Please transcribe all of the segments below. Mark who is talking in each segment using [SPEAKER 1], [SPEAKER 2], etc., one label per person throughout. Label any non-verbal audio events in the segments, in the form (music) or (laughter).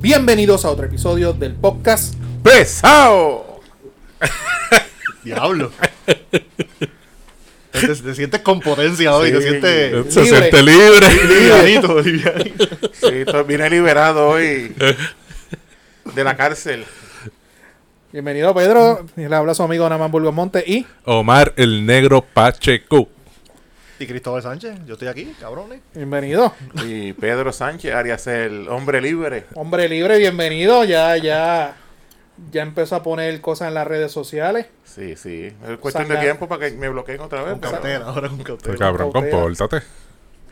[SPEAKER 1] Bienvenidos a otro episodio del podcast.
[SPEAKER 2] ¡Pesado!
[SPEAKER 3] Diablo. (laughs) Te, te sientes con potencia hoy, te
[SPEAKER 2] Sí.
[SPEAKER 3] sientes
[SPEAKER 4] Se
[SPEAKER 1] Libre.
[SPEAKER 4] siente libre.
[SPEAKER 3] livianito, livianito.
[SPEAKER 2] Sí, to- vine liberado hoy de la cárcel.
[SPEAKER 1] Bienvenido Pedro. Le habla su amigo Namán Burgos Monte y
[SPEAKER 4] Omar el Negro Pacheco.
[SPEAKER 3] Y Cristóbal Sánchez, yo estoy aquí, eh, cabrones.
[SPEAKER 1] bienvenido.
[SPEAKER 2] Y Pedro Sánchez, Arias, el hombre libre.
[SPEAKER 1] Hombre libre, bienvenido. Ya, ya, ya empezó a poner cosas en las redes sociales.
[SPEAKER 2] Sí, sí. Es cuestión
[SPEAKER 1] Sangra-
[SPEAKER 2] de tiempo para que me bloqueen otra vez.
[SPEAKER 3] Con
[SPEAKER 2] pero-
[SPEAKER 3] cautela, ahora con
[SPEAKER 4] Pero
[SPEAKER 3] cautela.
[SPEAKER 4] Pues cabrón,
[SPEAKER 1] cautea.
[SPEAKER 4] compórtate.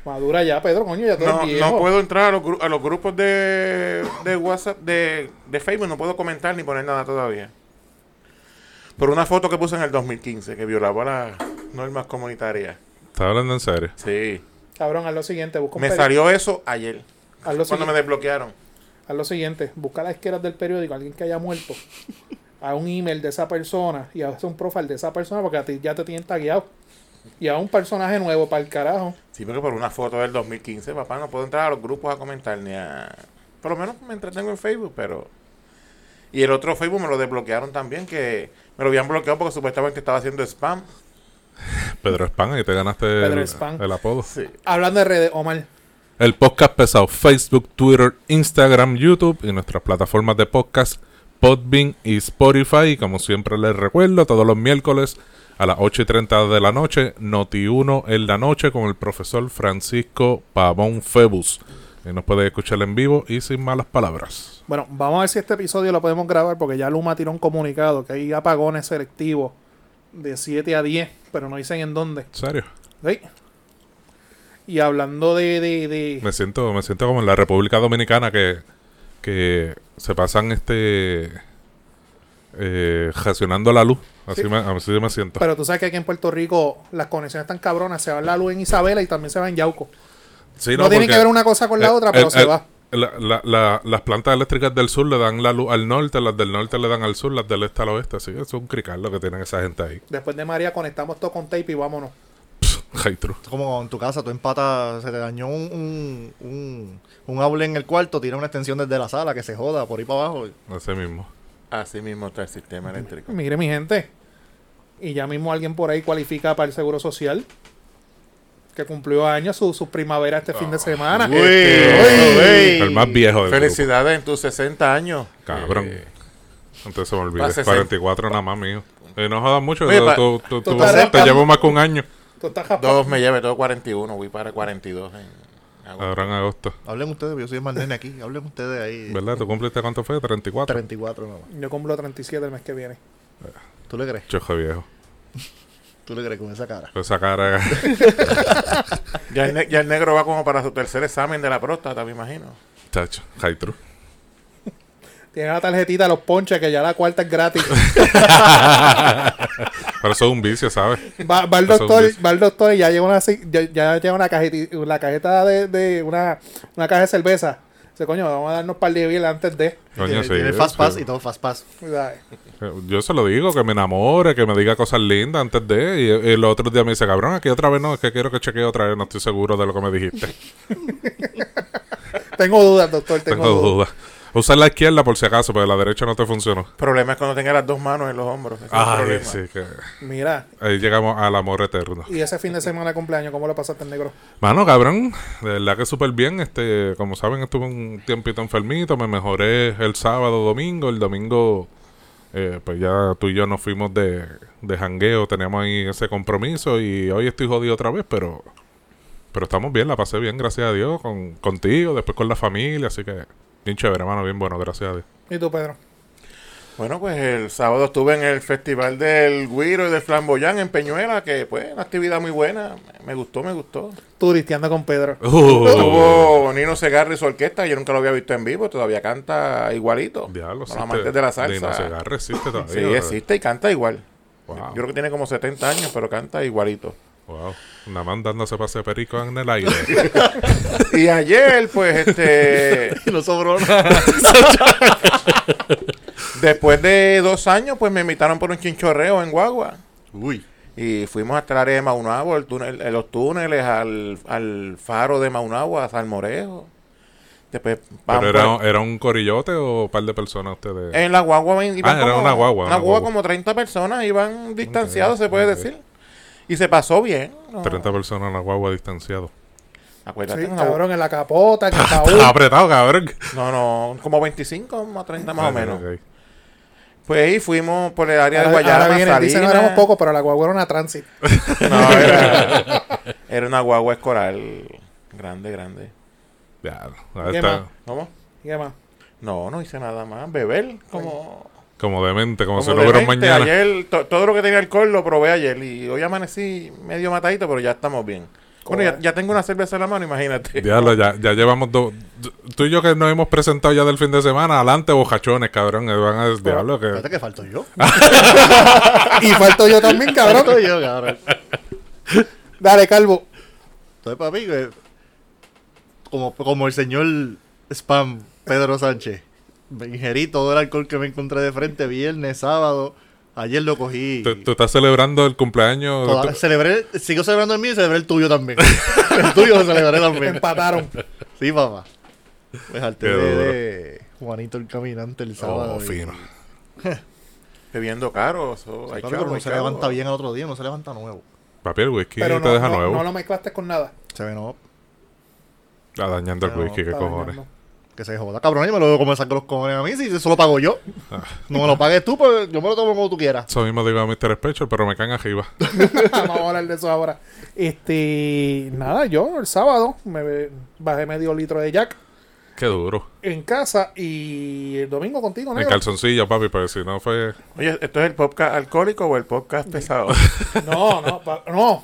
[SPEAKER 1] Madura ya, Pedro, coño, ya todo
[SPEAKER 2] No,
[SPEAKER 1] el viejo.
[SPEAKER 2] no puedo entrar a los, gru- a los grupos de, de WhatsApp, de, de Facebook, no puedo comentar ni poner nada todavía. Por una foto que puse en el 2015 que violaba las normas comunitarias.
[SPEAKER 4] Estaba hablando en serio.
[SPEAKER 2] Sí.
[SPEAKER 1] Cabrón, haz lo siguiente, busca un
[SPEAKER 2] Me
[SPEAKER 1] peri-
[SPEAKER 2] salió eso ayer,
[SPEAKER 1] haz, lo
[SPEAKER 2] cuando me
[SPEAKER 1] siguiente,
[SPEAKER 2] desbloquearon.
[SPEAKER 1] haz lo siguiente, busca las izquierdas del periódico, alguien que haya muerto, a un email de esa persona y haz un profile de esa persona porque a ti ya te tienen tagueado. Y a un personaje nuevo para el carajo.
[SPEAKER 2] Sí, porque por una foto del 2015, papá, no puedo entrar a los grupos a comentar ni a... Por lo menos me entretengo en Facebook, pero... Y el otro Facebook me lo desbloquearon también, que me lo habían bloqueado porque supuestamente estaba haciendo spam.
[SPEAKER 4] Pedro Span, ahí te ganaste
[SPEAKER 1] Pedro
[SPEAKER 4] el,
[SPEAKER 1] Span.
[SPEAKER 4] el apodo.
[SPEAKER 2] Sí.
[SPEAKER 1] Hablando de redes, Omar.
[SPEAKER 4] El podcast pesado Facebook, Twitter, Instagram, YouTube y nuestras plataformas de podcast Podbean y Spotify. Y como siempre les recuerdo, todos los miércoles a las 8 y 30 de la noche, Noti1 en la noche con el profesor Francisco Pavón Febus. Y nos puedes escuchar en vivo y sin malas palabras.
[SPEAKER 1] Bueno, vamos a ver si este episodio lo podemos grabar porque ya Luma tiró un comunicado que hay apagones selectivos de 7 a 10, pero no dicen en dónde.
[SPEAKER 4] ¿En serio?
[SPEAKER 1] ¿Sí? Y hablando de... de, de
[SPEAKER 4] Me siento, me siento como en la República Dominicana que, que se pasan este eh, racionando la luz. Así, me, así me siento.
[SPEAKER 1] pero tú sabes que aquí en Puerto Rico las conexiones están cabronas, se va la luz en Isabela y también se va en Yauco.
[SPEAKER 4] Sí,
[SPEAKER 1] No, tiene
[SPEAKER 4] porque-
[SPEAKER 1] que ver una cosa con la
[SPEAKER 4] Eh,
[SPEAKER 1] otra,
[SPEAKER 4] eh,
[SPEAKER 1] pero se
[SPEAKER 4] eh,
[SPEAKER 1] va.
[SPEAKER 4] la- la- la- las plantas eléctricas del sur le dan la luz al norte, las del norte le dan al sur, las del este al oeste. Así que es un crical lo que tienen esa gente ahí. (laughs)
[SPEAKER 1] Después de María conectamos todo con tape y vámonos.
[SPEAKER 4] Hey, true.
[SPEAKER 3] Como en tu casa, tú empatas, se te dañó un, un, un, un outlet en el cuarto, tira una extensión desde la sala que se joda por ahí para abajo.
[SPEAKER 4] Así mismo.
[SPEAKER 2] Así mismo está el sistema
[SPEAKER 4] (laughs)
[SPEAKER 2] eléctrico.
[SPEAKER 1] Mire mi gente. Y ya mismo alguien por ahí cualifica para el Seguro Social. Que cumplió años su, su primavera este
[SPEAKER 4] Ah,
[SPEAKER 1] fin de semana.
[SPEAKER 3] Uy,
[SPEAKER 2] Este,
[SPEAKER 3] uy.
[SPEAKER 4] El más viejo del grupo.
[SPEAKER 2] Felicidades en tus 60 años.
[SPEAKER 4] Cabrón.
[SPEAKER 2] Eh,
[SPEAKER 4] Entonces se me olvidó.
[SPEAKER 2] Pa' sesen-
[SPEAKER 4] 44 nada más, mío. Eh, no jodas mucho.
[SPEAKER 2] Oye,
[SPEAKER 4] tú-
[SPEAKER 2] pa-
[SPEAKER 4] tú- tú-
[SPEAKER 1] tú
[SPEAKER 4] tú-
[SPEAKER 1] estás
[SPEAKER 4] te
[SPEAKER 1] cerca.
[SPEAKER 4] llevo más que un año.
[SPEAKER 1] Tú estás japa-
[SPEAKER 2] dos me lleve, todo 41, voy para 42 en agosto.
[SPEAKER 4] Ahora en agosto.
[SPEAKER 3] Hablen ustedes, porque yo soy el más nene aquí. Hablen ustedes ahí.
[SPEAKER 4] ¿Verdad? ¿Tú cumpliste cuánto fue? 34.
[SPEAKER 3] 34 nomás.
[SPEAKER 1] Yo cumplo 37 el mes que viene.
[SPEAKER 3] ¿Tú le crees?
[SPEAKER 4] Chojo viejo.
[SPEAKER 3] ¿Tú le crees con esa cara?
[SPEAKER 4] Esa cara. (laughs)
[SPEAKER 2] Ya el, ne- ya el negro va como para su tercer examen de la próstata, me imagino.
[SPEAKER 4] Chacho. Hey, true.
[SPEAKER 1] Tiene la tarjetita de los ponches que ya la cuarta es gratis. (laughs)
[SPEAKER 4] Pero eso es un vicio, ¿sabes?
[SPEAKER 1] Va, va el
[SPEAKER 4] Eso es un
[SPEAKER 1] doctor,
[SPEAKER 4] vicio.
[SPEAKER 1] va el doctor y ya lleva una, ci- ya, ya lleva una cajeta, una cajeta de, de una, una caja de cerveza. Dice, coño, vamos a darnos un par de biel antes de.
[SPEAKER 4] Coño,
[SPEAKER 3] tiene,
[SPEAKER 4] sí,
[SPEAKER 3] tiene fast pass
[SPEAKER 4] sí.
[SPEAKER 3] y todo fast pass.
[SPEAKER 1] ¿sabes?
[SPEAKER 4] Eh, Yo se lo digo, que me enamore, que me diga cosas lindas antes de. Y, y el otro día me dice, cabrón, aquí otra vez no, es que quiero que chequee otra vez, no estoy seguro de lo que me
[SPEAKER 3] (laughs)
[SPEAKER 4] dijiste.
[SPEAKER 1] Tengo dudas, doctor, tengo,
[SPEAKER 4] Tengo,
[SPEAKER 1] dudas.
[SPEAKER 4] dudas. Usa la izquierda por si acaso, pero la derecha no te funcionó.
[SPEAKER 2] Problema es cuando tenga las dos manos en los hombros. ese es el
[SPEAKER 4] Ay,
[SPEAKER 2] problema.
[SPEAKER 4] sí, que
[SPEAKER 1] Mira,
[SPEAKER 4] ahí llegamos al amor eterno.
[SPEAKER 1] y ese fin de semana de cumpleaños, ¿cómo lo pasaste en negro?
[SPEAKER 4] Mano, cabrón, de verdad que súper bien. Este, como saben, estuve un tiempito enfermito, me mejoré el sábado, domingo. El domingo, eh, pues ya tú y yo nos fuimos de, de jangueo, teníamos ahí ese compromiso y hoy estoy jodido otra vez, pero pero estamos bien, la pasé bien, gracias a Dios, con, contigo, después con la familia, así que bien chévere, hermano, bien bueno, gracias a Dios.
[SPEAKER 1] ¿Y tú, Pedro?
[SPEAKER 2] Bueno, pues el sábado estuve en el festival del Guiro y del Flamboyán en Peñuela, que pues una actividad muy buena. Me gustó, me gustó.
[SPEAKER 1] Turisteando con Pedro.
[SPEAKER 4] Oh.
[SPEAKER 2] Estuvo Nino Segarra y su orquesta, yo nunca lo había visto en vivo, todavía canta igualito.
[SPEAKER 4] Diablo,
[SPEAKER 2] Los
[SPEAKER 4] existe-
[SPEAKER 2] amantes de la
[SPEAKER 4] Dino
[SPEAKER 2] salsa.
[SPEAKER 4] Segarra existe todavía.
[SPEAKER 2] Sí,
[SPEAKER 4] ¿verdad?
[SPEAKER 2] existe y canta igual.
[SPEAKER 4] Wow,
[SPEAKER 2] Yo creo que tiene como 70 años, pero canta igualito.
[SPEAKER 4] wow. Nada más dándose pase de perico en
[SPEAKER 2] (laughs)
[SPEAKER 4] el aire.
[SPEAKER 2] Y ayer, pues, este,
[SPEAKER 3] (laughs) Y no sobró nada.
[SPEAKER 2] (laughs) después de dos años, pues me invitaron por un chinchorreo en Guagua.
[SPEAKER 3] Uy.
[SPEAKER 2] Y fuimos hasta el área de Maunabo, el túnel, eh, los túneles, al, al faro de Maunabo, a Salmorejo. este, pues, vamos,
[SPEAKER 4] Pero era,
[SPEAKER 2] pues,
[SPEAKER 4] era un corillote o un par de personas ustedes.
[SPEAKER 1] Eh,
[SPEAKER 2] en la guagua ven- iban
[SPEAKER 4] Ah, era
[SPEAKER 2] como-
[SPEAKER 4] una guagua,
[SPEAKER 2] Una
[SPEAKER 4] una
[SPEAKER 2] guagua
[SPEAKER 4] guagua.
[SPEAKER 2] como 30 personas iban distanciados, se puede
[SPEAKER 4] ok.
[SPEAKER 2] decir. Y se pasó bien. ¿no?
[SPEAKER 4] 30 personas en la guagua distanciado.
[SPEAKER 2] Acuérdate,
[SPEAKER 1] Sí,
[SPEAKER 2] una guagua-
[SPEAKER 1] cabrón, en la capota, en el baúl.
[SPEAKER 4] Estaba apretado, cabrón.
[SPEAKER 2] No, no, como 25 más 30 más o
[SPEAKER 4] Ah,
[SPEAKER 2] menos.
[SPEAKER 4] ok.
[SPEAKER 2] Pues ahí fuimos por el área de
[SPEAKER 1] Ahora,
[SPEAKER 2] Guayama,
[SPEAKER 1] ahora vienen, dicen
[SPEAKER 2] Salinas.
[SPEAKER 1] que éramos pocos, pero la guagua era una transit.
[SPEAKER 2] No,
[SPEAKER 1] (laughs)
[SPEAKER 2] era, era una guagua escoral grande, grande.
[SPEAKER 4] Ya,
[SPEAKER 1] ¿Y
[SPEAKER 4] ahí
[SPEAKER 1] qué
[SPEAKER 4] Ah, está.
[SPEAKER 1] más?
[SPEAKER 2] ¿Cómo?
[SPEAKER 1] ¿Y qué más?
[SPEAKER 2] No, no hice nada más. Beber, como...
[SPEAKER 4] Como demente, como,
[SPEAKER 2] como
[SPEAKER 4] se logró
[SPEAKER 2] demente.
[SPEAKER 4] mañana.
[SPEAKER 2] Ayer, to- todo lo que tenía alcohol lo probé ayer. Y hoy amanecí medio matadito, pero ya estamos bien. Bueno, ya, ya tengo una cerveza en la mano, imagínate.
[SPEAKER 4] Diablo, ya, ya llevamos dos. tú- Tú y yo que nos hemos presentado ya del fin de semana, adelante, bojachones, cabrón. eh, Van a diablo que.
[SPEAKER 3] Espérate que falto yo.
[SPEAKER 4] Ah,
[SPEAKER 1] Y falto yo también,
[SPEAKER 3] (laughs) Falto
[SPEAKER 1] cabrón.
[SPEAKER 3] yo, cabrón.
[SPEAKER 1] Dale, calvo.
[SPEAKER 3] Entonces, papi, que- como, como el señor Spam, Pedro Sánchez, me ingerí todo el alcohol que me encontré de frente viernes, sábado. Ayer lo cogí.
[SPEAKER 4] Tú, tú estás celebrando el cumpleaños.
[SPEAKER 3] Toda-
[SPEAKER 4] tú-
[SPEAKER 3] celebré, sigo celebrando el mío y celebré el tuyo también. (laughs) el tuyo lo celebré también.
[SPEAKER 4] (laughs)
[SPEAKER 1] Empataron.
[SPEAKER 3] Sí, papá. Me
[SPEAKER 4] Qué
[SPEAKER 3] jalté de, de Juanito el Caminante el sábado.
[SPEAKER 4] Oh,
[SPEAKER 3] y-
[SPEAKER 4] fino.
[SPEAKER 2] (laughs) Bebiendo caro. eso,
[SPEAKER 3] Sí,
[SPEAKER 2] hay
[SPEAKER 3] papi,
[SPEAKER 2] chavo,
[SPEAKER 3] pero no
[SPEAKER 2] hay
[SPEAKER 3] se
[SPEAKER 2] chavo.
[SPEAKER 3] levanta bien al otro día, no se levanta nuevo.
[SPEAKER 4] Papi, el whisky
[SPEAKER 1] Pero
[SPEAKER 4] te
[SPEAKER 1] no,
[SPEAKER 4] deja
[SPEAKER 1] no,
[SPEAKER 4] nuevo.
[SPEAKER 1] no lo mezclaste con nada.
[SPEAKER 3] Se ve, no,
[SPEAKER 4] Ah, dañando el
[SPEAKER 3] Pero no,
[SPEAKER 4] whisky, qué
[SPEAKER 1] Está
[SPEAKER 4] cojones.
[SPEAKER 1] dañando.
[SPEAKER 3] que se joda, cabrón, y me lo veo como me saco los cojones a mí, si eso lo pago yo.
[SPEAKER 4] Ah.
[SPEAKER 3] No me lo pagues tú, pues yo me lo tomo como tú quieras.
[SPEAKER 4] Eso mismo digo a Mr. Special, pero me
[SPEAKER 1] (laughs)
[SPEAKER 4] caen arriba.
[SPEAKER 1] (laughs) Vamos a hablar de eso ahora. Este, nada, yo el sábado me be- bajé medio litro de Jack
[SPEAKER 4] Qué duro.
[SPEAKER 1] en casa y el domingo contigo,
[SPEAKER 4] En
[SPEAKER 1] negro.
[SPEAKER 4] calzoncillo, papi, pero si no fue.
[SPEAKER 2] Oye, ¿esto es el podcast alcohólico o el podcast
[SPEAKER 1] (laughs)
[SPEAKER 2] pesado?
[SPEAKER 1] No, no, pa- no.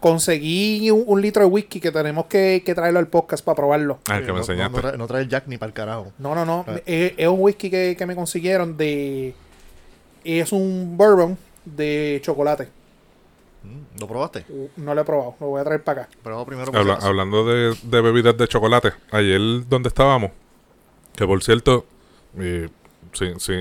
[SPEAKER 1] Conseguí un, un litro de whisky que tenemos que, que traerlo al podcast para probarlo.
[SPEAKER 4] Ah, el que
[SPEAKER 3] No-
[SPEAKER 4] me enseñaste.
[SPEAKER 3] No, trae, no trae el Jack ni para el carajo.
[SPEAKER 1] No, no, no.
[SPEAKER 3] Ah.
[SPEAKER 1] Es, es un whisky que, que me consiguieron de... Es un bourbon de chocolate.
[SPEAKER 3] Mm, ¿Lo probaste?
[SPEAKER 1] No lo he probado. Lo voy a traer para acá.
[SPEAKER 3] Prueba primero. por si
[SPEAKER 4] Habla-
[SPEAKER 3] acaso.
[SPEAKER 4] hablando de, de bebidas de chocolate, ayer donde estábamos, que por cierto, eh, sí, sí,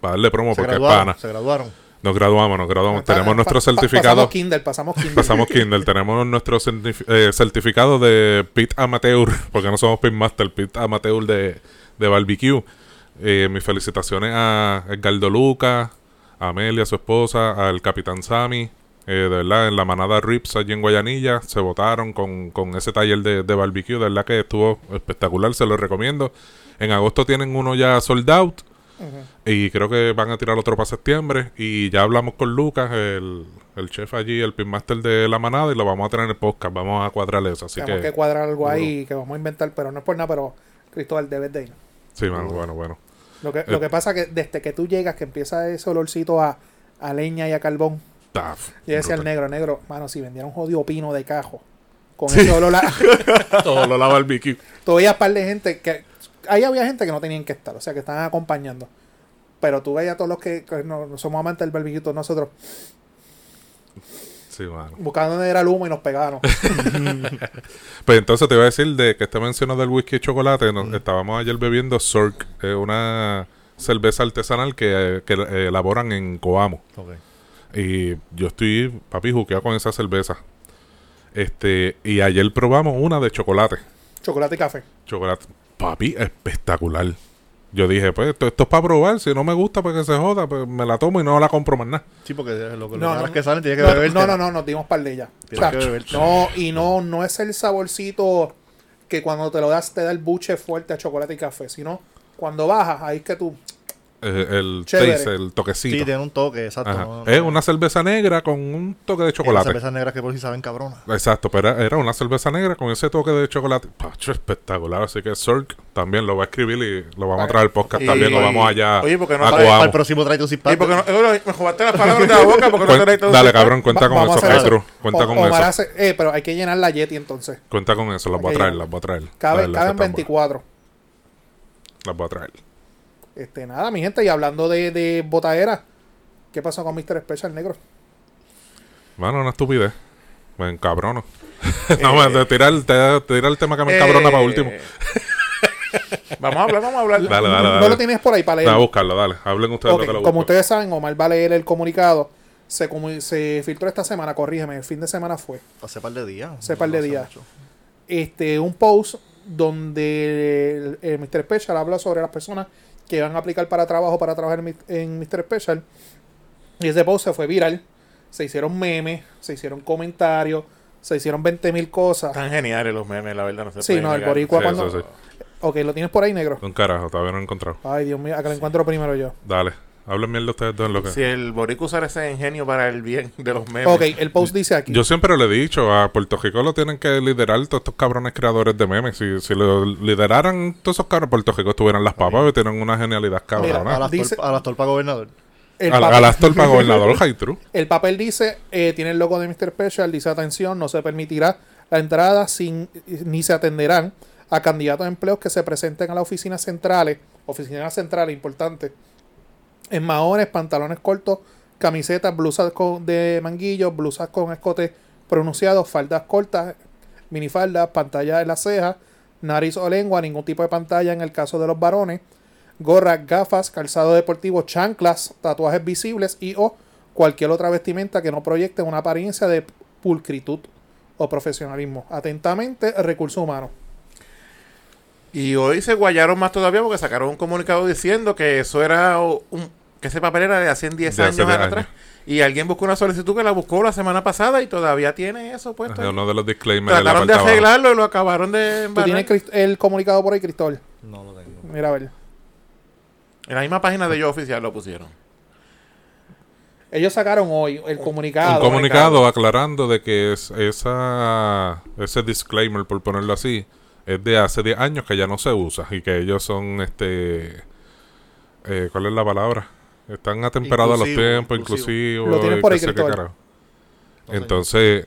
[SPEAKER 4] para darle promo
[SPEAKER 3] se
[SPEAKER 4] porque es
[SPEAKER 3] graduaron,
[SPEAKER 4] pana,
[SPEAKER 3] se graduaron.
[SPEAKER 4] nos graduamos, nos graduamos,
[SPEAKER 1] Pa-
[SPEAKER 4] tenemos
[SPEAKER 1] pa-
[SPEAKER 4] nuestro
[SPEAKER 1] pa-
[SPEAKER 4] certificado,
[SPEAKER 1] Pasamos Kindle,
[SPEAKER 4] (laughs)
[SPEAKER 1] pasamos Kindle. (laughs)
[SPEAKER 4] pasamos Kindle, tenemos nuestro certifi- eh, certificado de Pit Amateur, (laughs) porque no somos Pit Master, Pit Amateur de, de Barbecue. Eh, mis felicitaciones a Edgardo Luca, a Amelia, su esposa, al Capitán Sammy. Eh, de verdad, en la manada Rips allí en Guayanilla se votaron con, con ese taller de, de barbecue. De verdad que estuvo espectacular, se lo recomiendo. En agosto tienen uno ya sold out. Y creo que van a tirar otro para septiembre. Y ya hablamos con Lucas, el, el chef allí, el pitmaster de la manada, y lo vamos a traer en el podcast. Vamos a cuadrar eso. Así
[SPEAKER 1] Tenemos que,
[SPEAKER 4] que.
[SPEAKER 1] cuadrar algo ahí que vamos a inventar, pero no es por nada, pero Cristóbal debes de ir.
[SPEAKER 4] Sí, mano, bueno, bueno.
[SPEAKER 1] Lo que,
[SPEAKER 4] Eh.
[SPEAKER 1] lo que pasa que desde que tú llegas, que empieza ese olorcito a, a leña y a carbón,
[SPEAKER 4] Está
[SPEAKER 1] yo decía al
[SPEAKER 4] brutal.
[SPEAKER 1] negro, negro, mano, si vendiera un jodido pino de cajo, con ese olor,
[SPEAKER 4] (laughs)
[SPEAKER 1] a- (laughs)
[SPEAKER 4] Todo lo la barbecue.
[SPEAKER 1] todavía par de gente que... Ahí había gente que no tenían que estar, o sea, que estaban acompañando. Pero tú veías a todos los que, que no, no somos amantes del barbecue, todos nosotros
[SPEAKER 4] Sí, mano.
[SPEAKER 1] buscando dónde era el humo y nos
[SPEAKER 4] (laughs)
[SPEAKER 1] pegábamos.
[SPEAKER 4] Pues entonces te iba a decir de que esta mencionó del whisky y chocolate. nos- Estábamos ayer bebiendo Sork, eh, una cerveza artesanal que, que eh, elaboran en Coamo.
[SPEAKER 3] Ok.
[SPEAKER 4] Y yo estoy, papi, juqueado con esa cerveza. Este, y ayer probamos una de chocolate.
[SPEAKER 1] Chocolate y café.
[SPEAKER 4] Chocolate, papi, espectacular. Yo dije, pues esto, esto es para probar. Si no me gusta, pues que se joda, pues me la tomo y no la compro más nada.
[SPEAKER 3] Sí, porque lo que
[SPEAKER 1] No,
[SPEAKER 3] no,
[SPEAKER 1] no.
[SPEAKER 3] que salen tiene que
[SPEAKER 1] no,
[SPEAKER 3] beber.
[SPEAKER 1] No, no, no, nos dimos par de ellas.
[SPEAKER 3] Tienes
[SPEAKER 1] O sea,
[SPEAKER 3] que beberte.
[SPEAKER 1] no, y no, no es el saborcito que cuando te lo das te da el buche fuerte a chocolate y café, sino cuando bajas, ahí es que tú.
[SPEAKER 4] Eh, el
[SPEAKER 1] Chévere.
[SPEAKER 4] taste, el
[SPEAKER 3] Sí,
[SPEAKER 4] toquecito.
[SPEAKER 3] tiene un toque, exacto.
[SPEAKER 4] Ajá.
[SPEAKER 3] no, no,
[SPEAKER 4] es
[SPEAKER 3] no.
[SPEAKER 4] una cerveza negra con un toque de
[SPEAKER 3] Esas
[SPEAKER 4] chocolate.
[SPEAKER 3] cervezas negras que por si saben cabrona.
[SPEAKER 4] Exacto, pero era- era una cerveza negra con ese toque de chocolate. Pacho, espectacular. Así que Cirque también lo va a escribir y lo vamos a traer al podcast
[SPEAKER 2] Y-
[SPEAKER 4] también. Lo vamos allá
[SPEAKER 2] Oye, porque no
[SPEAKER 4] a
[SPEAKER 2] sabe-
[SPEAKER 4] Coamo.
[SPEAKER 3] Para el próximo trae tu zip
[SPEAKER 2] Y porque no, eh, me jugaste las palabras de la boca porque no te
[SPEAKER 4] Cuen-
[SPEAKER 2] la he traducido.
[SPEAKER 4] Pues, Dale, cabrón, cuenta
[SPEAKER 1] Va-
[SPEAKER 4] con
[SPEAKER 1] vamos a
[SPEAKER 4] eso,
[SPEAKER 1] hacer
[SPEAKER 4] Pedro.
[SPEAKER 1] algo.
[SPEAKER 4] Cuenta
[SPEAKER 1] O-
[SPEAKER 4] con
[SPEAKER 1] Omar
[SPEAKER 4] eso.
[SPEAKER 1] hace- eh, pero hay que llenar la Yeti entonces.
[SPEAKER 4] Cuenta con eso. Las voy a
[SPEAKER 1] Ok,
[SPEAKER 4] traer,
[SPEAKER 1] ya.
[SPEAKER 4] las voy a traer.
[SPEAKER 1] Cabe,
[SPEAKER 4] Traerlas,
[SPEAKER 1] caben
[SPEAKER 4] están
[SPEAKER 1] 24.
[SPEAKER 4] buenas. Las voy a traer.
[SPEAKER 1] Este, nada, mi gente, y hablando de, de botadera, ¿qué pasó con Mr. Special Negro?
[SPEAKER 4] Mano, una estupidez.
[SPEAKER 1] (laughs)
[SPEAKER 4] Me encabrono. no,
[SPEAKER 1] Eh,
[SPEAKER 4] me de tirar, te- tirar el tema que me
[SPEAKER 2] Eh,
[SPEAKER 4] encabrona para último.
[SPEAKER 2] (laughs) vamos a hablar, vamos a hablar.
[SPEAKER 4] Dale, dale,
[SPEAKER 1] no
[SPEAKER 4] dale.
[SPEAKER 1] lo tienes por ahí para
[SPEAKER 4] Dale, a
[SPEAKER 1] leer.
[SPEAKER 4] buscarlo, dale. Hablen ustedes
[SPEAKER 1] Ok,
[SPEAKER 4] lo que lo
[SPEAKER 1] como
[SPEAKER 4] busco.
[SPEAKER 1] ustedes saben, Omar va a leer el comunicado. Se, comu- se filtró esta semana, corrígeme, el fin de semana fue.
[SPEAKER 3] Hace par de días.
[SPEAKER 1] Hace par de
[SPEAKER 3] hace
[SPEAKER 1] días.
[SPEAKER 3] mucho.
[SPEAKER 1] este, un post donde el, el Mr. Special habla sobre las personas que van a aplicar para trabajo, para trabajar en, mi- en Mr. Special. Y ese post se fue viral. Se hicieron memes, se hicieron comentarios, se hicieron 20.000 mil cosas.
[SPEAKER 2] Tan geniales los memes, la verdad, no se
[SPEAKER 1] Sí,
[SPEAKER 2] puede
[SPEAKER 1] no, el
[SPEAKER 2] negar.
[SPEAKER 1] boricua
[SPEAKER 4] Sí,
[SPEAKER 1] cuando...
[SPEAKER 4] sí, sí.
[SPEAKER 1] Ok, lo tienes por ahí, negro.
[SPEAKER 4] Un carajo, todavía no lo he encontrado.
[SPEAKER 1] Ay, Dios mío, acá lo encuentro primero yo.
[SPEAKER 4] Dale, hablen mierda ustedes dos en lo que.
[SPEAKER 2] Si el boricua usara ese ingenio para el bien de los memes.
[SPEAKER 1] Ok, el post dice aquí.
[SPEAKER 4] Yo siempre lo he dicho, a Puerto Rico lo tienen que liderar todos estos cabrones creadores de memes. Si, si lo lideraran todos esos cabrones, Puerto Rico tuvieran las papas y tienen una genialidad
[SPEAKER 3] A
[SPEAKER 4] cabrona.
[SPEAKER 3] las
[SPEAKER 1] Dice-
[SPEAKER 3] torpa- a las torpa gobernador.
[SPEAKER 1] el,
[SPEAKER 4] Al-
[SPEAKER 1] papel,
[SPEAKER 4] Al Astor
[SPEAKER 1] (laughs)
[SPEAKER 4] para gobernador, high true.
[SPEAKER 1] el papel dice, eh, tiene el logo de Mr. Special, dice atención, no se permitirá la entrada sin ni se atenderán a candidatos a empleos que se presenten a las oficinas centrales, oficinas centrales importantes, en maones, pantalones cortos, camisetas, blusas con- de manguillos, blusas con escotes pronunciados, faldas cortas, minifaldas, pantalla en las cejas, nariz o lengua, ningún tipo de pantalla en el caso de los varones, gorras, gafas, calzado deportivo, chanclas, tatuajes visibles y o cualquier otra vestimenta que no proyecte una apariencia de pulcritud o profesionalismo. Atentamente, recursos humanos.
[SPEAKER 2] Y hoy se guayaron más todavía porque sacaron un comunicado diciendo que eso era o- un, que ese papel era de hace 10
[SPEAKER 4] De
[SPEAKER 2] años
[SPEAKER 4] hace 10
[SPEAKER 2] atrás. Y alguien buscó una solicitud que la buscó la semana pasada y todavía tiene eso
[SPEAKER 1] Pues,
[SPEAKER 2] puesto.
[SPEAKER 4] Es
[SPEAKER 2] ahí.
[SPEAKER 4] uno de los disclaimers de la
[SPEAKER 2] Trataron de
[SPEAKER 4] parte abajo.
[SPEAKER 2] arreglarlo y lo acabaron de
[SPEAKER 1] Tú tienes
[SPEAKER 2] embarrar.
[SPEAKER 1] Crist- el comunicado por ahí, Cristóbal.
[SPEAKER 3] No lo tengo.
[SPEAKER 1] Mira, a ver.
[SPEAKER 2] En la misma página de yo oficial lo pusieron.
[SPEAKER 1] Ellos sacaron hoy el comunicado.
[SPEAKER 4] Un
[SPEAKER 2] Claro,
[SPEAKER 4] comunicado aclarando de que es esa ese disclaimer, por ponerlo así, es de hace 10 años que ya no se usa y que ellos son, este, eh, ¿cuál es la palabra? Están atemperados a los
[SPEAKER 3] Inclusivo,
[SPEAKER 4] tiempos,
[SPEAKER 3] inclusivo.
[SPEAKER 4] inclusivos.
[SPEAKER 1] Lo tienes
[SPEAKER 4] y
[SPEAKER 1] por
[SPEAKER 4] qué
[SPEAKER 1] ahí,
[SPEAKER 4] sé qué
[SPEAKER 1] Cristóbal.
[SPEAKER 4] carajo.
[SPEAKER 3] No sé.
[SPEAKER 4] Entonces,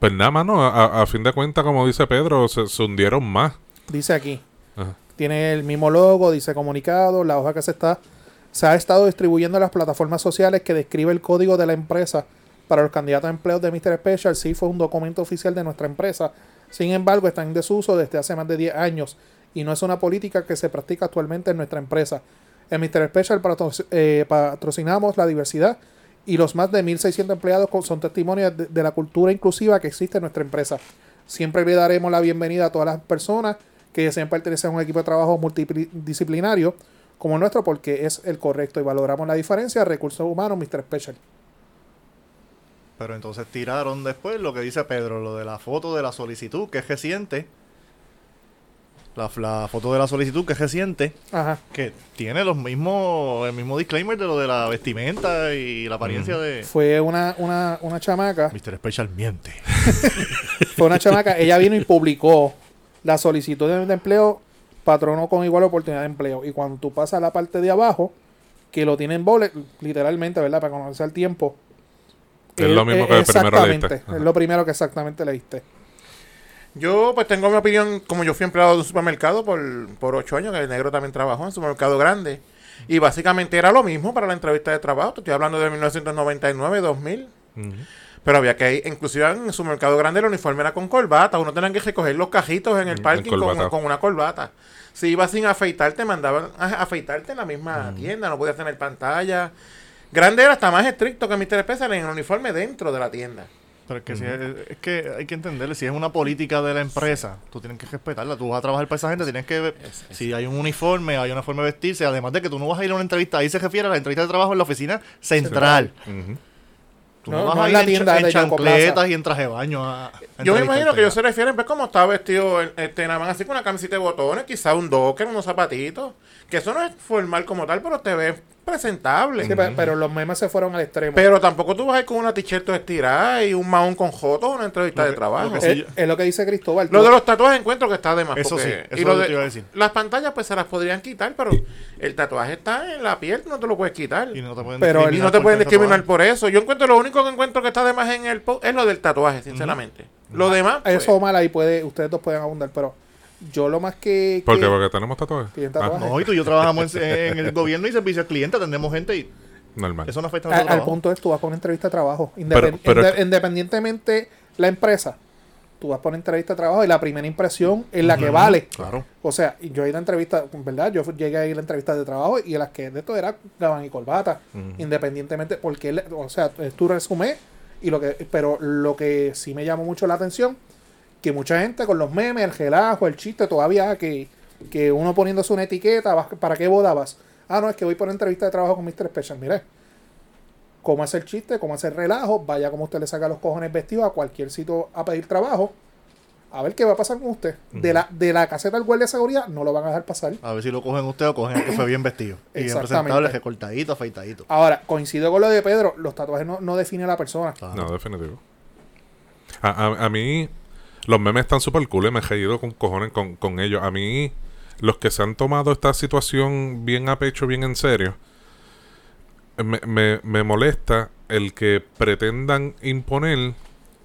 [SPEAKER 4] pues nada, mano, a, a fin de cuentas, como dice Pedro, se, se hundieron más.
[SPEAKER 1] Dice aquí.
[SPEAKER 4] Ajá.
[SPEAKER 1] Tiene el mismo logo, dice comunicado, la hoja que se está se ha estado distribuyendo en las plataformas sociales que describe el código de la empresa para los candidatos a empleos de Mr. Special. Sí fue un documento oficial de nuestra empresa. Sin embargo, está en desuso desde hace más de 10 años y no es una política que se practica actualmente en nuestra empresa. En Mr. Special patro- eh, patrocinamos la diversidad y los más de 1.600 empleados con- son testimonios de, de la cultura inclusiva que existe en nuestra empresa. Siempre le daremos la bienvenida a todas las personas que deseen pertenecer a un equipo de trabajo multidisciplinario como el nuestro porque es el correcto y valoramos la diferencia de recursos humanos, Mr. Special.
[SPEAKER 3] Pero entonces tiraron después lo que dice Pedro, lo de la foto de la solicitud, que es reciente. La, la foto de la solicitud, que es reciente,
[SPEAKER 1] Ajá.
[SPEAKER 3] que tiene los mismos, el mismo disclaimer de lo de la vestimenta y la apariencia de...
[SPEAKER 1] Fue una, una, una chamaca,
[SPEAKER 3] Mr. Special miente.
[SPEAKER 1] fue una chamaca, ella vino y publicó la solicitud de, de empleo, patrono con igual oportunidad de empleo. Y cuando tú pasas a la parte de abajo, que lo tienen bullet, literalmente, ¿verdad? Para conocer el tiempo.
[SPEAKER 4] Es lo mismo que el primero
[SPEAKER 1] Exactamente,
[SPEAKER 4] leíste. Ajá.
[SPEAKER 1] es lo primero que exactamente leíste.
[SPEAKER 2] Yo pues tengo mi opinión, como yo fui empleado de un supermercado por, por ocho años, que el negro también trabajó en un supermercado grande. Y básicamente era lo mismo para la entrevista de trabajo. Te estoy hablando de 1999, 2000.
[SPEAKER 4] Ujú.
[SPEAKER 2] Pero había que ir, inclusive en el supermercado grande el uniforme era con corbata. Uno tenía que recoger los cajitos en el
[SPEAKER 4] Mm,
[SPEAKER 2] parking
[SPEAKER 4] en
[SPEAKER 2] con,
[SPEAKER 4] corbata.
[SPEAKER 2] con una corbata. Si ibas sin afeitar, te mandaban a afeitarte en la
[SPEAKER 3] Mm.
[SPEAKER 2] misma tienda. No podías tener pantalla. Grande era hasta más estricto que Mr. Special en el uniforme dentro de la tienda.
[SPEAKER 3] Pero es que, si es, es que hay que entenderle, si es una política de la empresa, tú tienes que respetarla, tú vas a trabajar para esa gente, tienes que... Si hay un uniforme, hay una forma de vestirse, además de que tú no vas a ir a una entrevista, ahí se refiere a la entrevista de trabajo en la oficina central.
[SPEAKER 4] Ujú.
[SPEAKER 3] Tú
[SPEAKER 1] No,
[SPEAKER 3] no, vas
[SPEAKER 1] no
[SPEAKER 3] a
[SPEAKER 1] en
[SPEAKER 3] ir
[SPEAKER 1] la
[SPEAKER 3] en,
[SPEAKER 1] tienda
[SPEAKER 3] cha- en
[SPEAKER 1] de Yonko Plaza.
[SPEAKER 3] chancletas y en traje de baño a, a
[SPEAKER 2] Yo me
[SPEAKER 3] entrevistarte.
[SPEAKER 2] imagino que ellos se refieren, pues, como estaba vestido el- este nada más así con una camiseta de botones, quizá un docker, unos zapatitos. Que eso no es formal como tal, pero te ves presentable.
[SPEAKER 1] Sí, pe- pero, los memes se fueron al extremo.
[SPEAKER 2] Pero tampoco tú vas a ir con una t-shirt estirada y un maón con jotos a una entrevista
[SPEAKER 3] Lo
[SPEAKER 2] de
[SPEAKER 3] que-
[SPEAKER 2] trabajo.
[SPEAKER 3] lo que
[SPEAKER 2] Eh,
[SPEAKER 3] sí-
[SPEAKER 2] Lo,
[SPEAKER 1] es, es lo que dice Cristóbal.
[SPEAKER 2] de los tatuajes encuentro que está de más.
[SPEAKER 3] Eso
[SPEAKER 2] porque-
[SPEAKER 3] sí, eso
[SPEAKER 2] y lo
[SPEAKER 3] es lo
[SPEAKER 2] de-
[SPEAKER 3] que iba a decir.
[SPEAKER 2] Las pantallas pues se las podrían quitar, pero el tatuaje está en la piel, no te lo puedes quitar.
[SPEAKER 3] Y
[SPEAKER 2] Y no,
[SPEAKER 3] no te pueden
[SPEAKER 1] Pero-
[SPEAKER 3] discriminar.
[SPEAKER 1] y
[SPEAKER 2] te
[SPEAKER 3] por ¿eh?
[SPEAKER 2] pueden
[SPEAKER 3] tener
[SPEAKER 2] discriminar
[SPEAKER 3] tatuaje.
[SPEAKER 2] por eso. Yo encuentro lo único que encuentro que está de más en el post es lo del tatuaje, sinceramente. Lo demás... pues,
[SPEAKER 1] Eso mal ahí puede, ustedes dos pueden abundar, pero yo lo más que,
[SPEAKER 4] ¿Por
[SPEAKER 1] que-
[SPEAKER 4] qué? Porque tenemos tatuajes.
[SPEAKER 1] Tienen
[SPEAKER 4] Ah,
[SPEAKER 1] tatuajes.
[SPEAKER 3] No, y tú y yo trabajamos en, en el gobierno y servicio al cliente, atendemos gente y
[SPEAKER 4] normal.
[SPEAKER 3] eso no afecta a
[SPEAKER 1] al,
[SPEAKER 3] nuestro
[SPEAKER 1] al
[SPEAKER 3] trabajo.
[SPEAKER 1] punto es tú vas con una entrevista de trabajo. Independ-
[SPEAKER 4] Pero- pero
[SPEAKER 1] inde-
[SPEAKER 4] es que-
[SPEAKER 1] independientemente la empresa, tú vas por una entrevista de trabajo y la primera impresión es la que vale.
[SPEAKER 3] Claro.
[SPEAKER 1] O sea, y yo ahí la entrevista, en verdad, yo fu- llegué a ir a entrevistas de trabajo y las que de esto era gabán y corbata, independientemente, porque, le- o sea, es tu resumen, y lo que, pero lo que sí me llamó mucho la atención, que mucha gente con los memes, el relajo, el chiste, todavía que, que uno poniéndose una etiqueta, vas- ¿para qué boda vas? Ah, no, es que voy por una entrevista de trabajo con Mr. Special. Mire, cómo hace el chiste, cómo hace el relajo, vaya como usted le saca los cojones vestidos a cualquier sitio a pedir trabajo, a ver qué va a pasar con usted. De la, de la caseta al guardia de seguridad no lo van a dejar pasar.
[SPEAKER 3] A ver si lo cogen usted o cogen el que fue
[SPEAKER 1] (laughs)
[SPEAKER 3] bien vestido. Y bien
[SPEAKER 1] Exactamente.
[SPEAKER 3] presentable, recortadito, afeitadito.
[SPEAKER 1] Ahora, coincido con lo de Pedro, los tatuajes no, no definen a la persona.
[SPEAKER 3] Claro.
[SPEAKER 4] No, definitivo. A, a- a mí, los memes están súper cool y me he reído con cojones con, con ellos. A mí, los que se han tomado esta situación bien a pecho, bien en serio, me, me- me molesta el que pretendan imponer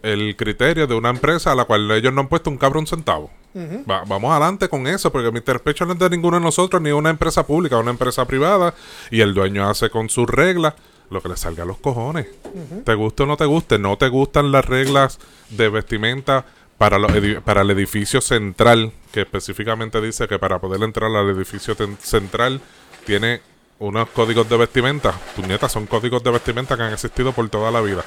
[SPEAKER 4] el criterio de una empresa a la cual ellos no han puesto un cabrón centavo.
[SPEAKER 1] Ujú.
[SPEAKER 4] Va- vamos adelante con eso, porque Mr. Pecho no es de ninguno de nosotros, ni una empresa pública, una empresa privada, y el dueño hace con sus reglas lo que le salga a los cojones. Te guste o no te guste, no te gustan las reglas de vestimenta para, los edi- para el edificio central, que específicamente dice que para poder entrar al edificio ten- central tiene unos códigos de vestimenta. Puñetas, son códigos de vestimenta que han existido por toda la vida.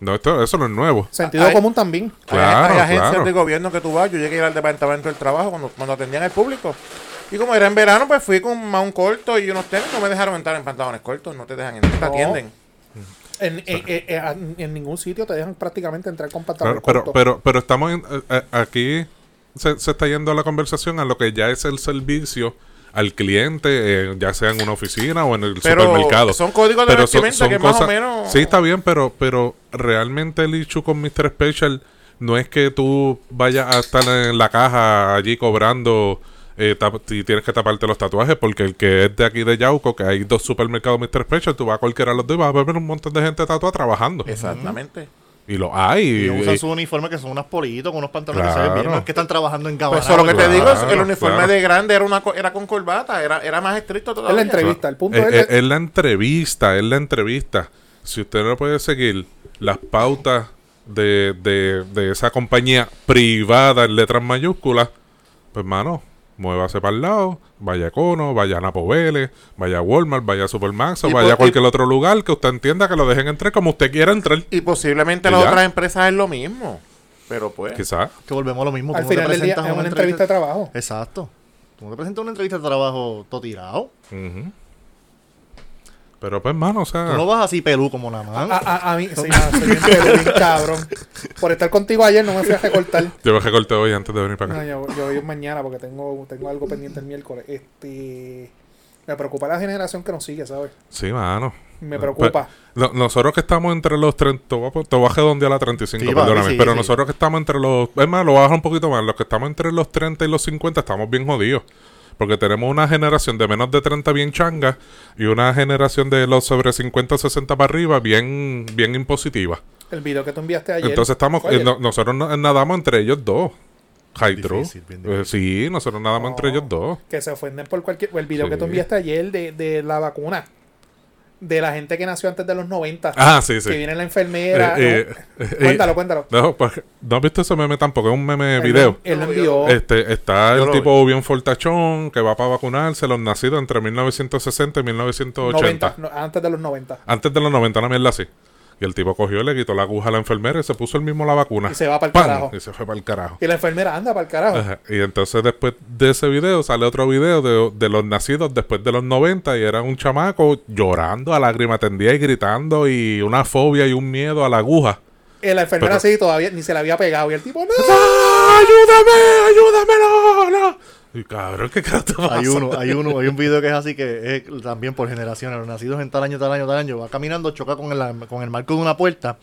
[SPEAKER 4] No, esto, eso no es nuevo.
[SPEAKER 1] Sentido
[SPEAKER 2] Ay.
[SPEAKER 1] común también.
[SPEAKER 4] Claro,
[SPEAKER 2] hay, hay agencias
[SPEAKER 4] claro.
[SPEAKER 2] de gobierno que tú vas. Yo llegué a ir al departamento del trabajo cuando, cuando atendían al público. Y como era en verano, pues fui con un corto y unos tenis. No me dejaron entrar en pantalones cortos. No te dejan entrar, te
[SPEAKER 1] No.
[SPEAKER 2] atienden.
[SPEAKER 1] En, en- en- en- en ningún sitio te dejan prácticamente entrar con
[SPEAKER 4] Claro,
[SPEAKER 1] pantalones
[SPEAKER 4] pero,
[SPEAKER 1] cortos.
[SPEAKER 4] pero, pero estamos en- eh, eh, aquí, se, se está yendo la conversación a lo que ya es el servicio al cliente, eh, ya sea en una oficina o en el
[SPEAKER 2] Pero
[SPEAKER 4] supermercado.
[SPEAKER 2] son códigos de
[SPEAKER 4] Pero son-
[SPEAKER 2] vestimenta
[SPEAKER 4] son
[SPEAKER 2] que más o
[SPEAKER 4] cosas-
[SPEAKER 2] menos-
[SPEAKER 4] Sí, está bien, pero, pero realmente el issue con Mr. Special no es que tú vayas a estar en la caja allí cobrando eh, tap- y tienes que taparte los tatuajes, porque el que es de aquí de Yauco, que hay dos supermercados Mr. Special, tú vas a cualquiera de los dos y vas a ver un montón de gente tatuada trabajando.
[SPEAKER 2] Exactamente.
[SPEAKER 4] Y lo hay.
[SPEAKER 3] Y
[SPEAKER 4] y-
[SPEAKER 3] usan sus uniformes que son unas politos, con unos pantalones que se ven bien.
[SPEAKER 4] Claro.
[SPEAKER 3] No es que están trabajando en
[SPEAKER 2] Pues
[SPEAKER 3] gabarra.
[SPEAKER 2] eso lo que te
[SPEAKER 4] claro,
[SPEAKER 2] digo es que el uniforme
[SPEAKER 4] claro.
[SPEAKER 2] de grande era una co- era con corbata, era, era más estricto todavía.
[SPEAKER 1] Es la entrevista, el punto
[SPEAKER 4] Eh,
[SPEAKER 1] es...
[SPEAKER 4] eh, es la entrevista, es la entrevista. Si usted no puede seguir las pautas de, de- de esa compañía privada en letras mayúsculas, pues mano, muévase para el lado, vaya a Cono, vaya a Napo Vélez, vaya a Walmart, vaya a Supermax o
[SPEAKER 2] Y
[SPEAKER 4] vaya a
[SPEAKER 2] por-
[SPEAKER 4] cualquier otro lugar que usted entienda que lo dejen entrar como usted quiera entrar.
[SPEAKER 2] Y posiblemente
[SPEAKER 4] ¿Y
[SPEAKER 2] las
[SPEAKER 4] ya?
[SPEAKER 2] otras empresas es lo mismo. Pero pues.
[SPEAKER 4] Quizás.
[SPEAKER 3] Que volvemos a lo mismo.
[SPEAKER 1] al
[SPEAKER 3] tú no te
[SPEAKER 1] final del día es
[SPEAKER 3] presentas a
[SPEAKER 1] una entrevista de trabajo.
[SPEAKER 3] Exacto. Tú no te presentas a una entrevista de trabajo todo tirado.
[SPEAKER 4] Ujú. Pero pues, mano, o sea...
[SPEAKER 3] Tú no vas así pelú como nada
[SPEAKER 1] A,
[SPEAKER 3] más.
[SPEAKER 1] a- a mí, ah, sí, mano, soy
[SPEAKER 4] (laughs)
[SPEAKER 1] bien, pero bien cabrón. Por estar contigo ayer no me fui a
[SPEAKER 4] (laughs)
[SPEAKER 1] recortar.
[SPEAKER 4] Yo me recorté hoy antes de venir para acá.
[SPEAKER 1] No, yo, yo voy mañana porque tengo, tengo algo pendiente el miércoles. Este, me preocupa la generación que nos sigue, ¿sabes?
[SPEAKER 4] Sí, mano.
[SPEAKER 1] Me
[SPEAKER 4] Eh,
[SPEAKER 1] preocupa.
[SPEAKER 4] No- nosotros que estamos entre los 30, te voy a po- te voy a redondear a la 35,
[SPEAKER 3] Sí, papi,
[SPEAKER 4] perdóname,
[SPEAKER 3] sí,
[SPEAKER 4] pero
[SPEAKER 3] sí.
[SPEAKER 4] nosotros que estamos entre los, es más, lo voy a bajar un poquito más, los que estamos entre los 30 y los 50 estamos bien jodidos, porque tenemos una generación de menos de 30 bien changa y una generación de los sobre 50, 60 para arriba bien bien impositiva.
[SPEAKER 1] El video que tú enviaste ayer.
[SPEAKER 4] Entonces estamos,
[SPEAKER 1] Oye,
[SPEAKER 4] eh, no- nosotros no- nadamos entre ellos dos. Hydro.
[SPEAKER 3] Difícil, bien difícil.
[SPEAKER 4] Eh, sí, nosotros nadamos entre
[SPEAKER 1] No.
[SPEAKER 4] ellos dos.
[SPEAKER 1] Que se ofenden por cualquier. El video que tú
[SPEAKER 4] Sí.
[SPEAKER 1] enviaste ayer de, de la vacuna. De la gente que nació antes de los 90.
[SPEAKER 4] Ah, sí, sí.
[SPEAKER 1] Que viene la enfermera.
[SPEAKER 4] Eh,
[SPEAKER 1] ¿no?
[SPEAKER 4] eh, eh,
[SPEAKER 1] cuéntalo, cuéntalo.
[SPEAKER 4] No, pues, no has visto ese meme tampoco, es un meme
[SPEAKER 1] Él lo-
[SPEAKER 4] video.
[SPEAKER 1] Él lo envió.
[SPEAKER 4] Este, está
[SPEAKER 2] Yo
[SPEAKER 4] el
[SPEAKER 2] lo
[SPEAKER 4] tipo bien fortachón que va para vacunarse, los nacidos entre 1960 y 1980.
[SPEAKER 1] 90, no, antes de los 90.
[SPEAKER 4] Antes de los 90, una mierda así. Y el tipo cogió y le quitó la aguja a la enfermera y se puso el mismo la vacuna.
[SPEAKER 1] Y se va pa'l
[SPEAKER 4] ¡Pam!
[SPEAKER 1] carajo.
[SPEAKER 4] Y se fue para el carajo.
[SPEAKER 1] Y la enfermera anda para el carajo.
[SPEAKER 4] Ajá. Y entonces después de ese video sale otro video de, de los nacidos después de los 90 y era un chamaco llorando a lágrima tendida y gritando y una fobia y un miedo a la aguja.
[SPEAKER 1] Y Eh, la enfermera
[SPEAKER 4] Pero-
[SPEAKER 1] sí todavía ni se la había pegado. Y el tipo, no.
[SPEAKER 4] (laughs) ¡Ah, ¡Ayúdame! ¡Ayúdame! No, no! Y cabrón, ¿qué carajo te
[SPEAKER 3] (laughs)
[SPEAKER 4] pasa?
[SPEAKER 3] Hay uno, hay uno, hay un video que es así que es también por generaciones. Los nacidos en tal año, tal año, tal año. Va caminando, choca con el, con el marco de una puerta.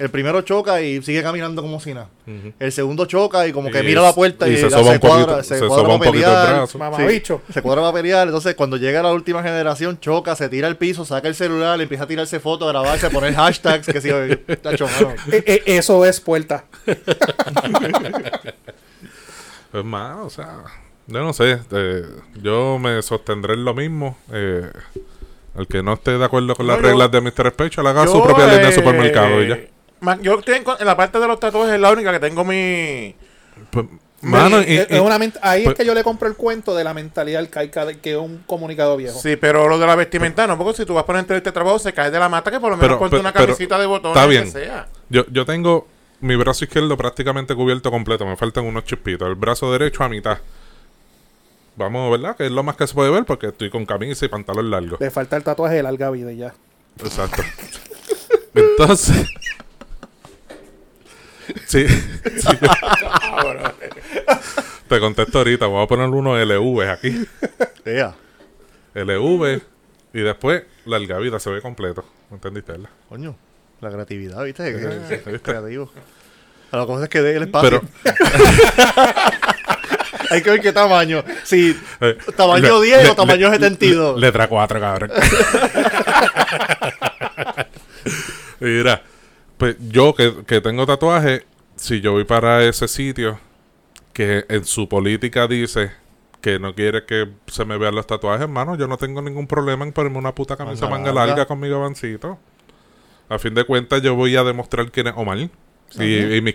[SPEAKER 3] El primero choca y sigue caminando como si nada.
[SPEAKER 4] Ujú.
[SPEAKER 3] El segundo choca y como que
[SPEAKER 4] Y
[SPEAKER 3] mira
[SPEAKER 4] es-
[SPEAKER 3] la puerta y,
[SPEAKER 4] y se
[SPEAKER 3] ya
[SPEAKER 4] soba un poquito- se soba
[SPEAKER 3] pa'
[SPEAKER 4] un poquito el brazo.
[SPEAKER 1] Mamabicho.
[SPEAKER 3] se cuadra para pelear. Entonces, cuando llega la última generación, choca, se tira al piso, saca el celular, empieza a tirarse fotos, a grabarse, a poner hashtags. Que si,
[SPEAKER 4] (laughs)
[SPEAKER 3] tacho, mano.
[SPEAKER 1] Eh, eh, eso es puerta.
[SPEAKER 4] Pues más, o sea, yo no sé, eh, yo me sostendré en lo mismo. Eh, el que no esté de acuerdo con las
[SPEAKER 2] No, yo-
[SPEAKER 4] reglas de Mr. Special, haga su
[SPEAKER 2] Yo,
[SPEAKER 4] propia línea de
[SPEAKER 2] eh,
[SPEAKER 4] supermercado y ya.
[SPEAKER 2] ma- Yo estoy en, con- en la parte de los tatuajes, es la única que tengo mi.
[SPEAKER 4] Pues, mano, y-
[SPEAKER 1] Es-
[SPEAKER 4] y-
[SPEAKER 1] es una ment- ahí
[SPEAKER 4] pues-
[SPEAKER 1] es que yo le compro el cuento de la mentalidad arcaica de que es un comunicado viejo.
[SPEAKER 2] Sí, pero lo de la vestimenta no, porque si tú vas a poner entrevista de trabajo, se cae de la mata que por lo menos
[SPEAKER 4] Pero-
[SPEAKER 2] ponte
[SPEAKER 4] pero-
[SPEAKER 2] una
[SPEAKER 4] pero-
[SPEAKER 2] camisita de botones
[SPEAKER 4] está bien.
[SPEAKER 2] que sea.
[SPEAKER 4] yo, yo tengo mi brazo izquierdo prácticamente cubierto completo. Me faltan unos chispitos. El brazo derecho a mitad. Vamos, ¿verdad? Que es lo más que se puede ver porque estoy con camisa y pantalón largo.
[SPEAKER 1] Le falta el tatuaje de larga vida y ya.
[SPEAKER 4] Exacto. Entonces. sí. sí. Te contesto ahorita. Voy a poner unos LV aquí.
[SPEAKER 3] Ea,
[SPEAKER 4] LV. Y después, larga vida se ve completo. ¿Me entendiste, verdad?
[SPEAKER 3] coño. La creatividad, ¿viste? Que- que- creativo. A lo que pasa es que dé el espacio.
[SPEAKER 4] Pero.
[SPEAKER 3] Hay que ver qué tamaño.
[SPEAKER 4] (laughs)
[SPEAKER 3] Si
[SPEAKER 4] eh,
[SPEAKER 3] tamaño
[SPEAKER 4] le-
[SPEAKER 3] 10
[SPEAKER 4] le-
[SPEAKER 3] o tamaño
[SPEAKER 4] le-
[SPEAKER 3] 72.
[SPEAKER 4] Letra 4, cabrón. Mira, pues yo que, que tengo tatuaje, si yo voy para ese sitio que en su política dice que no quiere que se me vean los tatuajes, hermano, yo no tengo ningún problema en ponerme una puta camisa
[SPEAKER 3] Manga
[SPEAKER 4] manga
[SPEAKER 3] larga.
[SPEAKER 4] larga con mi gabancito. A fin de cuentas, yo voy a demostrar quién es Omar. Y, y mis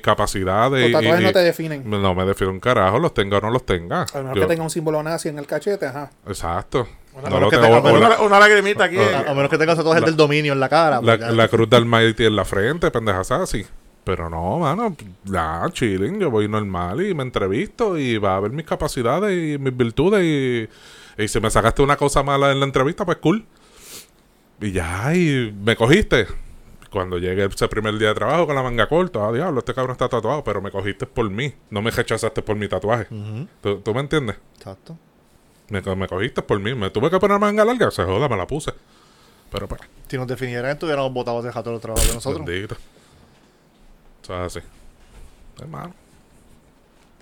[SPEAKER 1] Los
[SPEAKER 4] capacidades. y-
[SPEAKER 1] tatuajes
[SPEAKER 4] y-
[SPEAKER 1] no te definen.
[SPEAKER 4] no me defino un carajo, los tenga o no los tenga.
[SPEAKER 1] A menos
[SPEAKER 4] Yo-
[SPEAKER 1] que tenga un símbolo nazi en el cachete, ajá.
[SPEAKER 4] Exacto.
[SPEAKER 2] Una-
[SPEAKER 4] No
[SPEAKER 3] una
[SPEAKER 4] lo
[SPEAKER 3] que
[SPEAKER 4] tengo.
[SPEAKER 3] tenga-
[SPEAKER 4] o
[SPEAKER 2] Una,
[SPEAKER 4] la,
[SPEAKER 2] una lagrimita aquí.
[SPEAKER 3] A, a menos que tengas tatuajes
[SPEAKER 4] La-
[SPEAKER 3] del dominio en la cara.
[SPEAKER 4] la-
[SPEAKER 3] pues ya.
[SPEAKER 4] la cruz del Mighty en la frente, pendejas así. Pero no, mano, la chilling, yo voy normal y me entrevisto y va a ver mis capacidades y mis virtudes y, y si me sacaste una cosa mala en la entrevista, pues cool. Y ya, y me cogiste. Cuando llegue ese primer día de trabajo con la manga corta, ah, diablo, este cabrón está tatuado, pero me cogiste por mí, no me rechazaste por mi tatuaje.
[SPEAKER 3] Ujú,
[SPEAKER 4] ¿Tú- ¿Tú me entiendes?
[SPEAKER 3] Exacto.
[SPEAKER 4] Me, co- me cogiste por mí. Me tuve que poner manga larga. Se joda, me la puse. Pero pues,
[SPEAKER 3] Si nos definieran, estuviéramos botados de jato los trabajos de nosotros.
[SPEAKER 4] bendito. Eso es así. Hermano.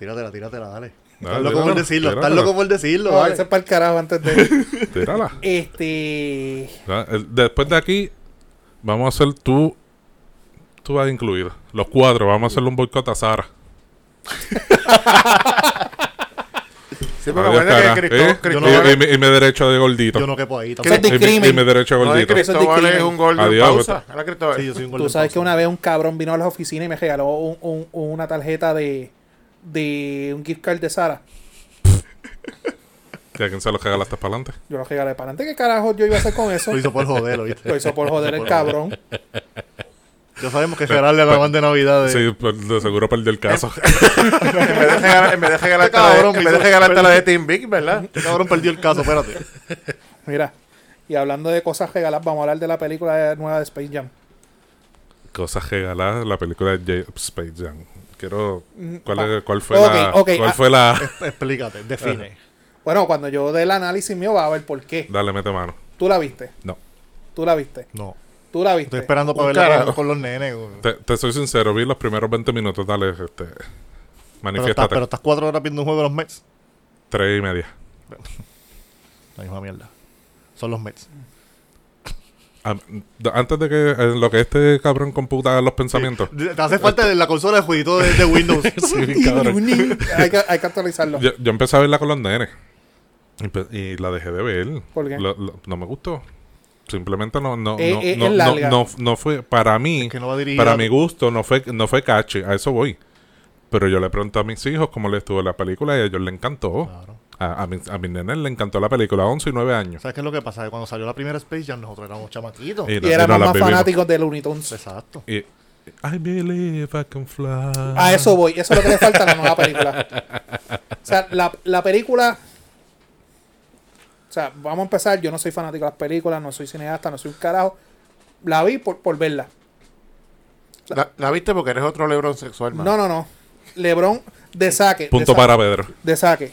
[SPEAKER 3] Tíratela, tíratela, dale.
[SPEAKER 4] Dale,
[SPEAKER 3] Estás loco por
[SPEAKER 4] tíratela,
[SPEAKER 3] decirlo, estás
[SPEAKER 4] tíratela.
[SPEAKER 3] loco por decirlo.
[SPEAKER 1] No,
[SPEAKER 3] dale.
[SPEAKER 1] ese es para el carajo antes
[SPEAKER 4] (laughs)
[SPEAKER 1] de.
[SPEAKER 4] Tírala.
[SPEAKER 1] este.
[SPEAKER 4] O sea, el- Después de aquí, vamos a hacer tú. Tú vas a incluir los cuatro. Vamos a hacerle un boicot a Sara.
[SPEAKER 2] Sí, porque
[SPEAKER 4] Adiós,
[SPEAKER 2] acuérdate
[SPEAKER 4] cara.
[SPEAKER 2] que
[SPEAKER 4] ¿Eh?
[SPEAKER 2] Cristó-
[SPEAKER 3] yo no-
[SPEAKER 2] Cristóbal-
[SPEAKER 4] y, y mi- y mi derecho de gordito.
[SPEAKER 3] Yo no quepo ahí
[SPEAKER 1] Eso es
[SPEAKER 3] tampoco.
[SPEAKER 4] Y mi- y,
[SPEAKER 1] discrimen.
[SPEAKER 4] mi derecho de
[SPEAKER 2] no es
[SPEAKER 4] gordito.
[SPEAKER 2] Cristóbal es un gol de
[SPEAKER 4] Adiós,
[SPEAKER 2] pausa. Ahora Cristóbal.
[SPEAKER 3] Sí, yo soy un
[SPEAKER 1] Tú
[SPEAKER 3] golden
[SPEAKER 1] sabes
[SPEAKER 3] pausa.
[SPEAKER 1] que una vez un cabrón vino a la oficina y me regaló un- un- una tarjeta de, de un gift card de Sara.
[SPEAKER 4] ¿Y a quién se los regalaste para adelante?
[SPEAKER 1] Yo lo regalé para adelante. ¿Qué carajo yo iba a hacer con
[SPEAKER 4] (laughs)
[SPEAKER 1] eso?
[SPEAKER 3] Lo hizo por joderlo, ¿viste?
[SPEAKER 1] Lo hizo por joder el cabrón.
[SPEAKER 3] Ya sabemos que regalarle a la banda de Navidad. eh. de-
[SPEAKER 4] Sí, pues, de seguro perdí
[SPEAKER 2] (laughs)
[SPEAKER 4] el caso.
[SPEAKER 2] En vez de regalar- en vez de regalarte la de-
[SPEAKER 3] Cabrón,
[SPEAKER 2] en
[SPEAKER 3] me
[SPEAKER 2] vez de
[SPEAKER 3] hizo-
[SPEAKER 2] regalarte la de Team Big, ¿verdad?
[SPEAKER 3] Este cabrón perdió el caso, espérate.
[SPEAKER 1] Mira. Y hablando de cosas regaladas, vamos a hablar de la película nueva de Space Jam.
[SPEAKER 4] Cosas regaladas, ¿ah? la película de J Space Jam. Quiero. ¿Cuál,
[SPEAKER 1] Mm, pa-
[SPEAKER 4] es- cuál fue
[SPEAKER 1] Ok,
[SPEAKER 4] la.?
[SPEAKER 1] ok,
[SPEAKER 4] ¿Cuál
[SPEAKER 1] ah.
[SPEAKER 4] fue la.?
[SPEAKER 3] Explícate, define.
[SPEAKER 1] Bueno, cuando yo dé el análisis mío, va a ver por qué.
[SPEAKER 4] (laughs) Dale, mete mano.
[SPEAKER 1] Tú la viste.
[SPEAKER 4] No.
[SPEAKER 1] Tú la viste.
[SPEAKER 3] No.
[SPEAKER 1] Tú la viste.
[SPEAKER 3] Estoy esperando para
[SPEAKER 2] Un
[SPEAKER 3] verla
[SPEAKER 2] carajo.
[SPEAKER 3] con, con los nenes. güey.
[SPEAKER 4] Te, te soy sincero, vi los primeros 20 minutos. Dale, este.
[SPEAKER 3] Pero estás,
[SPEAKER 4] Manifiéstate.
[SPEAKER 3] pero estás cuatro horas viendo un juego de los Mets.
[SPEAKER 4] Tres y media.
[SPEAKER 3] La misma mierda. Son los Mets.
[SPEAKER 4] Ah, d- Antes de que. En lo que este cabrón computa los pensamientos.
[SPEAKER 3] Te hace falta de la consola de jueguito de, de Windows.
[SPEAKER 4] (laughs) Sí, cabrón.
[SPEAKER 1] hay, que, hay que actualizarlo.
[SPEAKER 4] Yo, yo empecé a verla con los nenes. Y, pe- y la dejé de ver.
[SPEAKER 1] ¿Por qué?
[SPEAKER 4] Lo- lo- no me gustó. Simplemente no, no,
[SPEAKER 1] Eh,
[SPEAKER 4] no,
[SPEAKER 1] eh,
[SPEAKER 4] no,
[SPEAKER 1] es
[SPEAKER 4] no-
[SPEAKER 1] larga.
[SPEAKER 4] no- no fue. Para mí.
[SPEAKER 3] que no va dirigida.
[SPEAKER 4] Para mi gusto, no fue, no fue cache, a eso voy. Pero yo le pregunto a mis hijos cómo les estuvo la película y a ellos les encantó.
[SPEAKER 3] Claro.
[SPEAKER 4] A, a, mis, a mis nenes les encantó la película, 11 y 9 años.
[SPEAKER 3] ¿Sabes qué es lo que pasa? Que cuando salió la primera Space Jam, nosotros éramos chamaquitos.
[SPEAKER 4] Y-
[SPEAKER 1] Y éramos
[SPEAKER 4] no la
[SPEAKER 1] más
[SPEAKER 4] vivimos.
[SPEAKER 1] fanáticos de Looney Tunes.
[SPEAKER 3] Exacto.
[SPEAKER 4] Y, I believe I can fly.
[SPEAKER 1] A eso voy. Eso es lo que le falta a la nueva película. O sea, la, la película. O sea, vamos a empezar. Yo no soy fanático de las películas, no soy cineasta, no soy un carajo. La vi por, por verla.
[SPEAKER 2] La, la viste porque eres otro Lebron sexual, man.
[SPEAKER 1] No, no, no. Lebron, de saque. de
[SPEAKER 4] Punto
[SPEAKER 1] saque,
[SPEAKER 4] para Pedro.
[SPEAKER 1] De saque.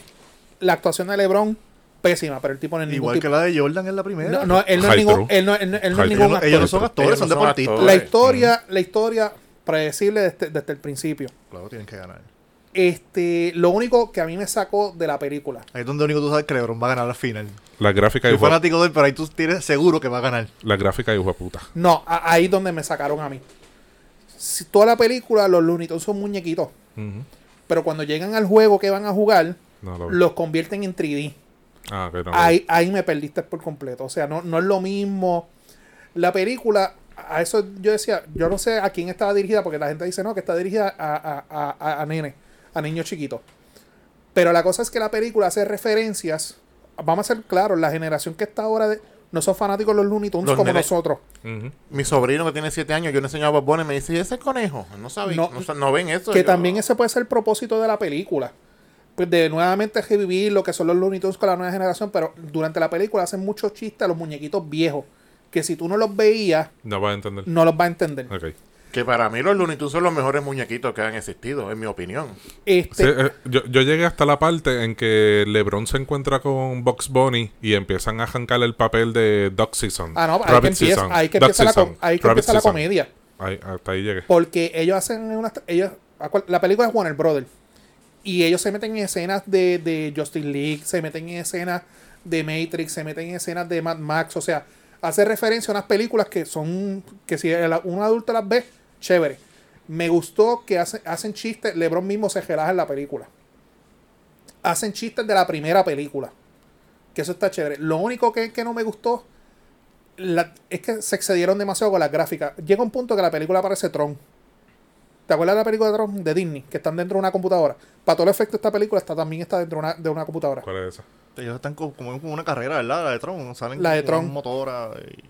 [SPEAKER 1] La actuación de Lebron, pésima, pero el tipo no es ningún
[SPEAKER 3] Igual que
[SPEAKER 1] tipo.
[SPEAKER 3] la de Jordan en la primera.
[SPEAKER 1] No, no, él no es
[SPEAKER 4] High
[SPEAKER 1] ningún.
[SPEAKER 4] through.
[SPEAKER 1] Él no, él no- él no es
[SPEAKER 4] High
[SPEAKER 1] ningún
[SPEAKER 4] through.
[SPEAKER 3] ellos,
[SPEAKER 1] actor.
[SPEAKER 3] ellos no son actores,
[SPEAKER 2] Ellos no
[SPEAKER 3] son
[SPEAKER 2] son
[SPEAKER 3] deportistas.
[SPEAKER 2] actores.
[SPEAKER 1] La historia, la historia predecible desde, desde este, el principio.
[SPEAKER 3] Claro, tienen que ganar.
[SPEAKER 1] Este, lo único que a mí me sacó de la película.
[SPEAKER 3] Ahí es donde único tú sabes que LeBron va a ganar la final.
[SPEAKER 4] La gráfica y
[SPEAKER 3] Soy
[SPEAKER 4] la
[SPEAKER 3] fanático de él, pero ahí tú tienes seguro que va a ganar.
[SPEAKER 4] gráfica y puta.
[SPEAKER 1] No, a- ahí donde me sacaron a mí. Si toda la película, los Looney Tunes son muñequitos.
[SPEAKER 4] Ujú.
[SPEAKER 1] Pero cuando llegan al juego que van a jugar,
[SPEAKER 4] No lo vi.
[SPEAKER 1] los convierten en 3D.
[SPEAKER 4] Ah, ok, no lo vi.
[SPEAKER 1] Ahí, ahí me perdiste por completo. O sea, no, no es lo mismo. La película, a eso yo decía, yo no sé a quién estaba dirigida, porque la gente dice, no, que está dirigida a, a, a- a- a nene, a niños chiquitos. Pero la cosa es que la película hace referencias, vamos a ser claros, la generación que está ahora de, No son fanáticos de los Looney Tunes
[SPEAKER 2] Los
[SPEAKER 1] como
[SPEAKER 2] nenes.
[SPEAKER 1] nosotros.
[SPEAKER 4] Ujú.
[SPEAKER 2] Mi sobrino que tiene 7 años, yo le enseñaba a Bob Bunny y me dice, ¿y ese conejo? No saben,
[SPEAKER 1] No,
[SPEAKER 2] no, sa- no ven eso.
[SPEAKER 1] Que
[SPEAKER 2] Yo-
[SPEAKER 1] también ese puede ser el propósito de la película. Pues de nuevamente revivir lo que son los Looney Tunes con la nueva generación, pero durante la película hacen muchos chistes a los muñequitos viejos. Que si tú no los veías,
[SPEAKER 4] No vas a entender.
[SPEAKER 1] no los va a entender.
[SPEAKER 4] Ok.
[SPEAKER 2] Que para mí los Looney Tunes son los mejores muñequitos que han existido, en mi opinión.
[SPEAKER 1] Este,
[SPEAKER 4] Sí, eh, yo, yo llegué hasta la parte en que LeBron se encuentra con Box Bunny y empiezan a jancar el papel de Duck Season.
[SPEAKER 1] ah, no, ahí que
[SPEAKER 4] Rabbit
[SPEAKER 1] empieza,
[SPEAKER 4] Season,
[SPEAKER 1] ahí que
[SPEAKER 4] Duck
[SPEAKER 1] empieza, la, com-
[SPEAKER 4] Season,
[SPEAKER 1] ahí que
[SPEAKER 4] Rabbit
[SPEAKER 1] empieza la
[SPEAKER 4] Season.
[SPEAKER 1] comedia.
[SPEAKER 4] Ahí- hasta ahí llegué.
[SPEAKER 1] Porque ellos hacen unas. Ellos, acuer- la película es Warner Brothers. Y ellos se meten en escenas de, de Justin League, se meten en escenas de Matrix, se meten en escenas de Mad Max. O sea, hace referencia a unas películas que son. que si el- un adulto las ve, chévere. Me gustó que hace- hacen chistes. LeBron mismo se relaja en la película. Hacen chistes de la primera película. Que eso está chévere. Lo único que, que no me gustó la- es que se excedieron demasiado con las gráficas. Llega un punto que la película parece Tron. ¿Te acuerdas de la película de Tron de Disney? Que están dentro de una computadora. Para todo el efecto, esta película está, también está dentro de una, de una computadora.
[SPEAKER 4] ¿Cuál es esa?
[SPEAKER 3] Ellos están co- como en una carrera, ¿verdad? La de Tron. Salen
[SPEAKER 1] La de
[SPEAKER 3] con una
[SPEAKER 1] Tron.
[SPEAKER 3] motora y-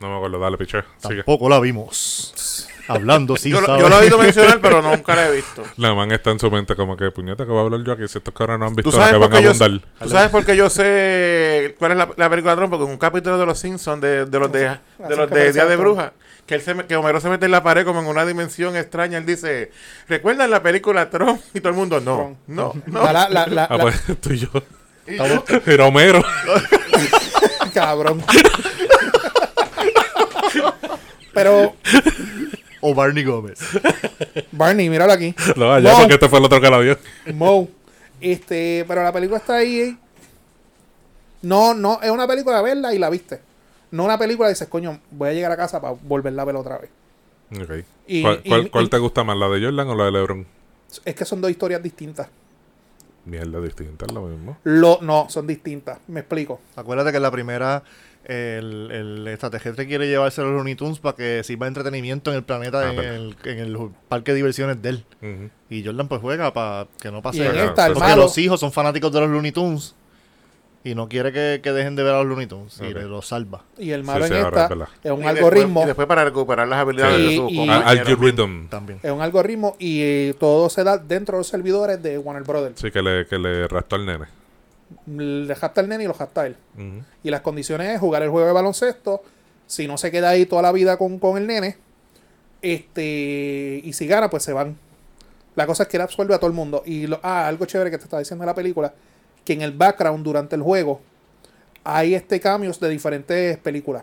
[SPEAKER 4] No me acuerdo. Dale, piché. Sigue.
[SPEAKER 3] Tampoco la vimos. Hablando sin
[SPEAKER 2] yo, lo-
[SPEAKER 3] saber.
[SPEAKER 2] yo lo he oído mencionar, pero nunca la he visto.
[SPEAKER 4] La man está en su mente como que, puñeta, que voy a hablar yo aquí. Si estos cabrones no han
[SPEAKER 2] ¿Tú
[SPEAKER 4] visto la
[SPEAKER 2] sabes, por
[SPEAKER 4] que van a
[SPEAKER 2] qué yo,
[SPEAKER 4] abundar.
[SPEAKER 2] tú sabes por qué yo sé cuál es la, la película de Tron? Porque en un capítulo de Los Simpsons, de, de los de, de, los de Día de Bruja, que, él se, me- que Homero se mete en la pared como en una dimensión extraña, él dice, ¿recuerdan la película Tron? Y todo el mundo, no,
[SPEAKER 1] Tron.
[SPEAKER 2] no, no.
[SPEAKER 1] La- la- la- la-
[SPEAKER 4] Ah,
[SPEAKER 1] la-
[SPEAKER 4] pues (laughs) tú y yo. Era (laughs) Homero.
[SPEAKER 1] (laughs) Cabrón. Pero,
[SPEAKER 3] O Barney Gómez.
[SPEAKER 1] Barney, míralo aquí.
[SPEAKER 4] Lo vaya,
[SPEAKER 1] Wow.
[SPEAKER 4] porque este fue el otro que la vio.
[SPEAKER 1] Mo. Este, pero la película está ahí. ¿eh? No, no, es una película de verla y la viste. No una película dices, coño, voy a llegar a casa para volverla a ver otra vez.
[SPEAKER 4] Ok.
[SPEAKER 1] Y-
[SPEAKER 4] ¿Cuál,
[SPEAKER 1] y-
[SPEAKER 4] cuál- cuál
[SPEAKER 1] y-
[SPEAKER 4] te gusta más, la de Jordan o la de LeBron?
[SPEAKER 1] Es que son dos historias distintas.
[SPEAKER 4] Mierda, distinta, es lo mismo.
[SPEAKER 1] Lo, no, son distintas. Me explico.
[SPEAKER 3] Acuérdate que en la primera, el, el extraterrestre quiere llevarse a los Looney Tunes para que sirva de entretenimiento en el planeta,
[SPEAKER 4] Ah,
[SPEAKER 3] en,
[SPEAKER 4] verdad.
[SPEAKER 3] el, en el parque de diversiones de él.
[SPEAKER 4] Ujú.
[SPEAKER 3] Y Jordan pues juega para que no
[SPEAKER 1] Y
[SPEAKER 3] pase
[SPEAKER 1] en
[SPEAKER 4] claro,
[SPEAKER 1] esta, el
[SPEAKER 4] sí.
[SPEAKER 3] Porque
[SPEAKER 1] malo.
[SPEAKER 3] los hijos son fanáticos de los Looney Tunes. Y no quiere que, que dejen de ver a los Looney Tunes. Y
[SPEAKER 4] Ok.
[SPEAKER 3] le los salva.
[SPEAKER 1] Y el malo
[SPEAKER 4] Sí, sí,
[SPEAKER 1] en
[SPEAKER 4] ahora
[SPEAKER 1] esta
[SPEAKER 4] es verdad.
[SPEAKER 1] es un
[SPEAKER 2] Y después-
[SPEAKER 1] algoritmo.
[SPEAKER 2] y después para recuperar las habilidades
[SPEAKER 1] Sí.
[SPEAKER 2] de su
[SPEAKER 1] Y- y-
[SPEAKER 2] compañero.
[SPEAKER 4] Al Rhythm.
[SPEAKER 3] También.
[SPEAKER 1] Es un algoritmo y eh, todo se da dentro de los servidores de Warner Brothers.
[SPEAKER 4] Sí, que le, que le rastó al nene.
[SPEAKER 1] Le jacta el nene y lo jacta él.
[SPEAKER 4] Ujú.
[SPEAKER 1] Y las condiciones es jugar el juego de baloncesto. Si no se queda ahí toda la vida con, con el nene, este y si gana, pues se van. La cosa es que él absuelve a todo el mundo. Y lo, ah, algo chévere que te está diciendo la película, que en el background durante el juego hay este cambios de diferentes películas.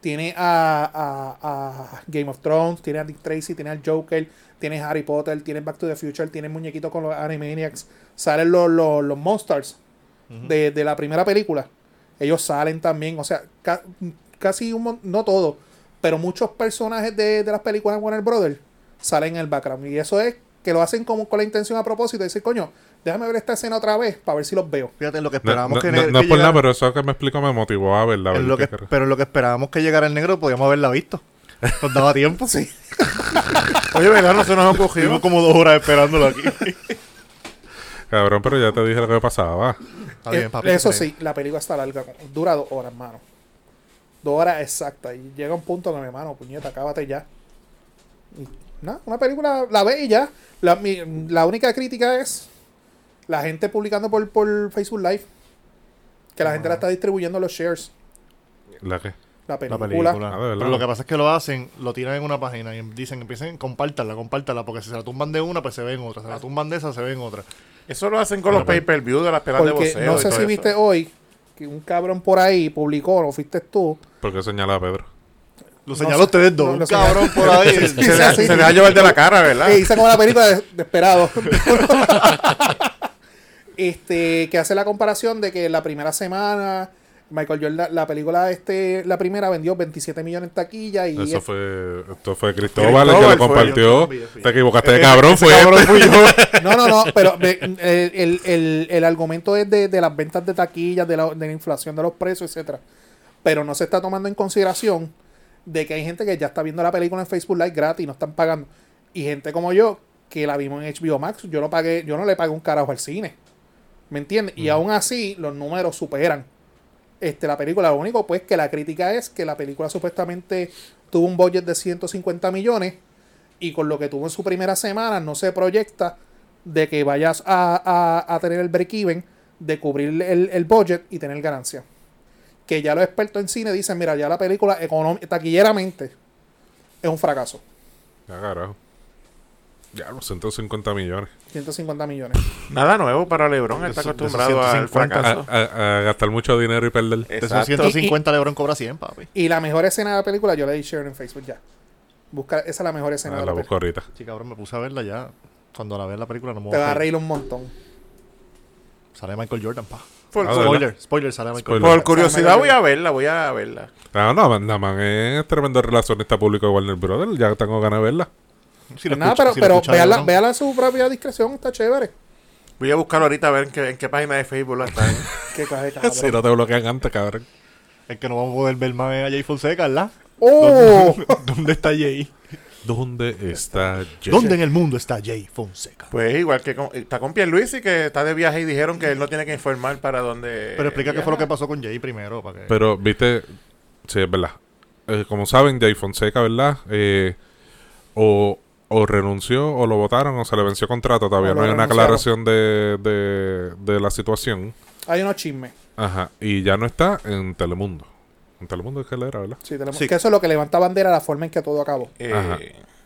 [SPEAKER 1] Tiene a, a- a Game of Thrones, tiene a Dick Tracy, tiene al Joker, tiene a Harry Potter, tiene Back to the Future, tiene muñequitos con los Animaniacs, salen los, los, los Monsters de, de la primera película. Ellos salen también, o sea, ca- casi un mon- no todo, pero muchos personajes de, de las películas de Warner Brothers salen en el background. Y eso es que lo hacen como con la intención a propósito de decir, coño, déjame ver esta escena otra vez para ver si los veo.
[SPEAKER 3] (laughs) Fíjate, lo que
[SPEAKER 4] No,
[SPEAKER 3] esperábamos
[SPEAKER 4] no-
[SPEAKER 3] que,
[SPEAKER 4] no-
[SPEAKER 3] ne-
[SPEAKER 4] no
[SPEAKER 3] que
[SPEAKER 4] es por nada,
[SPEAKER 3] llegara-
[SPEAKER 4] pero eso que me explicó me motivó a verla. a ver
[SPEAKER 3] en lo
[SPEAKER 4] qué
[SPEAKER 3] que-
[SPEAKER 4] carajo.
[SPEAKER 3] pero en lo que esperábamos que llegara el negro, podíamos haberla visto. Nos daba tiempo.
[SPEAKER 1] Sí.
[SPEAKER 2] Oye, ¿verdad? No se nos ha cogido.
[SPEAKER 3] Estuvimos como dos horas esperándolo (laughs) aquí.
[SPEAKER 4] Cabrón, pero ya te dije lo que pasaba.
[SPEAKER 3] Está bien,
[SPEAKER 1] Eh,
[SPEAKER 3] papi,
[SPEAKER 1] eso
[SPEAKER 3] está bien.
[SPEAKER 1] sí, la película está larga, como- dura dos horas, hermano. Dos horas exactas. Y llega un punto que mi hermano, puñeta, acábate ya. Y, nada, una película la ve y ya. La, mi- la única crítica es la gente publicando por, por Facebook Live. Que la gente la está distribuyendo los shares.
[SPEAKER 4] ¿La qué?
[SPEAKER 1] La
[SPEAKER 3] La
[SPEAKER 1] película.
[SPEAKER 3] película.
[SPEAKER 4] Ah, de verdad.
[SPEAKER 3] Pero lo que pasa es que lo hacen, lo tiran en una página y dicen, empiecen, compártala, compártala, porque si se la tumban de una, pues se ven otra. Se la tumban de esa, se ven otra.
[SPEAKER 2] Eso lo hacen con los
[SPEAKER 4] Bueno, pues.
[SPEAKER 2] pay-per-view de las pelas de
[SPEAKER 1] Porque
[SPEAKER 2] boxeo.
[SPEAKER 1] no
[SPEAKER 2] y
[SPEAKER 1] sé
[SPEAKER 2] todo
[SPEAKER 1] si
[SPEAKER 2] eso. (laughs)
[SPEAKER 1] viste hoy que un cabrón por ahí publicó, no fuiste tú.
[SPEAKER 4] Porque señala a Pedro.
[SPEAKER 3] Lo
[SPEAKER 1] No
[SPEAKER 3] señaló
[SPEAKER 1] sé.
[SPEAKER 3] ustedes dos.
[SPEAKER 1] No,
[SPEAKER 3] un
[SPEAKER 1] lo señaló.
[SPEAKER 3] cabrón por
[SPEAKER 4] (laughs)
[SPEAKER 3] ahí.
[SPEAKER 2] Se le, da-
[SPEAKER 1] Sí,
[SPEAKER 2] se
[SPEAKER 1] sí.
[SPEAKER 2] le va a llevar de la cara, ¿verdad?
[SPEAKER 1] Que hice como la película de, de Esperado. este, que hace la comparación de que la primera semana, Michael Jordan, la película, este, la primera vendió 27 millones en taquilla y
[SPEAKER 4] Eso
[SPEAKER 1] es-
[SPEAKER 4] fue, esto fue Cristóbal el que
[SPEAKER 2] Cristóbal
[SPEAKER 4] lo
[SPEAKER 2] fue,
[SPEAKER 4] compartió.
[SPEAKER 3] yo también fui.
[SPEAKER 4] Te equivocaste de cabrón, fue él.
[SPEAKER 1] No, no, no, pero me- el, el- el- el argumento es de, de las ventas de taquillas, de la, de la inflación de los precios, etcétera. Pero no se está tomando en consideración de que hay gente que ya está viendo la película en Facebook Live gratis, no están pagando. Y gente como yo, que la vimos en HBO Max, yo no pagué, yo no le pagué un carajo al cine. ¿Me entiendes? Y aún así, los números superan este, la película. Lo único pues que la crítica es que la película supuestamente tuvo un budget de 150 millones y con lo que tuvo en su primera semana no se proyecta de que vayas a, a- a tener el break-even de cubrir el, el budget y tener ganancia. Que ya los expertos en cine dicen, mira, ya la película econom- taquilleramente es un fracaso.
[SPEAKER 4] (laughs) Ya, carajo. Ya, los 150 millones.
[SPEAKER 1] 150 millones.
[SPEAKER 2] Nada nuevo para LeBron,
[SPEAKER 3] De
[SPEAKER 2] está
[SPEAKER 3] su- de sus
[SPEAKER 2] acostumbrado al
[SPEAKER 3] 150.
[SPEAKER 4] A,
[SPEAKER 2] fracaso.
[SPEAKER 4] a- a gastar mucho dinero y perder.
[SPEAKER 3] De esos
[SPEAKER 2] Exacto.
[SPEAKER 3] 150, LeBron cobra 100, papi.
[SPEAKER 1] Y la mejor escena de la película, yo la di share en Facebook ya. Busca, esa es la mejor escena
[SPEAKER 4] Ah,
[SPEAKER 1] de
[SPEAKER 4] la
[SPEAKER 1] la
[SPEAKER 4] busco
[SPEAKER 1] película.
[SPEAKER 4] ahorita.
[SPEAKER 3] Sí, cabrón, me puse a verla ya. Cuando la vea en la película no me voy
[SPEAKER 1] Te va a
[SPEAKER 3] a reír.
[SPEAKER 1] reír un montón.
[SPEAKER 3] Sale Michael Jordan, pa.
[SPEAKER 2] Por, por-
[SPEAKER 4] Ah, ¿verdad?
[SPEAKER 3] Spoiler, spoiler, sale Michael
[SPEAKER 4] Spoiler.
[SPEAKER 3] Jordan.
[SPEAKER 2] por curiosidad voy a verla, voy a verla.
[SPEAKER 4] Ah, no, la man es tremendo relacionista público de Warner Brothers. Ya tengo ganas de verla.
[SPEAKER 3] Si lo
[SPEAKER 1] Nada,
[SPEAKER 3] escucha-
[SPEAKER 1] pero,
[SPEAKER 3] si lo
[SPEAKER 1] pero
[SPEAKER 3] escucha
[SPEAKER 1] véala,
[SPEAKER 3] LeBron.
[SPEAKER 1] véala a su propia discreción, está chévere.
[SPEAKER 2] Voy a buscarlo ahorita a ver en qué, en qué página de Facebook la (laughs) están.
[SPEAKER 1] Qué
[SPEAKER 3] (laughs)
[SPEAKER 1] clase de cabrón.
[SPEAKER 4] Si no te bloquean antes, cabrón.
[SPEAKER 3] Es que no vamos a poder ver más a Jay Fonseca, ¿verdad?
[SPEAKER 1] ¡Oh!
[SPEAKER 3] ¿Dónde está Jay?
[SPEAKER 4] ¿Dónde está Jay?
[SPEAKER 3] ¿Dónde en el mundo está Jay Fonseca?
[SPEAKER 2] Pues igual que con- está con Pierluisi que está de viaje y dijeron que él no tiene que informar para dónde.
[SPEAKER 4] Eh,
[SPEAKER 3] Pero explica qué
[SPEAKER 2] viaja.
[SPEAKER 3] fue lo que pasó con Jay primero. Para que...
[SPEAKER 4] Pero, viste, sí, es verdad. Eh, como saben, Jay Fonseca, ¿verdad? Eh, o, o renunció, o lo votaron, o se le venció contrato. Todavía
[SPEAKER 1] O
[SPEAKER 4] no
[SPEAKER 1] lo
[SPEAKER 4] hay una
[SPEAKER 1] renunciaron.
[SPEAKER 4] aclaración de, de, de la situación.
[SPEAKER 1] Hay unos chismes.
[SPEAKER 4] Ajá. Y ya no está en Telemundo. En Telemundo es que él era, ¿verdad?
[SPEAKER 1] Sí, tenemos-
[SPEAKER 3] Sí.
[SPEAKER 1] Que eso es lo que levanta bandera la forma en que todo acabó.
[SPEAKER 2] Eh,
[SPEAKER 4] Ajá.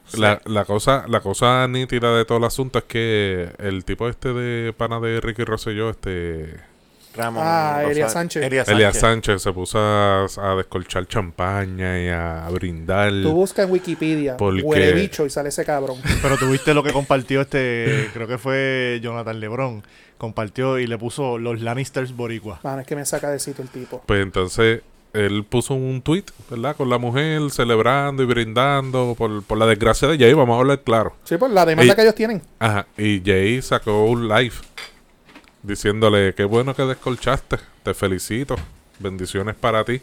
[SPEAKER 2] sí.
[SPEAKER 4] La, la cosa, la cosa nítida de todo el asunto es que el tipo este de pana de Ricky Rosselló, este
[SPEAKER 2] Ramón.
[SPEAKER 1] Ah, Elías
[SPEAKER 2] Rosario-
[SPEAKER 1] Sánchez.
[SPEAKER 2] Elías Sánchez.
[SPEAKER 4] Elías Sánchez se puso a, a descolchar champaña y a brindar.
[SPEAKER 1] Tú buscas en Wikipedia,
[SPEAKER 4] Porque-
[SPEAKER 1] huele bicho y sale ese cabrón.
[SPEAKER 3] Pero tuviste lo que compartió este, creo que fue Jonathan Lebron. Compartió y le puso los Lannisters boricua.
[SPEAKER 1] Mano, es que me saca de sitio el tipo.
[SPEAKER 4] Pues entonces él puso un tweet, ¿verdad? Con la mujer celebrando y brindando por, por la desgracia de Jay, vamos a hablar claro.
[SPEAKER 1] Sí, pues la demanda
[SPEAKER 4] Ey.
[SPEAKER 1] que ellos tienen.
[SPEAKER 4] Ajá, y Jay sacó un live diciéndole, qué bueno que descolchaste, te felicito, bendiciones para ti.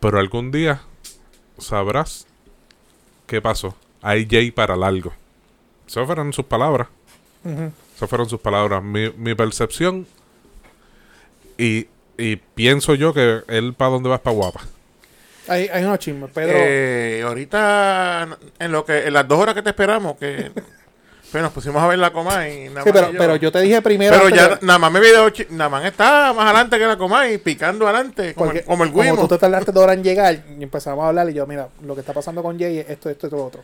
[SPEAKER 4] Pero algún día sabrás qué pasó. Hay Jay para largo. Esas fueron sus palabras.
[SPEAKER 1] Ujú.
[SPEAKER 4] Esas fueron sus palabras. Mi, mi percepción. Y, y pienso yo que él para dónde vas para guapa.
[SPEAKER 1] hay, hay unos chismes. Pedro,
[SPEAKER 2] Eh, ahorita, en lo que en las dos horas que te esperamos, (laughs) que pues nos pusimos a ver la Comay. nada
[SPEAKER 1] sí,
[SPEAKER 2] más
[SPEAKER 1] pero,
[SPEAKER 2] que yo-
[SPEAKER 1] pero yo te dije primero.
[SPEAKER 2] Pero
[SPEAKER 1] antes
[SPEAKER 2] ya
[SPEAKER 1] de-
[SPEAKER 2] nada más me video, chi- nada más está más adelante que la Comay, picando adelante, como,
[SPEAKER 1] porque
[SPEAKER 2] el- como el
[SPEAKER 1] como
[SPEAKER 2] Wimo.
[SPEAKER 1] tú te tardaste dos horas en llegar y empezamos a hablar y yo, mira, lo que está pasando con Jay es esto, esto y todo lo otro.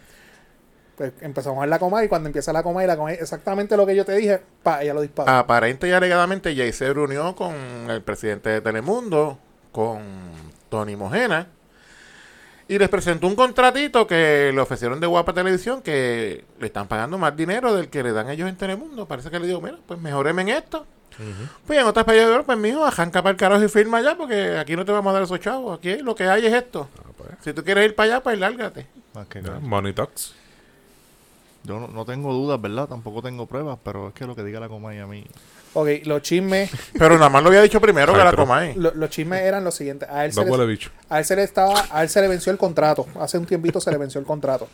[SPEAKER 1] Pues empezamos a ver la coma y cuando empieza la coma y la coma exactamente lo que yo te dije, pa, ella lo
[SPEAKER 2] Ah.
[SPEAKER 1] dispara.
[SPEAKER 2] Aparente y alegadamente, Jay se reunió con el presidente de Telemundo, con Tony Mojena, y les presentó un contratito que le ofrecieron de Guapa Televisión, que le están pagando más dinero del que le dan ellos en Telemundo. Parece que le digo, mira, pues mejoreme en esto. Pues en otras periodos, pues mijo, arranca para el carajo y firma allá, porque aquí no te vamos a dar esos chavos. Aquí lo que hay es esto. Si tú quieres ir para allá, pues lárgate.
[SPEAKER 3] Más que
[SPEAKER 4] Ya,
[SPEAKER 3] nada.
[SPEAKER 4] Ah, pues, Money talks.
[SPEAKER 3] Yo no, no tengo dudas, ¿verdad? Tampoco tengo pruebas, pero es que lo que diga la Comay a mí.
[SPEAKER 1] Ok, los chismes,
[SPEAKER 2] Pero nada más lo había dicho primero que la
[SPEAKER 4] Retro.
[SPEAKER 2] Comay.
[SPEAKER 1] lo- los chismes eran los siguientes. A él se
[SPEAKER 4] No
[SPEAKER 1] le-
[SPEAKER 4] huele bicho.
[SPEAKER 1] A él se le estaba, a él se le venció el contrato. Hace un tiempito se le venció el contrato.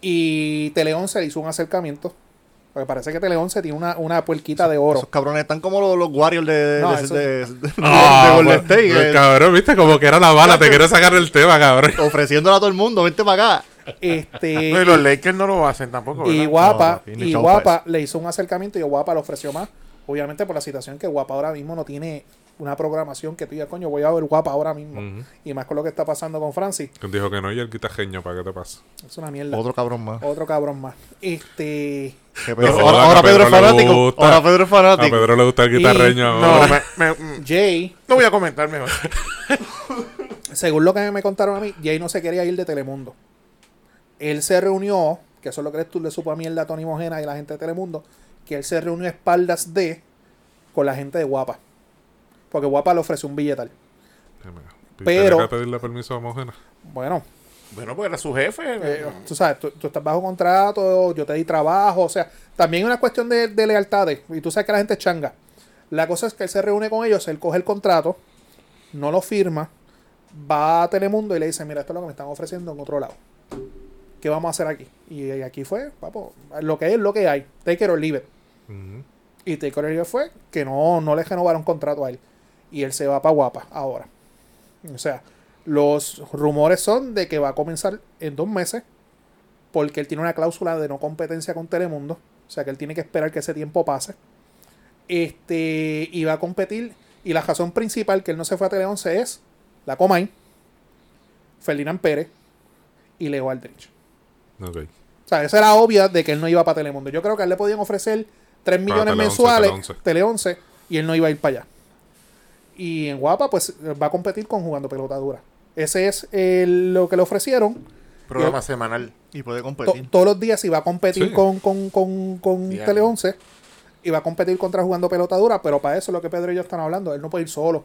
[SPEAKER 1] Y Tele 11 le hizo un acercamiento. Porque parece que Tele 11 tiene una, una puerquita de oro.
[SPEAKER 3] Esos cabrones están como los, los Warriors de, de,
[SPEAKER 1] No,
[SPEAKER 3] de-
[SPEAKER 1] eso-
[SPEAKER 3] de- de-
[SPEAKER 4] (laughs)
[SPEAKER 3] de
[SPEAKER 4] bueno,
[SPEAKER 3] Golden State,
[SPEAKER 4] el
[SPEAKER 3] eh,
[SPEAKER 4] Ah, pues, cabrón, viste, como que era la bala, te quiero sacar el tema, cabrón. (laughs)
[SPEAKER 3] ofreciéndole a todo el mundo, vente para acá.
[SPEAKER 1] Este,
[SPEAKER 2] (laughs) No, y los Lakers no lo hacen tampoco.
[SPEAKER 1] y
[SPEAKER 2] ¿verdad?
[SPEAKER 3] No,
[SPEAKER 1] Guapa,
[SPEAKER 3] papi, ni
[SPEAKER 1] y
[SPEAKER 3] chavo
[SPEAKER 1] Guapa le hizo un acercamiento y Guapa le ofreció más. Obviamente por la situación que Guapa ahora mismo no tiene una programación que tú digas, coño, voy a ver Guapa ahora mismo.
[SPEAKER 4] Ujú.
[SPEAKER 1] Y más con lo que está pasando con Francis.
[SPEAKER 4] Dijo que no, y el quitajeño, ¿para qué te pasa?
[SPEAKER 1] Es una mierda. Otro,
[SPEAKER 3] Otro cabrón
[SPEAKER 1] Oh.
[SPEAKER 3] más.
[SPEAKER 1] cabrón más. Este.
[SPEAKER 3] Que Pedro-
[SPEAKER 4] No,
[SPEAKER 3] ahora,
[SPEAKER 4] a
[SPEAKER 3] ahora Pedro
[SPEAKER 4] Pedro
[SPEAKER 3] es
[SPEAKER 4] le
[SPEAKER 3] fanático.
[SPEAKER 4] gusta.
[SPEAKER 3] Ahora Pedro es
[SPEAKER 4] A
[SPEAKER 3] fanático.
[SPEAKER 4] Pedro le gusta el guitarreño.
[SPEAKER 2] No,
[SPEAKER 4] ahora. (laughs)
[SPEAKER 2] me- me-
[SPEAKER 1] Jay,
[SPEAKER 2] No voy a
[SPEAKER 1] (laughs)
[SPEAKER 2] comentar mejor.
[SPEAKER 1] según lo que me contaron a mí, Jay no se quería ir de Telemundo. Él se reunió, que eso es lo que tú le supo a mierda a Tony Mojena y la gente de Telemundo, que él se reunió a espaldas de con la gente de Guapa. Porque Guapa le ofreció un billetal.
[SPEAKER 4] Y
[SPEAKER 1] Pero-
[SPEAKER 4] tenía que pedirle permiso a Mógena.
[SPEAKER 1] Bueno,
[SPEAKER 2] Bueno, pues era su jefe.
[SPEAKER 1] eh,
[SPEAKER 2] ¿no?
[SPEAKER 1] tú sabes, tú, tú estás bajo contrato, yo te di trabajo, o sea, también es una cuestión de, de lealtades. Y tú sabes que la gente es changa. La cosa es que él se reúne con ellos, él coge el contrato, no lo firma, va a Telemundo y le dice, mira, esto es lo que me están ofreciendo en otro lado. ¿Qué vamos a hacer aquí? Y, eh, aquí fue, papo, lo que hay es lo que hay. Take it or leave it.
[SPEAKER 4] Ujú.
[SPEAKER 1] Y Take it or leave it fue que no, no le renovaron contrato a él. Y él se va para Guapa ahora. O sea, los rumores son de que va a comenzar en dos meses porque él tiene una cláusula de no competencia con Telemundo. O sea que él tiene que esperar que ese tiempo pase. Este, y va a competir. Y la razón principal que él no se fue a Tele 11 es la Comay, Ferdinand Pérez y Leo Aldrich.
[SPEAKER 4] Ok.
[SPEAKER 1] O sea, esa era obvia de que él no iba para Telemundo. Yo creo que a él le podían ofrecer 3 millones
[SPEAKER 4] Ah, Tele 11,
[SPEAKER 1] mensuales,
[SPEAKER 4] Tele 11.
[SPEAKER 1] Tele 11, y él no iba a ir para allá. Y en Guapa, pues va a competir con jugando pelota dura. Ese es eh, lo que le ofrecieron.
[SPEAKER 2] Programa semanal.
[SPEAKER 3] Y puede
[SPEAKER 1] To-
[SPEAKER 3] competir.
[SPEAKER 1] todos los días iba a competir
[SPEAKER 4] Sí.
[SPEAKER 1] con, con, con, con
[SPEAKER 2] Diablo.
[SPEAKER 1] Tele 11. Iba a competir contra jugando pelota dura, pero para eso es lo que Pedro y yo están hablando. Él no puede ir solo.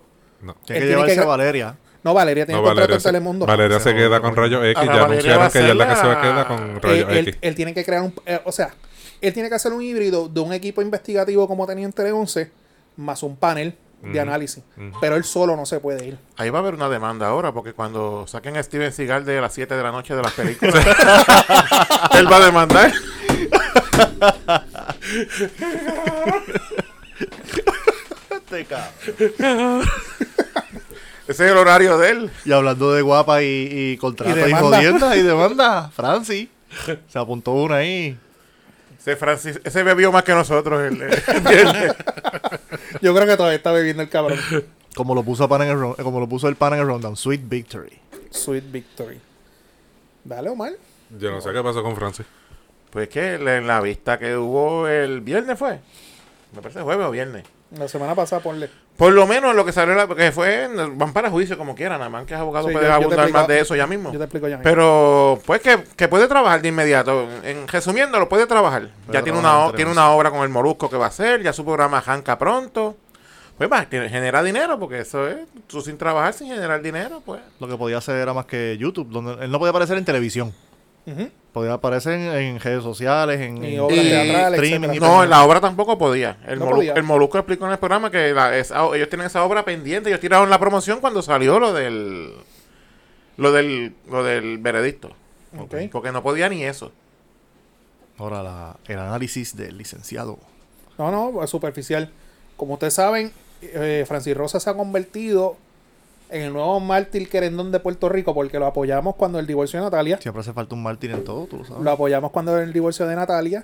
[SPEAKER 3] Tiene
[SPEAKER 4] No.
[SPEAKER 1] Él
[SPEAKER 3] que
[SPEAKER 1] tiene
[SPEAKER 3] llevarse
[SPEAKER 1] que
[SPEAKER 3] a
[SPEAKER 1] gra-
[SPEAKER 3] Valeria.
[SPEAKER 1] No, Valeria tiene
[SPEAKER 4] No,
[SPEAKER 1] contrato
[SPEAKER 4] Valeria,
[SPEAKER 1] en
[SPEAKER 4] se,
[SPEAKER 1] Telemundo.
[SPEAKER 4] Valeria se queda con Rayo X.
[SPEAKER 2] Ahora Valeria va
[SPEAKER 4] Ya
[SPEAKER 2] a
[SPEAKER 4] anunciaron que ella es la que se va a
[SPEAKER 2] ser la-
[SPEAKER 4] quedar con
[SPEAKER 1] Eh,
[SPEAKER 4] Rayo
[SPEAKER 1] él,
[SPEAKER 4] X.
[SPEAKER 1] él tiene que crear un. eh, o sea, él tiene que hacer un híbrido de un equipo investigativo como tenía en Tele 11, más un panel de
[SPEAKER 4] Ujú,
[SPEAKER 1] análisis.
[SPEAKER 4] ujú.
[SPEAKER 1] Pero él solo no se puede ir. (laughs)
[SPEAKER 2] Ahí va a haber una demanda ahora, porque cuando saquen a Steven Seagal de las 7 de la noche de las
[SPEAKER 1] (laughs)
[SPEAKER 2] películas, él va a demandar.
[SPEAKER 3] Este
[SPEAKER 2] Ese es el horario de él.
[SPEAKER 3] Y hablando de guapa y, y contrato y,
[SPEAKER 1] demanda.
[SPEAKER 3] jodienda y demanda, Francis. Se apuntó una ahí.
[SPEAKER 2] Ese, Francis, ese bebió más que nosotros. el- el-
[SPEAKER 1] Yo creo que todavía está bebiendo el
[SPEAKER 4] (laughs)
[SPEAKER 1] cabrón.
[SPEAKER 3] Como lo puso, pan en el, ro- como lo puso el pan en el rundown. Sweet victory.
[SPEAKER 1] Sweet Victory. Dale, Omar.
[SPEAKER 4] Yo no sé qué pasó con Francis.
[SPEAKER 2] (laughs) pues que la- en la vista que hubo el viernes fue. Me parece jueves o viernes.
[SPEAKER 1] La semana pasada, ponle.
[SPEAKER 2] Por lo menos lo que salió, la, que fue, van para juicio como quieran. Nada más que es abogado
[SPEAKER 1] Sí,
[SPEAKER 2] puede
[SPEAKER 1] yo- yo te
[SPEAKER 2] abundar
[SPEAKER 1] explicaba-
[SPEAKER 2] más de eso ya mismo.
[SPEAKER 1] Yo te explico ya. mismo.
[SPEAKER 2] Pero, pues que, que puede trabajar de inmediato. En resumiendo, lo puede trabajar.
[SPEAKER 3] Puede
[SPEAKER 2] ya tiene
[SPEAKER 3] trabajar
[SPEAKER 2] una, o-
[SPEAKER 3] entre
[SPEAKER 2] tiene
[SPEAKER 3] meses.
[SPEAKER 2] una obra con el Molusco que va a hacer, ya su programa arranca pronto. Pues va, tiene- genera dinero, porque eso es, tú sin trabajar, sin generar dinero, pues.
[SPEAKER 3] Lo que podía hacer era más que YouTube. Donde él no podía aparecer en televisión.
[SPEAKER 1] Ujú.
[SPEAKER 3] Podía aparecer en, en redes sociales, en,
[SPEAKER 1] Y
[SPEAKER 3] en
[SPEAKER 1] obras teatrales,
[SPEAKER 3] streaming.
[SPEAKER 1] etcétera.
[SPEAKER 2] No, en la obra tampoco podía. El,
[SPEAKER 1] No
[SPEAKER 2] Molu-
[SPEAKER 1] podía.
[SPEAKER 2] el Molusco explicó en el programa que la- esa- ellos tienen esa obra pendiente. Ellos tiraron la promoción cuando salió lo del, lo del, lo del veredicto.
[SPEAKER 1] Ok.
[SPEAKER 2] Porque no podía ni eso.
[SPEAKER 3] Ahora la- el análisis del licenciado.
[SPEAKER 1] No, no, es superficial. Como ustedes saben, eh, Francis Rosa se ha convertido en el nuevo mártir querendón de Puerto Rico porque lo apoyamos cuando el divorcio de Natalia.
[SPEAKER 3] Siempre hace falta un Martín en todo, tú lo sabes.
[SPEAKER 1] Lo apoyamos cuando el divorcio de Natalia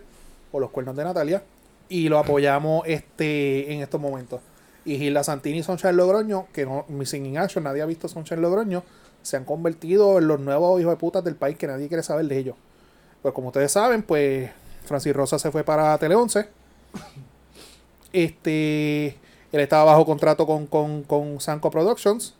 [SPEAKER 1] o los cuernos de Natalia y lo apoyamos este en estos momentos. Y Gilda Santini y Sunshine Logroño, que no Missing in Action, nadie ha visto Sunshine Logroño, se han convertido en los nuevos hijos de putas del país que nadie quiere saber de ellos. Pues como ustedes saben, pues Francis Rosa se fue para Tele 11. Este, él estaba bajo contrato con, con, con Sanco Productions.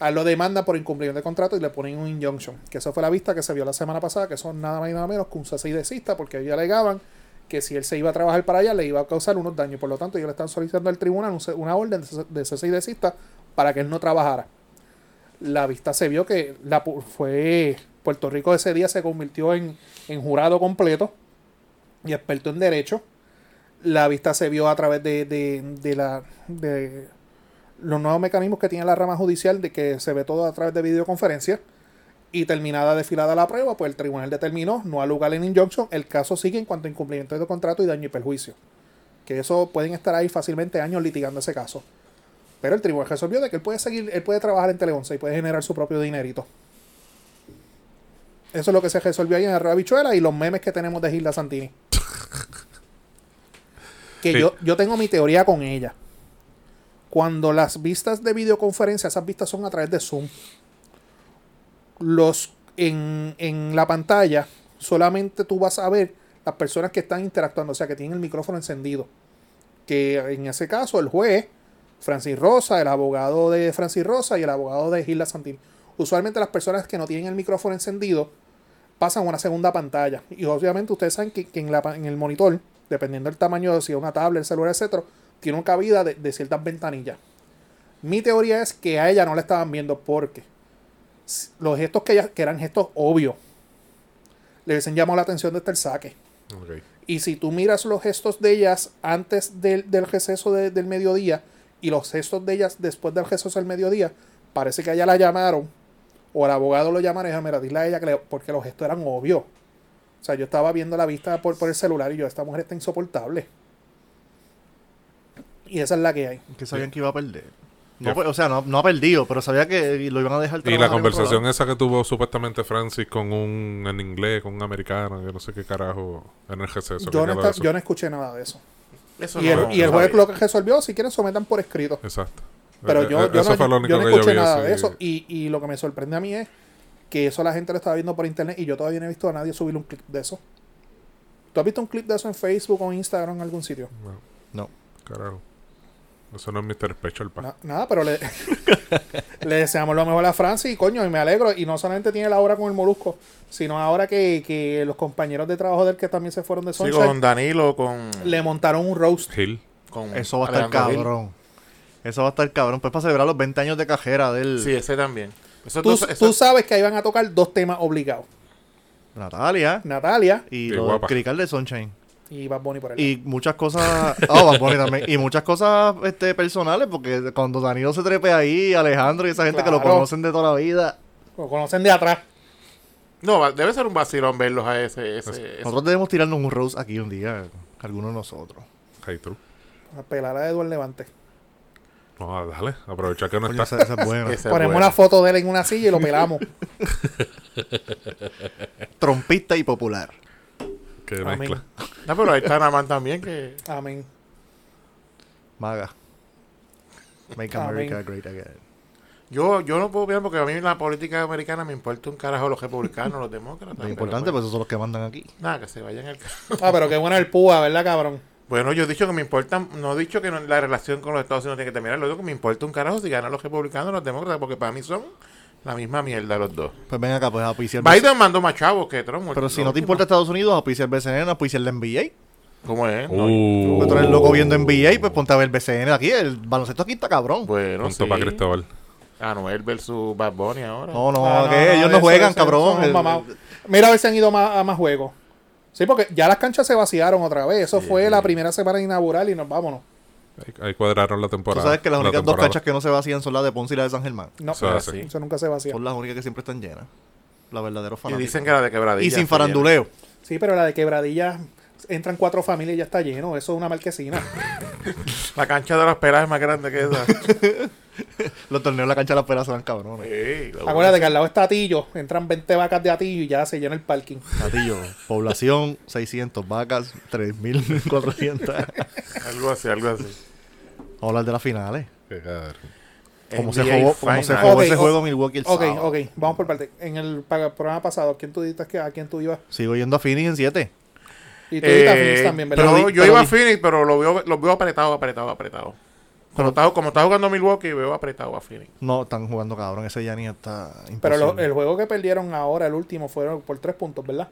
[SPEAKER 1] A él lo demanda por incumplimiento de contrato y le ponen un injunction. Que eso fue la vista que se vio la semana pasada, que son nada más y nada menos que un cese y desista, porque ellos alegaban que si él se iba a trabajar para allá le iba a causar unos daños. Por lo tanto, ellos le están solicitando al tribunal un ce- una orden de ce- de cese y desista para que él no trabajara. La vista se vio que la, pu- fue Puerto Rico ese día se convirtió en, en jurado completo y experto en derecho. La vista se vio a través de, de, de la, de los nuevos mecanismos que tiene la rama judicial de que se ve todo a través de videoconferencia. Y terminada desfilada la prueba, pues el tribunal determinó no al lugar en injunction. El caso sigue en cuanto a incumplimiento de contrato y daño y perjuicio. Que eso pueden estar ahí fácilmente años litigando ese caso. Pero el tribunal resolvió de que él puede seguir, él puede trabajar en Tele 11 y puede generar su propio dinerito. Eso es lo que se resolvió ahí en el Bichuela y los memes que tenemos de Gilda Santini. que
[SPEAKER 4] Sí.
[SPEAKER 1] yo, yo tengo mi teoría con ella. Cuando las vistas de videoconferencia, esas vistas son a través de Zoom. Los en, en la pantalla solamente tú vas a ver las personas que están interactuando, o sea que tienen el micrófono encendido. Que en ese caso el juez Francis Rosa, el abogado de Francis Rosa y el abogado de Gilda Santín. Usualmente las personas que no tienen el micrófono encendido pasan a una segunda pantalla. Y obviamente ustedes saben que, que en, la pa- en el monitor, dependiendo del tamaño, de si es una tablet, el celular, etc., tiene una cabida de, de ciertas ventanillas. Mi teoría es que a ella no la estaban viendo porque s- los gestos que, ella- que eran gestos obvios le hubiesen llamado la atención desde el saque.
[SPEAKER 4] Ok.
[SPEAKER 1] Y si tú miras los gestos de ellas antes del, del receso de- del mediodía y los gestos de ellas después del receso del mediodía, parece que a ella la llamaron o al abogado lo llamaron y dijeron, mira, dile a ella que le- porque los gestos eran obvios. O sea, yo estaba viendo la vista por, por el celular y yo, esta mujer está insoportable. Y esa es la que hay.
[SPEAKER 3] Que sabían que iba a perder. No, pues, o sea, no, no ha perdido, pero sabía que lo iban a dejar trabajar
[SPEAKER 4] Y la
[SPEAKER 3] en otro
[SPEAKER 4] conversación
[SPEAKER 3] lado.
[SPEAKER 4] esa que tuvo supuestamente Francis con un en inglés, con un americano, yo no sé qué carajo, en el receso.
[SPEAKER 1] Yo
[SPEAKER 4] ¿qué
[SPEAKER 1] no,
[SPEAKER 4] quedó
[SPEAKER 1] esta-
[SPEAKER 4] eso?
[SPEAKER 1] yo no escuché nada de eso.
[SPEAKER 2] Eso
[SPEAKER 1] Y
[SPEAKER 2] no-
[SPEAKER 1] el, y el
[SPEAKER 2] no
[SPEAKER 1] juez
[SPEAKER 2] sabía.
[SPEAKER 1] lo que resolvió, si quieren, sometan por escrito.
[SPEAKER 4] Exacto.
[SPEAKER 1] Pero
[SPEAKER 4] Eh,
[SPEAKER 1] yo,
[SPEAKER 4] eh,
[SPEAKER 1] yo
[SPEAKER 4] eso
[SPEAKER 1] no,
[SPEAKER 4] fue lo
[SPEAKER 1] yo
[SPEAKER 4] único
[SPEAKER 1] no
[SPEAKER 4] que yo
[SPEAKER 1] escuché
[SPEAKER 4] vi,
[SPEAKER 1] nada
[SPEAKER 4] así.
[SPEAKER 1] de eso. Y, y lo que me sorprende a mí es que eso la gente lo estaba viendo por internet y yo todavía no he visto a nadie subir un clip de eso. ¿Tú has visto un clip de eso en Facebook o en Instagram en algún sitio?
[SPEAKER 4] No.
[SPEAKER 3] No.
[SPEAKER 4] Carajo. Eso no es Mr. Special, pa.
[SPEAKER 1] Na- nada, pero le, (laughs) le deseamos lo mejor a Francis y coño, y me alegro. Y no solamente tiene la obra con el Molusco, sino ahora que, que los compañeros de trabajo del que también se fueron de
[SPEAKER 2] Sí,
[SPEAKER 1] Sunshine
[SPEAKER 2] con Danilo, con.
[SPEAKER 1] le montaron un roast.
[SPEAKER 4] Hill.
[SPEAKER 2] con
[SPEAKER 3] Eso va a estar
[SPEAKER 2] Alejandro Gil.
[SPEAKER 3] cabrón. Eso va a estar cabrón. Pues para celebrar los 20 años de cajera del
[SPEAKER 2] Sí, ese también. Eso,
[SPEAKER 1] Tú,
[SPEAKER 2] eso-
[SPEAKER 1] tú
[SPEAKER 2] eso-
[SPEAKER 1] sabes que ahí van a tocar dos temas obligados.
[SPEAKER 3] Natalia
[SPEAKER 1] Natalia
[SPEAKER 3] y
[SPEAKER 4] Qué
[SPEAKER 3] los
[SPEAKER 4] guapa.
[SPEAKER 3] critical de Sunshine.
[SPEAKER 1] y Bad Bunny por ahí.
[SPEAKER 3] Y muchas cosas. (laughs) Ah, Bad Bunny también. Y muchas cosas este, personales, porque cuando Danilo se trepe ahí, Alejandro y esa gente que lo
[SPEAKER 1] Claro.
[SPEAKER 3] conocen de toda la vida.
[SPEAKER 1] Lo conocen de atrás.
[SPEAKER 2] No, va- debe ser un vacilón verlos a ese. ese, ese.
[SPEAKER 3] Nosotros debemos tirarnos un rose aquí un día, algunos de nosotros.
[SPEAKER 4] Hey, true.
[SPEAKER 1] A pelar a Eduardo Levante.
[SPEAKER 4] No, dale. Aprovecha que no
[SPEAKER 3] Coño,
[SPEAKER 4] Pues está.
[SPEAKER 3] esa, esa
[SPEAKER 1] (laughs)
[SPEAKER 3] es buena.
[SPEAKER 2] Ese
[SPEAKER 1] Ponemos
[SPEAKER 2] bueno.
[SPEAKER 1] una foto de él en una silla y lo pelamos.
[SPEAKER 3] Trompista y popular.
[SPEAKER 4] Que
[SPEAKER 1] Amén.
[SPEAKER 4] mezcla.
[SPEAKER 2] No, pero ahí está Namán también, que.
[SPEAKER 1] Amén.
[SPEAKER 3] Maga. Make
[SPEAKER 1] Amén.
[SPEAKER 3] America Great Again.
[SPEAKER 2] Yo, yo no puedo opinar porque a mí la política americana me importa un carajo los republicanos, los demócratas.
[SPEAKER 3] Lo
[SPEAKER 2] pero
[SPEAKER 3] importante,
[SPEAKER 2] pues,
[SPEAKER 3] pues esos son los que mandan aquí.
[SPEAKER 2] Nada, que se vayan al carajo.
[SPEAKER 1] Ah, pero qué buena el púa, ¿verdad, cabrón?
[SPEAKER 2] Bueno, yo he dicho que me importa, no he dicho que no- la relación con los Estados Unidos tiene que terminar, lo digo que me importa un carajo si ganan los republicanos o los demócratas, porque para mí son la misma mierda los dos.
[SPEAKER 3] Pues ven acá, pues apiciar.
[SPEAKER 2] Biden mandó más chavos que Trump.
[SPEAKER 3] Pero si no te
[SPEAKER 2] Último.
[SPEAKER 3] importa Estados Unidos, apiciar BCN, apiciar la NBA.
[SPEAKER 2] ¿Cómo es? No.
[SPEAKER 4] Uh,
[SPEAKER 3] Porque Ah, tú eres loco viendo NBA, pues ponte a ver BCN aquí. El baloncesto aquí está cabrón.
[SPEAKER 2] Bueno,
[SPEAKER 4] Punto
[SPEAKER 2] sí.
[SPEAKER 4] para Cristóbal.
[SPEAKER 2] Anuel versus Bad Bunny ahora.
[SPEAKER 3] No, no,
[SPEAKER 1] Ah,
[SPEAKER 3] que
[SPEAKER 1] no,
[SPEAKER 3] ellos
[SPEAKER 1] de
[SPEAKER 3] no
[SPEAKER 1] eso-
[SPEAKER 3] juegan,
[SPEAKER 1] eso- son
[SPEAKER 3] cabrón.
[SPEAKER 1] unos
[SPEAKER 3] El-
[SPEAKER 1] mamados. Mira a ver si han ido más, a más juegos. Sí, porque ya las canchas se vaciaron otra vez. Eso fue la primera semana inaugural y nos vámonos.
[SPEAKER 4] Ahí, ahí cuadraron la temporada.
[SPEAKER 3] Tú sabes que las
[SPEAKER 4] La
[SPEAKER 3] únicas dos
[SPEAKER 4] temporada.
[SPEAKER 3] canchas que no se vacían son las de Ponce y la de San Germán.
[SPEAKER 1] No,
[SPEAKER 4] Eso es así.
[SPEAKER 1] eso nunca se vacía.
[SPEAKER 3] Son las únicas que siempre están llenas. Los verdaderos
[SPEAKER 2] y
[SPEAKER 3] fanáticos.
[SPEAKER 2] dicen que era de quebradilla.
[SPEAKER 3] Y sin faranduleo.
[SPEAKER 1] Sí, pero la de quebradillas entran cuatro familias y ya está lleno. Eso es una marquesina.
[SPEAKER 2] La cancha de las peras es más grande que (laughs) esa.
[SPEAKER 3] Los torneos de la cancha de las peras se dan cabrones.
[SPEAKER 2] Ey, la
[SPEAKER 1] Acuérdate que al lado está Atillo. Entran 20 vacas de Atillo y ya se llena el parking.
[SPEAKER 3] Matillo, población (laughs) 600, vacas (laughs) 3400. Vamos
[SPEAKER 2] buena. Algo así, algo así.
[SPEAKER 3] a hablar de las finales.
[SPEAKER 4] Qué cabrón.
[SPEAKER 3] Como se
[SPEAKER 2] NBA
[SPEAKER 3] jugó, cómo se
[SPEAKER 2] Finals.
[SPEAKER 3] jugó
[SPEAKER 1] Ok,
[SPEAKER 3] ese
[SPEAKER 1] o-
[SPEAKER 3] juego Milwaukee el
[SPEAKER 1] Ok,
[SPEAKER 3] sábado.
[SPEAKER 1] ok. Vamos por parte. En el pa- programa pasado, ¿quién tú dijiste que, a quién tú ibas?
[SPEAKER 3] Sigo yendo a Phoenix en 7.
[SPEAKER 1] Y tú dijiste a
[SPEAKER 2] Eh,
[SPEAKER 1] Phoenix también, ¿verdad?
[SPEAKER 2] pero
[SPEAKER 3] Pero di-
[SPEAKER 2] yo
[SPEAKER 3] pero
[SPEAKER 2] iba a
[SPEAKER 3] di-
[SPEAKER 2] Phoenix, pero lo veo, lo veo apretado, apretado, apretado. Como
[SPEAKER 3] Pero-
[SPEAKER 2] está, como está jugando Milwaukee, veo apretado a Phoenix.
[SPEAKER 3] No, están jugando cabrón. Ese ya ni está imposible.
[SPEAKER 1] Pero lo- el juego que perdieron ahora, el último, fueron por tres puntos, ¿verdad?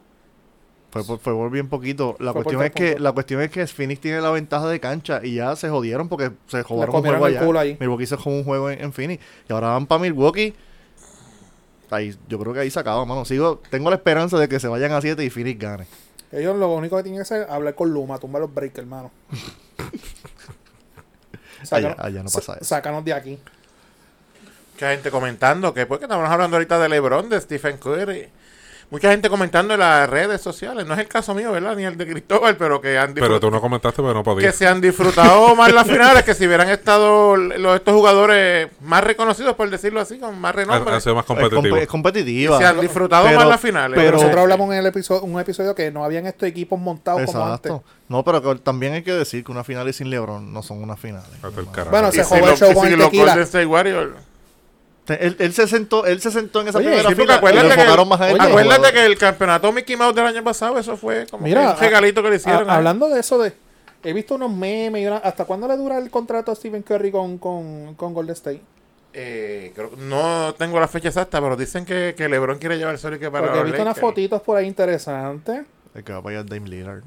[SPEAKER 3] Fue, por- fue por bien poquito. La
[SPEAKER 1] Fue por
[SPEAKER 3] cuestión, es
[SPEAKER 1] tres
[SPEAKER 3] que,
[SPEAKER 1] puntos.
[SPEAKER 3] la cuestión es que Phoenix tiene la ventaja de cancha y ya se jodieron porque se jugaron un
[SPEAKER 1] comieron
[SPEAKER 3] juego
[SPEAKER 1] el
[SPEAKER 3] allá.
[SPEAKER 1] culo ahí.
[SPEAKER 3] Milwaukee se jugó un juego en, en Phoenix y ahora van para Milwaukee. Ahí, yo creo que ahí se acaba, mano. Sigo, tengo la esperanza de que se vayan a 7 y Phoenix gane.
[SPEAKER 1] Ellos lo único que tienen que hacer es hablar con Luma, tumbar los breaks,
[SPEAKER 3] (laughs)
[SPEAKER 1] hermano.
[SPEAKER 3] Allá, allá Ah, no pasa
[SPEAKER 1] sa-
[SPEAKER 3] eso.
[SPEAKER 1] Sácanos de aquí.
[SPEAKER 2] Mucha gente comentando que pues que estamos hablando ahorita de LeBron, de Stephen Curry. Mucha gente comentando en las redes sociales. No es el caso mío, ¿verdad? Ni el de Cristóbal, pero que han
[SPEAKER 4] Pero
[SPEAKER 2] disfrutado-
[SPEAKER 4] tú no comentaste, pero no
[SPEAKER 2] que
[SPEAKER 4] podías.
[SPEAKER 2] se han disfrutado más las finales que si hubieran estado los, estos jugadores más reconocidos, por decirlo así, con más
[SPEAKER 4] Ha,
[SPEAKER 2] renombre.
[SPEAKER 4] ha sido más
[SPEAKER 3] Es compe-
[SPEAKER 4] competitivo.
[SPEAKER 3] Es, competitiva.
[SPEAKER 2] se han disfrutado
[SPEAKER 3] Pero-
[SPEAKER 2] más ¿eh? las finales.
[SPEAKER 3] pero- eh,
[SPEAKER 1] Nosotros hablamos en el episodio, un episodio que no habían estos equipos montados como antes.
[SPEAKER 3] Exacto. No, pero que- también hay que decir que unas finales sin LeBron no son unas finales.
[SPEAKER 4] Hasta el
[SPEAKER 3] hermano.
[SPEAKER 4] carajo.
[SPEAKER 1] Bueno,
[SPEAKER 2] Y
[SPEAKER 1] se
[SPEAKER 2] si
[SPEAKER 1] jodió
[SPEAKER 2] lo-
[SPEAKER 1] el show
[SPEAKER 2] y
[SPEAKER 1] con
[SPEAKER 2] si
[SPEAKER 1] el
[SPEAKER 2] los
[SPEAKER 1] tequila.
[SPEAKER 2] Golden State Warriors.
[SPEAKER 3] Te- Él, él se sentó, él se sentó en esa
[SPEAKER 1] Oye,
[SPEAKER 3] primera
[SPEAKER 2] Sí, porque
[SPEAKER 3] fila y lo
[SPEAKER 2] acuérdate, que,
[SPEAKER 3] enfocaron más a él. que al
[SPEAKER 2] acuérdate
[SPEAKER 3] jugador.
[SPEAKER 2] que el campeonato Mickey Mouse del año pasado, eso fue como que
[SPEAKER 1] Mira,
[SPEAKER 2] un regalito que le hicieron.
[SPEAKER 1] Ha- Ah, hablando de eso, de he visto unos memes. y una- ¿Hasta cuándo le dura el contrato a Stephen Curry con, con, con Golden State?
[SPEAKER 2] Eh, creo- no tengo la fecha exacta, pero dicen que, que LeBron quiere llevar el Sonic para
[SPEAKER 1] Porque he
[SPEAKER 2] los
[SPEAKER 1] visto unas
[SPEAKER 2] Lakers.
[SPEAKER 1] fotitos por ahí interesantes.
[SPEAKER 3] El que va para allá es Dame Lillard.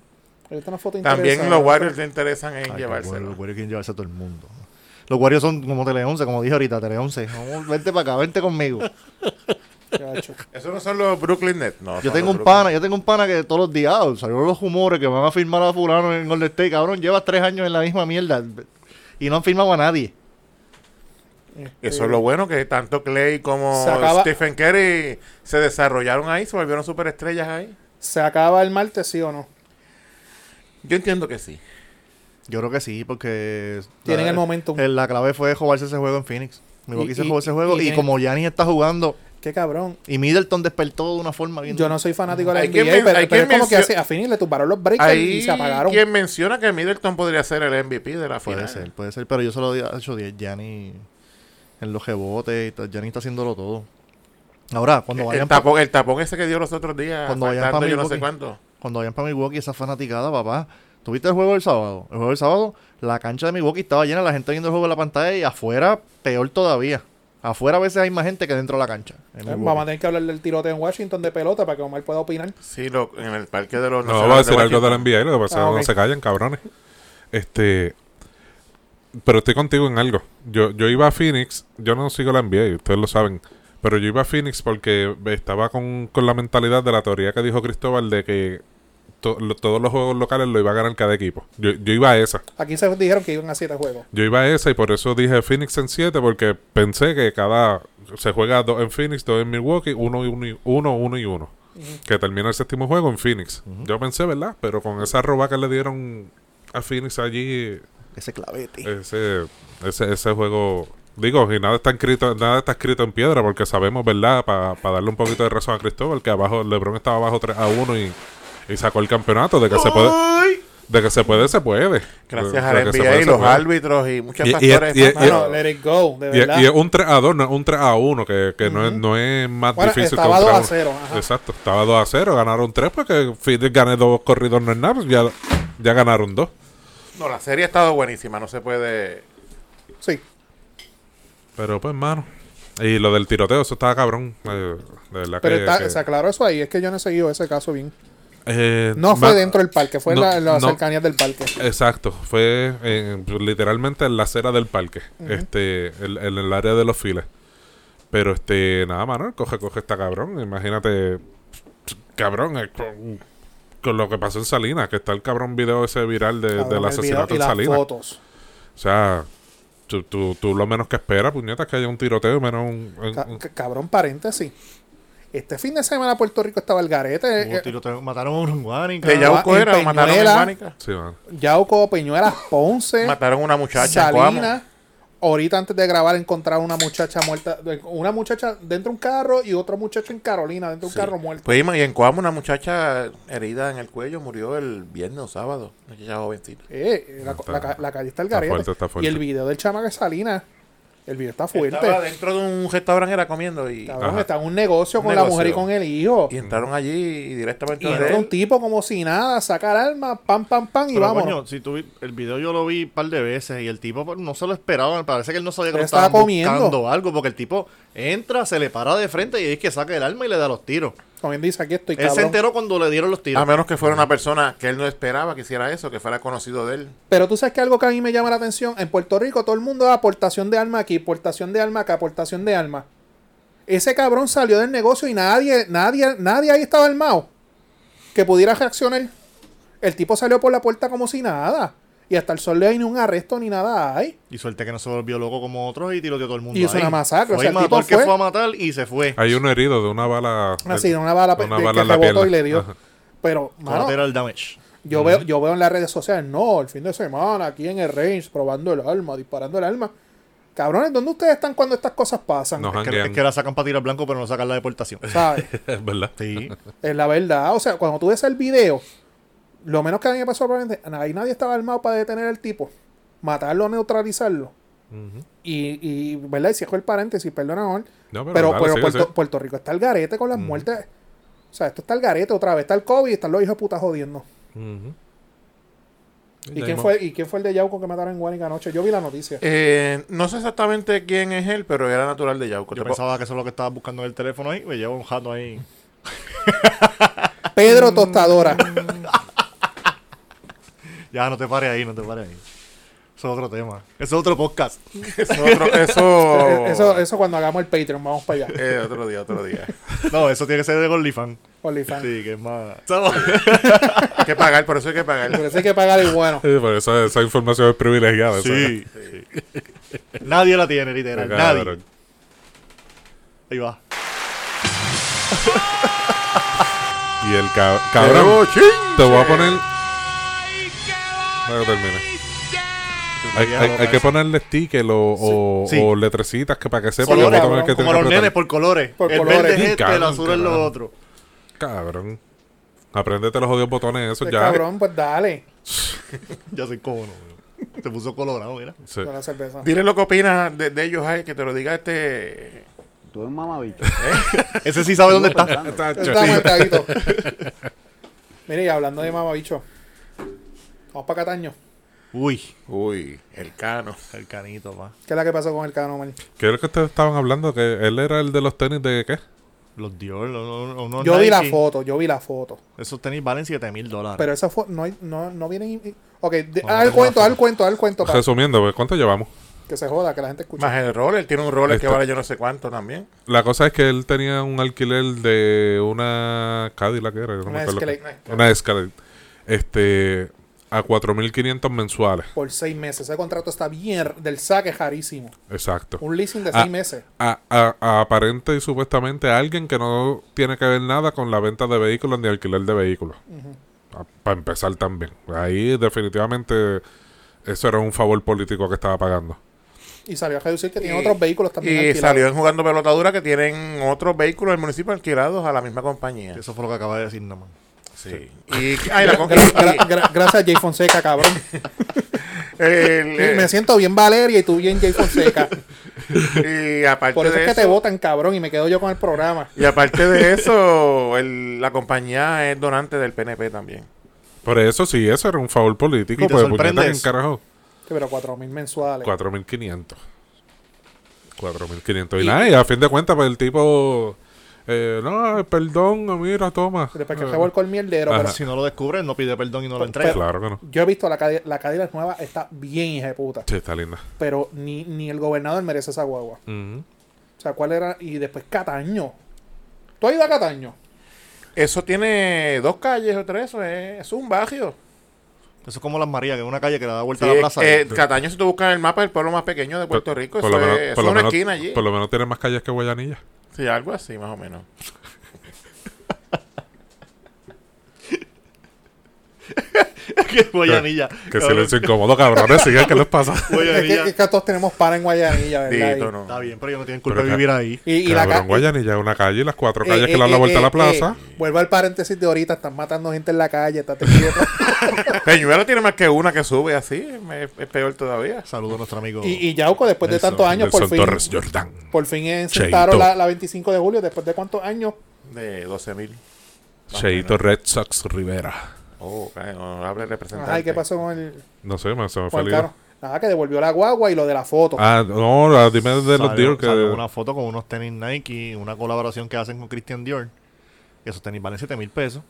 [SPEAKER 1] He visto unas fotos
[SPEAKER 2] También los
[SPEAKER 1] interesantes.
[SPEAKER 2] Warriors le interesan en
[SPEAKER 3] Ay, que bueno,
[SPEAKER 2] llevárselo.
[SPEAKER 3] Los Warriors quieren llevarse a todo el mundo. Los Warriors son como Tele 11, como dije ahorita, Tele 11. Vamos, vente para acá, vente conmigo.
[SPEAKER 1] Chacho.
[SPEAKER 2] Esos no son los Brooklyn Nets. No,
[SPEAKER 3] Yo
[SPEAKER 2] son
[SPEAKER 3] tengo
[SPEAKER 2] los Brooklyn
[SPEAKER 3] un pana, yo tengo un pana que todos los días ah, salieron los rumores que van a firmar a fulano en Golden State. Cabrón, llevas tres años en la misma mierda y no han firmado a nadie.
[SPEAKER 2] (laughs)
[SPEAKER 1] este,
[SPEAKER 2] Eso es lo bueno que tanto Clay como
[SPEAKER 1] Se acaba-
[SPEAKER 2] Stephen Curry se desarrollaron ahí, se volvieron superestrellas ahí.
[SPEAKER 1] ¿Se acaba el martes, sí o no?
[SPEAKER 2] Yo entiendo que sí.
[SPEAKER 3] Yo creo que sí, porque.
[SPEAKER 1] Tienen
[SPEAKER 3] la,
[SPEAKER 1] el momentum.
[SPEAKER 3] eh, La clave fue jugarse ese juego en Phoenix. Milwaukee
[SPEAKER 1] Y-
[SPEAKER 3] se
[SPEAKER 1] y-
[SPEAKER 3] jugó ese juego
[SPEAKER 1] y
[SPEAKER 3] y,
[SPEAKER 1] tienen-
[SPEAKER 3] como Giannis está jugando
[SPEAKER 1] Qué cabrón.
[SPEAKER 3] y Middleton despertó de una forma bien.
[SPEAKER 1] Yo no soy fanático de la
[SPEAKER 2] Hay
[SPEAKER 1] NBA,
[SPEAKER 2] quien men-
[SPEAKER 1] pero,
[SPEAKER 2] hay
[SPEAKER 1] pero es
[SPEAKER 2] quien
[SPEAKER 1] como que
[SPEAKER 2] mencio-
[SPEAKER 1] hace, a Phoenix le tumbaron los breakers y
[SPEAKER 2] Ahí
[SPEAKER 1] se apagaron.
[SPEAKER 2] quien menciona que Middleton podría ser el MVP de la
[SPEAKER 3] Puede
[SPEAKER 2] final.
[SPEAKER 3] ser, puede ser, pero yo se lo he hecho 10. Gianni en los rebotes, y tal, Gianni está haciéndolo todo. Ahora, cuando
[SPEAKER 2] el,
[SPEAKER 3] vayan, pa-
[SPEAKER 2] tapón, el tapón ese que dio los otros días,
[SPEAKER 3] Cuando vayan
[SPEAKER 2] faltando
[SPEAKER 3] pa'
[SPEAKER 2] yo no
[SPEAKER 3] Milwaukee.
[SPEAKER 2] sé cuánto.
[SPEAKER 3] cuando vayan para Milwaukee, esa fanaticada, papá. ¿Tuviste el juego del sábado? El juego del sábado, la cancha de Milwaukee estaba llena, la gente viendo el juego en la pantalla y afuera, peor todavía. Afuera a veces hay más gente que dentro de la cancha. en
[SPEAKER 1] Eh,
[SPEAKER 3] Milwaukee.
[SPEAKER 1] Vamos a tener que hablar del tiroteo en Washington de pelota para que Omar pueda opinar.
[SPEAKER 2] Sí, lo- en el parque de los
[SPEAKER 4] No, va a decir
[SPEAKER 2] de
[SPEAKER 4] algo de la
[SPEAKER 2] Washington.
[SPEAKER 4] NBA, lo que pasa es
[SPEAKER 1] Ah,
[SPEAKER 4] que
[SPEAKER 1] ok.
[SPEAKER 4] no se callan, cabrones. Este. Pero estoy contigo en algo. Yo, yo iba a Phoenix, yo no sigo la NBA, ustedes lo saben. Pero yo iba a Phoenix porque estaba con, con la mentalidad de la teoría que dijo Cristóbal de que to- lo- todos los juegos locales lo iba a ganar cada equipo. Yo, yo iba a esa.
[SPEAKER 1] Aquí se dijeron que iban a siete juegos.
[SPEAKER 4] Yo iba a esa y por eso dije Phoenix en 7 porque pensé que cada... Se juega dos en Phoenix, dos en Milwaukee, uno, y uno, y- uno, uno y uno. Que termina el séptimo juego en Phoenix. Yo pensé, ¿verdad? Pero con esa roba que le dieron a Phoenix allí,
[SPEAKER 3] Ese clavete.
[SPEAKER 1] Eh,
[SPEAKER 4] ese, ese, ese juego... Digo, y nada está escrito, nada está escrito en piedra porque sabemos, ¿verdad? Para darle un poquito de razón a Cristóbal, que abajo LeBron estaba abajo 3 a 1 y, y sacó el campeonato. De que se puede, de que se puede, se puede.
[SPEAKER 2] Gracias
[SPEAKER 4] De-
[SPEAKER 2] a
[SPEAKER 4] de
[SPEAKER 2] la
[SPEAKER 4] que se
[SPEAKER 2] NBA
[SPEAKER 4] puede,
[SPEAKER 2] y
[SPEAKER 4] se
[SPEAKER 2] los
[SPEAKER 4] puede.
[SPEAKER 2] árbitros y muchos
[SPEAKER 4] Y- y-
[SPEAKER 2] factores.
[SPEAKER 4] y- y-
[SPEAKER 2] más,
[SPEAKER 1] Mano,
[SPEAKER 2] mano.
[SPEAKER 1] let it go, de
[SPEAKER 4] Eh, Y,
[SPEAKER 1] verdad.
[SPEAKER 4] y es un 3 a 2, no es un 3 a 1, que, que no, es, no es más
[SPEAKER 1] Bueno,
[SPEAKER 4] difícil
[SPEAKER 1] estaba
[SPEAKER 4] que un
[SPEAKER 1] 2 a
[SPEAKER 4] 3
[SPEAKER 1] 0,
[SPEAKER 4] 1.
[SPEAKER 1] ajá.
[SPEAKER 4] Exacto, estaba 2 a 0, ganaron 3 porque Phoenix gané dos corridos, no es nada, pues ya, ya ganaron dos.
[SPEAKER 2] No, la serie ha estado buenísima, no se puede.
[SPEAKER 1] Sí.
[SPEAKER 4] Pero pues, mano. Y lo del tiroteo, eso estaba cabrón. eh, de verdad
[SPEAKER 1] Pero
[SPEAKER 4] que.
[SPEAKER 1] está,
[SPEAKER 4] que-
[SPEAKER 1] se aclaró eso ahí. Es que yo no he seguido ese caso bien.
[SPEAKER 4] eh,
[SPEAKER 1] No fue
[SPEAKER 4] ma-
[SPEAKER 1] dentro del parque, fue en
[SPEAKER 4] no,
[SPEAKER 1] la- en las
[SPEAKER 4] no. Eh,
[SPEAKER 1] cercanías del parque.
[SPEAKER 4] Exacto, fue en- literalmente en la acera del parque, este, el- en el área de los files. Pero este, nada, mano, coge, coge esta cabrón, imagínate, cabrón, eh, con, con lo que pasó en Salinas, que está el cabrón video ese viral de,
[SPEAKER 1] Cabrón,
[SPEAKER 4] del
[SPEAKER 1] el video y
[SPEAKER 4] asesinato en
[SPEAKER 1] las
[SPEAKER 4] Salinas.
[SPEAKER 1] fotos.
[SPEAKER 4] O sea, tú, tú, tú lo menos que esperas, puñetas, que haya un tiroteo, menos un... un-
[SPEAKER 1] Ca-
[SPEAKER 4] un-
[SPEAKER 1] ca- cabrón, paréntesis. Este fin de semana Puerto Rico estaba el garete.
[SPEAKER 3] Hubo
[SPEAKER 1] eh,
[SPEAKER 3] tiroteo, mataron a un guanica.
[SPEAKER 2] De Yauco
[SPEAKER 1] en
[SPEAKER 2] era, o mataron en
[SPEAKER 1] Peñuela.
[SPEAKER 2] Guánica.
[SPEAKER 4] sí, mano.
[SPEAKER 1] Yauco, Peñuelas, Ponce,
[SPEAKER 2] Mataron a una muchacha en Coamo.
[SPEAKER 1] Salinas. Ahorita antes de grabar encontraron una muchacha muerta. Una muchacha dentro de un carro y otro muchacho en Carolina dentro de un carro muerto.
[SPEAKER 2] Pues ima- y en Coamo una muchacha herida en el cuello murió el viernes o sábado. Una muchacha jovencita.
[SPEAKER 1] Eh, la,
[SPEAKER 4] Está-
[SPEAKER 1] la ca- la calle está el
[SPEAKER 4] está
[SPEAKER 1] garete.
[SPEAKER 4] fuerte, está fuerte.
[SPEAKER 1] Y el video del chama que Salinas. El video está fuerte.
[SPEAKER 2] Estaba dentro de un restaurante era comiendo y,
[SPEAKER 1] Cabrón,
[SPEAKER 4] Ajá.
[SPEAKER 1] está en un negocio
[SPEAKER 2] Un
[SPEAKER 1] con la
[SPEAKER 2] negocio.
[SPEAKER 1] mujer y con el hijo.
[SPEAKER 2] y entraron allí y directamente
[SPEAKER 1] Y
[SPEAKER 2] de
[SPEAKER 1] entra
[SPEAKER 2] él.
[SPEAKER 1] un tipo como si nada, saca el arma, pam, pam, pam, y
[SPEAKER 3] Pero,
[SPEAKER 1] vámonos.
[SPEAKER 3] coño, si tú vi- el video yo lo vi un par de veces y el tipo pues, no se lo esperaba. Parece que él no sabía que
[SPEAKER 1] Pero
[SPEAKER 3] lo
[SPEAKER 1] estaba
[SPEAKER 3] estaban
[SPEAKER 1] comiendo.
[SPEAKER 3] buscando algo porque el tipo entra, se le para de frente y es que saca el arma y le da los tiros.
[SPEAKER 1] Como bien dice, aquí estoy,
[SPEAKER 3] Él se
[SPEAKER 1] cabrón.
[SPEAKER 3] enteró cuando le dieron los tiros.
[SPEAKER 2] A menos que fuera una persona que él no esperaba que hiciera eso, que fuera conocido de él.
[SPEAKER 1] Pero tú sabes que algo que a mí me llama la atención, en Puerto Rico todo el mundo da aportación de arma aquí, aportación de arma acá, aportación de arma. Ese cabrón salió del negocio y nadie, nadie, nadie ahí estaba armado que pudiera reaccionar. El tipo salió por la puerta como si nada. Y hasta el sol de hoy ni un arresto ni nada hay.
[SPEAKER 3] Y suerte que no se volvió loco como otros y tiró todo el mundo.
[SPEAKER 1] Y hizo
[SPEAKER 3] ahí.
[SPEAKER 1] una masacre, o
[SPEAKER 3] Fue
[SPEAKER 1] sea, el
[SPEAKER 3] y mató
[SPEAKER 1] tipo
[SPEAKER 3] al que
[SPEAKER 1] fue-
[SPEAKER 3] fue a matar y se fue.
[SPEAKER 4] Hay un herido de una bala...
[SPEAKER 1] Así, una bala,
[SPEAKER 4] de una
[SPEAKER 1] Ah, de-
[SPEAKER 4] bala
[SPEAKER 1] que
[SPEAKER 4] en la
[SPEAKER 1] rebotó
[SPEAKER 4] pierna.
[SPEAKER 1] y le dio.
[SPEAKER 4] Ajá.
[SPEAKER 1] Pero, mano,
[SPEAKER 3] Collateral damage.
[SPEAKER 1] Yo veo, yo veo en las redes sociales, no, el fin de semana, aquí en el range, probando el alma, disparando el alma. Cabrones, ¿dónde ustedes están cuando estas cosas pasan?
[SPEAKER 4] Nos
[SPEAKER 3] Es que,
[SPEAKER 4] hanguean.
[SPEAKER 3] es que la sacan para tirar blanco, pero no sacan la deportación.
[SPEAKER 1] ¿Sabes?
[SPEAKER 4] (laughs) Es verdad.
[SPEAKER 3] Sí.
[SPEAKER 1] Es la verdad. Ah, O sea, cuando tú ves el video, lo menos que a mí me pasó probablemente, ahí nadie estaba armado para detener al tipo, matarlo, neutralizarlo. Y, y, ¿verdad? Y cierro el paréntesis, perdona, Juan.
[SPEAKER 4] No,
[SPEAKER 1] Pero,
[SPEAKER 4] pero
[SPEAKER 1] pero,
[SPEAKER 4] dale, sigue,
[SPEAKER 1] Puerto,
[SPEAKER 4] sigue.
[SPEAKER 1] Puerto Rico está al garete con las muertes. O sea, esto está al garete otra vez. Está el COVID y están los hijos de puta jodiendo.
[SPEAKER 4] Ujú.
[SPEAKER 1] ¿Y
[SPEAKER 4] Ya
[SPEAKER 1] quién,
[SPEAKER 4] mismo.
[SPEAKER 1] fue, ¿Y quién fue el de Yauco que mataron en Guanica anoche? Yo vi la noticia.
[SPEAKER 4] (laughs)
[SPEAKER 2] Eh, no sé exactamente quién es él, pero era natural de Yauco.
[SPEAKER 3] Yo
[SPEAKER 2] Te puedo-
[SPEAKER 3] pensaba que eso es lo que estaba buscando en el teléfono ahí. Me llevo un jato ahí.
[SPEAKER 1] Pedro
[SPEAKER 4] (laughs)
[SPEAKER 1] Tostadora.
[SPEAKER 3] Ya, no te pares ahí, no te pares ahí. Eso es otro tema. Eso es otro podcast.
[SPEAKER 2] Eso, otro,
[SPEAKER 4] Oh.
[SPEAKER 2] eso,
[SPEAKER 1] Eh, (laughs) Eso, eso cuando hagamos el Patreon, vamos para
[SPEAKER 4] (laughs)
[SPEAKER 1] allá.
[SPEAKER 2] eh, otro día, otro día.
[SPEAKER 3] No, eso tiene que ser de OnlyFans.
[SPEAKER 1] OnlyFans.
[SPEAKER 3] Sí, que es más.
[SPEAKER 2] Hay que pagar, por eso hay que pagar.
[SPEAKER 1] Por eso hay que pagar el bueno.
[SPEAKER 4] Sí, pero esa, esa información es privilegiada. esa-
[SPEAKER 3] Sí. Nadie la tiene, literal. Nadie.
[SPEAKER 4] Cabrón.
[SPEAKER 3] Ahí va.
[SPEAKER 4] Y el cab- cabrón. Te voy a poner. Para que termine. Hay,
[SPEAKER 3] Sería
[SPEAKER 4] hay-
[SPEAKER 3] loca
[SPEAKER 4] hay que
[SPEAKER 3] esa.
[SPEAKER 4] ponerle stickers o, o,
[SPEAKER 3] Sí. Sí.
[SPEAKER 4] o letrecitas que para que sepa
[SPEAKER 3] Colores,
[SPEAKER 4] que botón
[SPEAKER 1] cabrón,
[SPEAKER 4] es que
[SPEAKER 3] Como
[SPEAKER 4] tiene que
[SPEAKER 3] los nenes,
[SPEAKER 4] apretar.
[SPEAKER 3] por colores.
[SPEAKER 1] Por
[SPEAKER 3] el
[SPEAKER 1] colores.
[SPEAKER 3] verde es
[SPEAKER 4] Sí,
[SPEAKER 3] este, el
[SPEAKER 4] cabrón,
[SPEAKER 3] azul es lo
[SPEAKER 4] cabrón.
[SPEAKER 3] otro.
[SPEAKER 4] Cabrón. Apréndete los jodidos botones esos
[SPEAKER 1] Pues,
[SPEAKER 4] (laughs) ya.
[SPEAKER 1] cabrón, pues dale.
[SPEAKER 3] Ya sé cómo no, bro. Te puso colorado, mira.
[SPEAKER 4] Sí.
[SPEAKER 1] Con la cerveza.
[SPEAKER 2] Dile lo que opinas de, de ellos, ay, que te lo diga este.
[SPEAKER 5] Tú eres un mamabicho.
[SPEAKER 3] Ese sí sabe dónde está.
[SPEAKER 4] Tacho,
[SPEAKER 1] Está
[SPEAKER 4] sí.
[SPEAKER 1] aguantadito. (laughs) Mire, y hablando de mamabicho. Vamos para Cataño.
[SPEAKER 3] Uy,
[SPEAKER 2] Uy, el cano.
[SPEAKER 3] el canito, pa.
[SPEAKER 1] ¿Qué es la que pasó con el Cano, man?
[SPEAKER 4] ¿Qué es lo que ustedes estaban hablando? ¿Que él era el de los tenis de qué?
[SPEAKER 3] Los Dior, los, los- los
[SPEAKER 1] Yo vi la
[SPEAKER 3] Nike.
[SPEAKER 1] foto, yo vi la foto.
[SPEAKER 3] Esos tenis valen 7 mil dólares.
[SPEAKER 1] Pero esa foto no, hay- no, no viene... in- Ok, de-
[SPEAKER 3] Vamos a
[SPEAKER 1] haz el
[SPEAKER 3] ver la
[SPEAKER 1] cuento, haz el
[SPEAKER 3] foto.
[SPEAKER 1] cuento, haz el cuento. pa-
[SPEAKER 4] Resumiendo, pues, ¿cuánto llevamos?
[SPEAKER 1] que se joda, que la gente escuche.
[SPEAKER 2] Más el roller, tiene un roller que
[SPEAKER 4] Está-
[SPEAKER 2] vale yo no sé cuánto también.
[SPEAKER 4] La cosa es que él tenía un alquiler de una Cadillac, ¿qué era? Yo no me
[SPEAKER 1] Una
[SPEAKER 4] acuerdo.
[SPEAKER 1] Escalade.
[SPEAKER 4] Una Escalade. Este, a 4.500 mensuales.
[SPEAKER 1] Por seis meses. Ese contrato está bien del saque jarísimo.
[SPEAKER 4] Exacto.
[SPEAKER 1] Un leasing de
[SPEAKER 4] Ah.
[SPEAKER 1] seis meses.
[SPEAKER 4] a, a- a aparente y supuestamente a alguien que no tiene que ver nada con la venta de vehículos ni alquiler de vehículos. Para empezar también. Ahí definitivamente eso era un favor político que estaba pagando.
[SPEAKER 1] Y salió a reducir que tiene
[SPEAKER 2] Y-
[SPEAKER 1] otros vehículos
[SPEAKER 2] Y
[SPEAKER 1] también alquilados.
[SPEAKER 2] salió en jugando pelotadura que tienen otros vehículos del municipio alquilados a la misma compañía.
[SPEAKER 3] Eso fue lo que acaba de decir, Naman.
[SPEAKER 2] Sí. Y,
[SPEAKER 1] (laughs)
[SPEAKER 2] ay, la con-
[SPEAKER 1] Gra-
[SPEAKER 2] y-
[SPEAKER 1] gra- gra- gracias, Jay Fonseca, cabrón.
[SPEAKER 2] el- eh,
[SPEAKER 1] Me siento bien Valeria y tú bien Jay Fonseca.
[SPEAKER 2] y aparte
[SPEAKER 1] Por eso
[SPEAKER 2] de
[SPEAKER 1] es que te
[SPEAKER 2] eso-
[SPEAKER 1] votan, cabrón, y me quedo yo con el programa.
[SPEAKER 2] Y aparte de eso, el- la compañía es donante del PNP también.
[SPEAKER 4] Pero eso sí, eso era un favor político.
[SPEAKER 3] ¿Y te
[SPEAKER 4] Pues
[SPEAKER 3] sorprende
[SPEAKER 4] puñeta, ¿quién
[SPEAKER 3] eso?
[SPEAKER 4] carajo?
[SPEAKER 1] Sí, Pero cuatro mil mensuales.
[SPEAKER 4] 4.500. 4.500. Y, nada, y a fin de cuentas, pues el tipo... eh, no, perdón, mira, toma.
[SPEAKER 1] Después que
[SPEAKER 4] Eh,
[SPEAKER 1] se volcó el mierdero.
[SPEAKER 4] Ajá.
[SPEAKER 1] pero
[SPEAKER 3] Si no lo descubren, no pide perdón y no lo
[SPEAKER 1] Pero-
[SPEAKER 3] entrega.
[SPEAKER 4] Claro que no.
[SPEAKER 1] yo he visto la, Cadi- la Cadillac nueva, está bien hija de puta.
[SPEAKER 4] Sí, está linda.
[SPEAKER 1] Pero ni, ni el gobernador merece esa guagua.
[SPEAKER 4] Ujú.
[SPEAKER 1] O sea, ¿cuál era? Y después Cataño. ¿Tú has ido a Cataño?
[SPEAKER 2] Eso tiene dos calles o tres, eso es, es un barrio.
[SPEAKER 3] Eso es como las Marías, que es una calle que le da vuelta
[SPEAKER 2] Sí,
[SPEAKER 3] a la plaza.
[SPEAKER 2] eh, Cataño, si tú buscas en el mapa, es el pueblo más pequeño de Puerto Rico. Eso es, eso es una esquina allí.
[SPEAKER 4] por lo menos tiene más calles que Guayanilla.
[SPEAKER 2] Sí, algo así, más o menos.
[SPEAKER 3] (laughs) que es Guayanilla.
[SPEAKER 4] Que
[SPEAKER 3] Cabrón,
[SPEAKER 4] silencio incómodo, cabrones. Sigan, ¿qué les pasa?
[SPEAKER 1] Es que,
[SPEAKER 3] Guayanilla.
[SPEAKER 1] es que todos tenemos para en Guayanilla, ¿verdad?
[SPEAKER 2] Dito, no.
[SPEAKER 3] Está bien, pero ellos no tienen culpa
[SPEAKER 4] Pero
[SPEAKER 3] de
[SPEAKER 4] acá-
[SPEAKER 3] vivir ahí.
[SPEAKER 1] (laughs) Y, y la
[SPEAKER 4] Cabrón,
[SPEAKER 1] ca-
[SPEAKER 4] Guayanilla es una calle y las cuatro
[SPEAKER 1] eh,
[SPEAKER 4] calles
[SPEAKER 1] eh,
[SPEAKER 4] que le dan la
[SPEAKER 1] eh,
[SPEAKER 4] vuelta a
[SPEAKER 1] eh,
[SPEAKER 4] la plaza.
[SPEAKER 1] eh, Vuelvo al paréntesis de ahorita, están matando gente en la calle, está teniendo-
[SPEAKER 4] (laughs)
[SPEAKER 2] Peñuelo tiene más que una que sube así, es, es peor todavía.
[SPEAKER 3] Saludo a nuestro amigo.
[SPEAKER 1] y, y Yauco, después de
[SPEAKER 3] Nelson,
[SPEAKER 1] tantos años, por
[SPEAKER 4] Nelson
[SPEAKER 1] fin,
[SPEAKER 4] Torres Jordán.
[SPEAKER 1] por fin sentaron la, la 25 de julio, después de cuántos años.
[SPEAKER 2] De 12 mil.
[SPEAKER 4] Cheito Red Sox Rivera.
[SPEAKER 2] Oh, cae, honorable representante.
[SPEAKER 1] Ay, ¿qué pasó con el,
[SPEAKER 4] No sé, me, se me fue
[SPEAKER 1] con
[SPEAKER 4] el
[SPEAKER 1] el
[SPEAKER 4] hilo.
[SPEAKER 1] carro? Nada, que devolvió la guagua y lo de la foto.
[SPEAKER 4] Ah, no, la- dime de los
[SPEAKER 3] Salió-
[SPEAKER 4] Dior que.
[SPEAKER 3] salió una foto con unos tenis Nike, una colaboración que hacen con Christian Dior. Que esos tenis valen 7 mil pesos.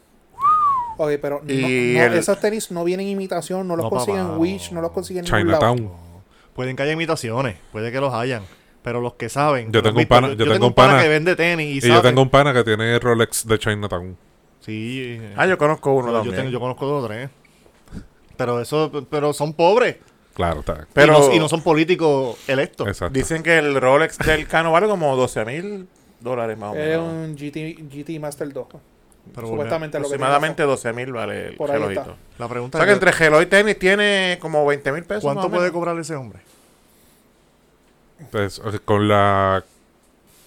[SPEAKER 1] Oye, pero no-
[SPEAKER 2] Y
[SPEAKER 1] no,
[SPEAKER 2] el-
[SPEAKER 1] esos tenis no vienen imitación, no los
[SPEAKER 3] No,
[SPEAKER 1] consiguen
[SPEAKER 3] papá,
[SPEAKER 1] Wish,
[SPEAKER 3] no.
[SPEAKER 1] no los consiguen en ningún lado.
[SPEAKER 4] Chinatown.
[SPEAKER 3] Pueden que haya imitaciones, puede que los hayan. Pero los que saben.
[SPEAKER 4] Yo
[SPEAKER 3] los
[SPEAKER 4] tengo un
[SPEAKER 3] visto,
[SPEAKER 4] pana- yo tengo un pana-
[SPEAKER 3] que vende tenis y,
[SPEAKER 4] Y
[SPEAKER 3] sabe.
[SPEAKER 4] yo tengo un pana que tiene Rolex de Chinatown.
[SPEAKER 3] Sí. eh,
[SPEAKER 2] Ah, yo conozco uno
[SPEAKER 3] yo,
[SPEAKER 2] también.
[SPEAKER 3] tengo- yo conozco dos o tres. Pero eso, pero son pobres.
[SPEAKER 4] Claro, está.
[SPEAKER 2] Pero
[SPEAKER 3] y, no, y no son políticos electos.
[SPEAKER 4] Exacto.
[SPEAKER 2] dicen que el Rolex del Cano vale como 12 mil dólares más o
[SPEAKER 1] Es
[SPEAKER 2] menos.
[SPEAKER 1] un GT, GT Master 2.
[SPEAKER 3] Pero
[SPEAKER 1] supuestamente lo que tiene
[SPEAKER 2] Aproximadamente 12 mil vale el
[SPEAKER 1] Por ahí
[SPEAKER 2] relojito.
[SPEAKER 1] está.
[SPEAKER 3] bueno, La pregunta
[SPEAKER 2] O sea que
[SPEAKER 3] es,
[SPEAKER 2] entre gelo y tenis tiene como 20 mil pesos. más
[SPEAKER 3] ¿cuánto
[SPEAKER 2] o
[SPEAKER 3] puede
[SPEAKER 2] menos.
[SPEAKER 3] cobrar ese hombre?
[SPEAKER 4] Entonces, o sea, con la.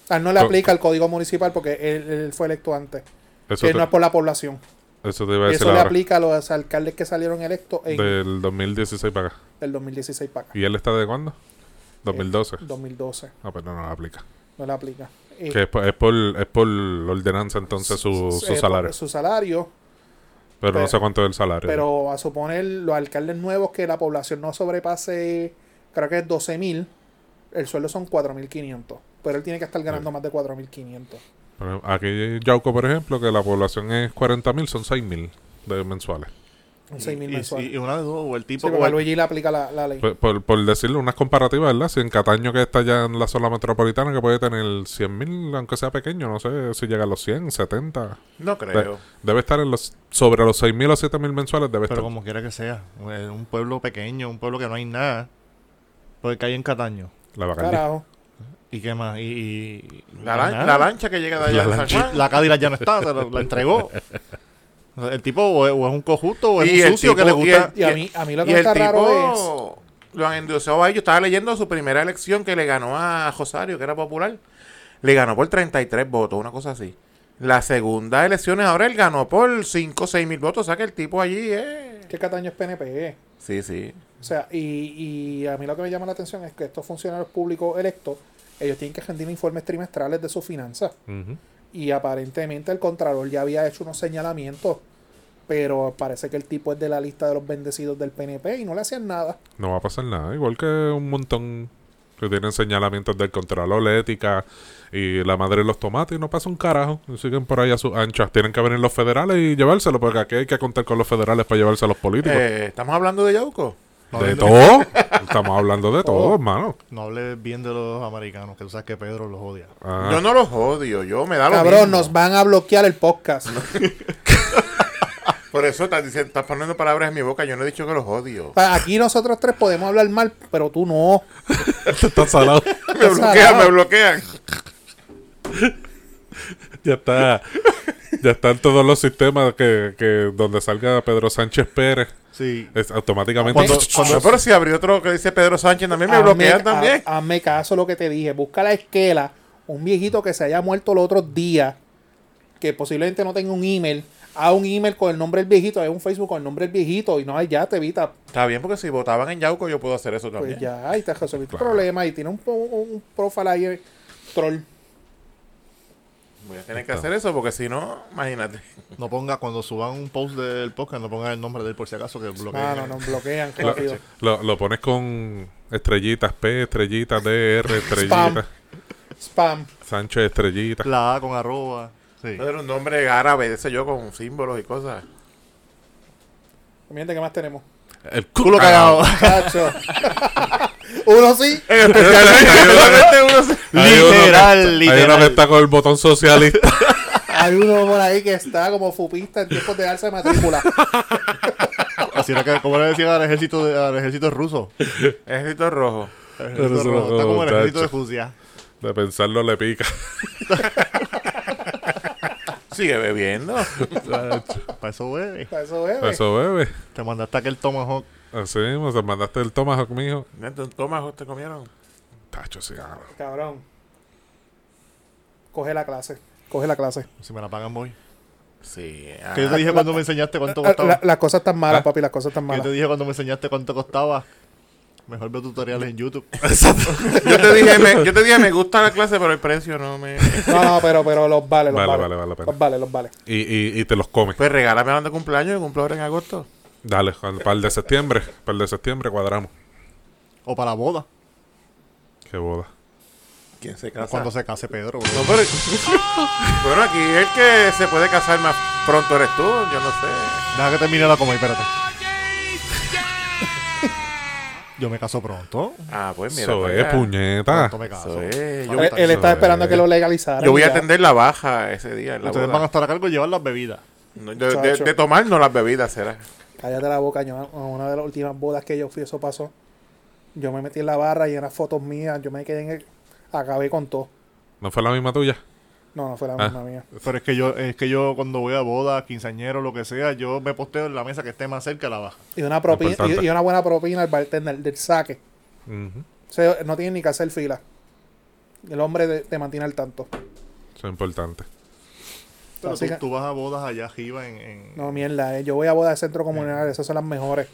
[SPEAKER 1] A él no le
[SPEAKER 4] Co-
[SPEAKER 1] aplica el código municipal porque él, él fue electo antes.
[SPEAKER 4] Eso
[SPEAKER 1] Que
[SPEAKER 4] te,
[SPEAKER 1] no es por la población.
[SPEAKER 4] eso te iba a
[SPEAKER 1] Y
[SPEAKER 4] decir
[SPEAKER 1] eso le
[SPEAKER 4] ahora.
[SPEAKER 1] aplica a los alcaldes que salieron electos en,
[SPEAKER 4] Del 2016 para acá.
[SPEAKER 1] del 2016 para acá.
[SPEAKER 4] ¿Y él está de cuándo? 2012.
[SPEAKER 1] 2012.
[SPEAKER 4] Ah, pues no, no aplica.
[SPEAKER 1] No le aplica. Eh,
[SPEAKER 4] Que es por, es por, es por ordenanza entonces su,
[SPEAKER 1] eh,
[SPEAKER 4] su
[SPEAKER 1] por-
[SPEAKER 4] salario.
[SPEAKER 1] Su salario.
[SPEAKER 4] Pero
[SPEAKER 1] Pero-
[SPEAKER 4] no sé cuánto es el salario.
[SPEAKER 1] Pero a suponer los alcaldes nuevos que la población no sobrepase, creo que es 12 mil, el sueldo son 4.500. Pero él tiene que estar ganando más de 4.500.
[SPEAKER 4] Por ejemplo, Aquí Yauco, por ejemplo, que la población es 40.000, son 6.000 de mensuales.
[SPEAKER 1] Un 6 mil
[SPEAKER 3] Y- y-
[SPEAKER 1] mensuales.
[SPEAKER 3] Y, una de dos, o el
[SPEAKER 1] Sí,
[SPEAKER 3] tipo...
[SPEAKER 1] porque
[SPEAKER 3] o
[SPEAKER 1] a
[SPEAKER 3] el-
[SPEAKER 1] Luigi le aplica la, la ley.
[SPEAKER 4] Pues, Por, por, por decirle unas comparativas, ¿verdad? Si en Cataño, que está ya en la zona metropolitana, que puede tener 100.000, aunque sea pequeño, no sé si llega a los 100, 70.
[SPEAKER 2] No creo.
[SPEAKER 4] Debe estar en los sobre los 6.000 o 7.000 mensuales,
[SPEAKER 2] Pues
[SPEAKER 4] debe
[SPEAKER 3] pero
[SPEAKER 4] estar.
[SPEAKER 3] como quiera que sea, eh, un pueblo pequeño, un pueblo que no hay nada, porque cae en Cataño.
[SPEAKER 4] La Bacardí.
[SPEAKER 1] Carajo.
[SPEAKER 3] ¿Y qué más? Y, y- y
[SPEAKER 2] La, lan-
[SPEAKER 3] nada.
[SPEAKER 2] la lancha que llega de allá
[SPEAKER 4] La
[SPEAKER 2] de San
[SPEAKER 4] lancha.
[SPEAKER 2] Juan.
[SPEAKER 3] La Cadillac ya no está, se la, la
[SPEAKER 2] (laughs)
[SPEAKER 3] entregó. El tipo o es, o es un cojuto o es
[SPEAKER 2] Y
[SPEAKER 3] un
[SPEAKER 2] el
[SPEAKER 3] sucio
[SPEAKER 2] tipo-
[SPEAKER 3] que le
[SPEAKER 2] y
[SPEAKER 3] gusta...
[SPEAKER 1] Y a mí, a mí lo
[SPEAKER 2] Y
[SPEAKER 1] que me
[SPEAKER 2] el
[SPEAKER 1] está raro es.
[SPEAKER 2] tipo lo han endosado a ellos. Estaba leyendo su primera elección que le ganó a Rosario, que era popular. Le ganó por 33 votos, una cosa así. La segunda elección ahora él ganó por 5 o 6 mil votos. O sea que el tipo allí es.
[SPEAKER 1] Que Cataño es PNP.
[SPEAKER 2] Sí, sí.
[SPEAKER 1] O sea, y, y a mí lo que me llama la atención es que estos funcionarios públicos electos, ellos tienen que rendir informes trimestrales de sus finanzas.
[SPEAKER 4] Ujú.
[SPEAKER 1] Y aparentemente el Contralor ya había hecho unos señalamientos, pero parece que el tipo es de la lista de los bendecidos del PNP y no le hacían nada.
[SPEAKER 4] No va a pasar nada. Igual que un montón que tienen señalamientos del Contralor, ética y la madre de los tomates y no pasa un carajo. Y Siguen por ahí a sus anchas. Tienen que venir los federales y llevárselo porque aquí hay que contar con los federales para llevarse a los políticos.
[SPEAKER 2] Eh, ¿Estamos hablando de Yauco?
[SPEAKER 4] de
[SPEAKER 2] (laughs)
[SPEAKER 4] todo. Estamos hablando de
[SPEAKER 2] Oh.
[SPEAKER 4] todo, hermano.
[SPEAKER 3] No hables bien de los americanos, que tú sabes que Pedro los odia.
[SPEAKER 4] Ah,
[SPEAKER 2] Yo no los odio, yo me da lo
[SPEAKER 1] Cabrón,
[SPEAKER 2] mismo.
[SPEAKER 1] nos van a bloquear el podcast.
[SPEAKER 2] Por eso estás, diciendo, estás poniendo palabras en mi boca. Yo no he dicho que los odio.
[SPEAKER 1] O sea, Aquí nosotros tres podemos hablar mal, pero tú no.
[SPEAKER 4] esto está salado.
[SPEAKER 1] Ah,
[SPEAKER 2] (laughs) Me bloquean, me bloquean.
[SPEAKER 4] (laughs) ya está. Ya están todos los sistemas que, que donde salga Pedro Sánchez Pérez.
[SPEAKER 3] Sí.
[SPEAKER 4] es automáticamente.
[SPEAKER 3] Cuando-
[SPEAKER 2] No, pero si abrió otro que dice Pedro Sánchez, también me bloquean
[SPEAKER 1] Hazme-
[SPEAKER 2] también.
[SPEAKER 1] ha- hazme caso lo que te dije. Busca la esquela. Un viejito que se haya muerto los otros días. Que posiblemente no tenga un email. Haz un email con el nombre del viejito. Haz un Facebook con el nombre del viejito. Y no, ay, ya te evita.
[SPEAKER 2] Está bien, porque si votaban en Yauco, yo puedo hacer eso también.
[SPEAKER 1] Pues ya, y te resolví tu
[SPEAKER 4] Claro.
[SPEAKER 1] problema. Y tiene un, po- un profile ahí, eh, troll.
[SPEAKER 2] Voy a tener que hacer eso, porque si no, imagínate.
[SPEAKER 3] No ponga, cuando suban un post del podcast, no pongan el nombre de él por si acaso que bloqueen.
[SPEAKER 1] Mano, nos bloquean
[SPEAKER 4] Lo,
[SPEAKER 1] rápido.
[SPEAKER 4] lo- lo pones con estrellitas P, estrellitas D,
[SPEAKER 1] Spam.
[SPEAKER 4] R, estrellitas.
[SPEAKER 1] Spam.
[SPEAKER 3] (laughs)
[SPEAKER 4] Sánchez estrellitas.
[SPEAKER 3] La A con arroba. Sí.
[SPEAKER 2] No era un nombre árabe, de ese yo, con símbolos y cosas.
[SPEAKER 1] Miren, ¿qué más tenemos?
[SPEAKER 4] El
[SPEAKER 3] Culo cagado.
[SPEAKER 1] Chacho. Uno sí.
[SPEAKER 4] Eh.
[SPEAKER 2] En especial, solamente uno se-
[SPEAKER 3] Literal,
[SPEAKER 4] Hay uno
[SPEAKER 3] literal.
[SPEAKER 4] que está con el botón socialista. (laughs)
[SPEAKER 1] Hay uno por ahí que está como fupista en tiempos de alza de matrícula.
[SPEAKER 3] Así era que, como le decían al ejército, de- al ejército ruso. El
[SPEAKER 2] Ejército rojo.
[SPEAKER 3] ejército
[SPEAKER 4] Ruso,
[SPEAKER 3] rojo, está como el
[SPEAKER 4] muchacho.
[SPEAKER 3] ejército de Rusia.
[SPEAKER 4] De pensarlo le pica.
[SPEAKER 2] Sigue
[SPEAKER 3] (laughs)
[SPEAKER 2] bebiendo.
[SPEAKER 3] Para eso, güey.
[SPEAKER 1] Para eso, bebe.
[SPEAKER 4] Eso bebe.
[SPEAKER 3] Te mandaste aquel tomahawk.
[SPEAKER 4] Así mismo, te mandaste el tomahawk mijo.
[SPEAKER 2] Entonces, Toma, te comieron.
[SPEAKER 4] Tacho, sí. ah,
[SPEAKER 1] Cabrón. Coge la clase. Coge la clase.
[SPEAKER 3] Si me la pagan, voy.
[SPEAKER 2] Sí. ah.
[SPEAKER 3] Que yo te dije cuando me enseñaste cuánto
[SPEAKER 1] La-
[SPEAKER 3] costaba?
[SPEAKER 1] la- las cosas están malas,
[SPEAKER 4] ¿Ah?
[SPEAKER 1] papi. Las cosas están
[SPEAKER 3] Que yo te
[SPEAKER 1] malas.
[SPEAKER 3] dije cuando me enseñaste cuánto costaba? Mejor veo tutoriales en YouTube.
[SPEAKER 2] (laughs) Yo te dije, me, yo te dije, me gusta la clase, pero el precio no me.
[SPEAKER 1] No, no, pero, pero los vale, los
[SPEAKER 4] Vale,
[SPEAKER 1] vale.
[SPEAKER 4] vale, vale la pena.
[SPEAKER 1] los vale, los vale.
[SPEAKER 4] Y, y, y te los comes.
[SPEAKER 2] Pues regálame hablando de cumpleaños, y cumplo ahora en agosto.
[SPEAKER 4] Dale, al- para el de septiembre. Para el de septiembre cuadramos.
[SPEAKER 3] O para la boda.
[SPEAKER 4] Qué boda.
[SPEAKER 2] ¿Quién se casa?
[SPEAKER 3] Cuando se case Pedro. bro.
[SPEAKER 2] No, pero... (laughs) bueno, aquí el que se puede casar más pronto eres tú, yo no sé.
[SPEAKER 3] Deja que termine la coma y espérate. Yo me caso pronto.
[SPEAKER 2] Ah, pues mira.
[SPEAKER 4] Eso
[SPEAKER 2] pues,
[SPEAKER 4] es,
[SPEAKER 2] ya.
[SPEAKER 4] eh, puñeta.
[SPEAKER 3] Pronto me
[SPEAKER 2] Eso
[SPEAKER 3] caso.
[SPEAKER 2] es. Yo,
[SPEAKER 1] Él, él está
[SPEAKER 4] eh.
[SPEAKER 1] esperando que lo legalizaran.
[SPEAKER 2] yo voy a
[SPEAKER 1] ya.
[SPEAKER 2] atender la baja ese día. en la
[SPEAKER 3] Ustedes
[SPEAKER 2] boda.
[SPEAKER 3] van a estar a cargo de llevar las bebidas.
[SPEAKER 2] No, de, de-
[SPEAKER 1] Chacho.
[SPEAKER 2] de tomarnos las bebidas, será.
[SPEAKER 1] Cállate la boca, yo, a una de las últimas bodas que yo fui, eso pasó. Yo me metí en la barra y en las fotos mías, yo me quedé en el... Acabé con todo.
[SPEAKER 4] ¿No fue la misma tuya?
[SPEAKER 1] No, no fue la
[SPEAKER 4] Ah.
[SPEAKER 1] misma mía.
[SPEAKER 3] Pero es que yo, es que yo cuando voy a boda, quinceañero, lo que sea, yo me posteo en la mesa que esté más cerca a la baja.
[SPEAKER 1] Y una, propina, y,
[SPEAKER 4] Importante.
[SPEAKER 1] y una buena propina al bartender del saque.
[SPEAKER 4] Ujú.
[SPEAKER 1] O sea, no tienen ni que hacer fila. El hombre de- te mantiene al tanto.
[SPEAKER 4] Eso es importante. (laughs)
[SPEAKER 3] Pero
[SPEAKER 1] Así
[SPEAKER 3] tú,
[SPEAKER 1] que-
[SPEAKER 3] tú vas a bodas allá arriba en, en-
[SPEAKER 1] No, mierda, eh. yo voy a bodas de centro comunal, esas son las mejores.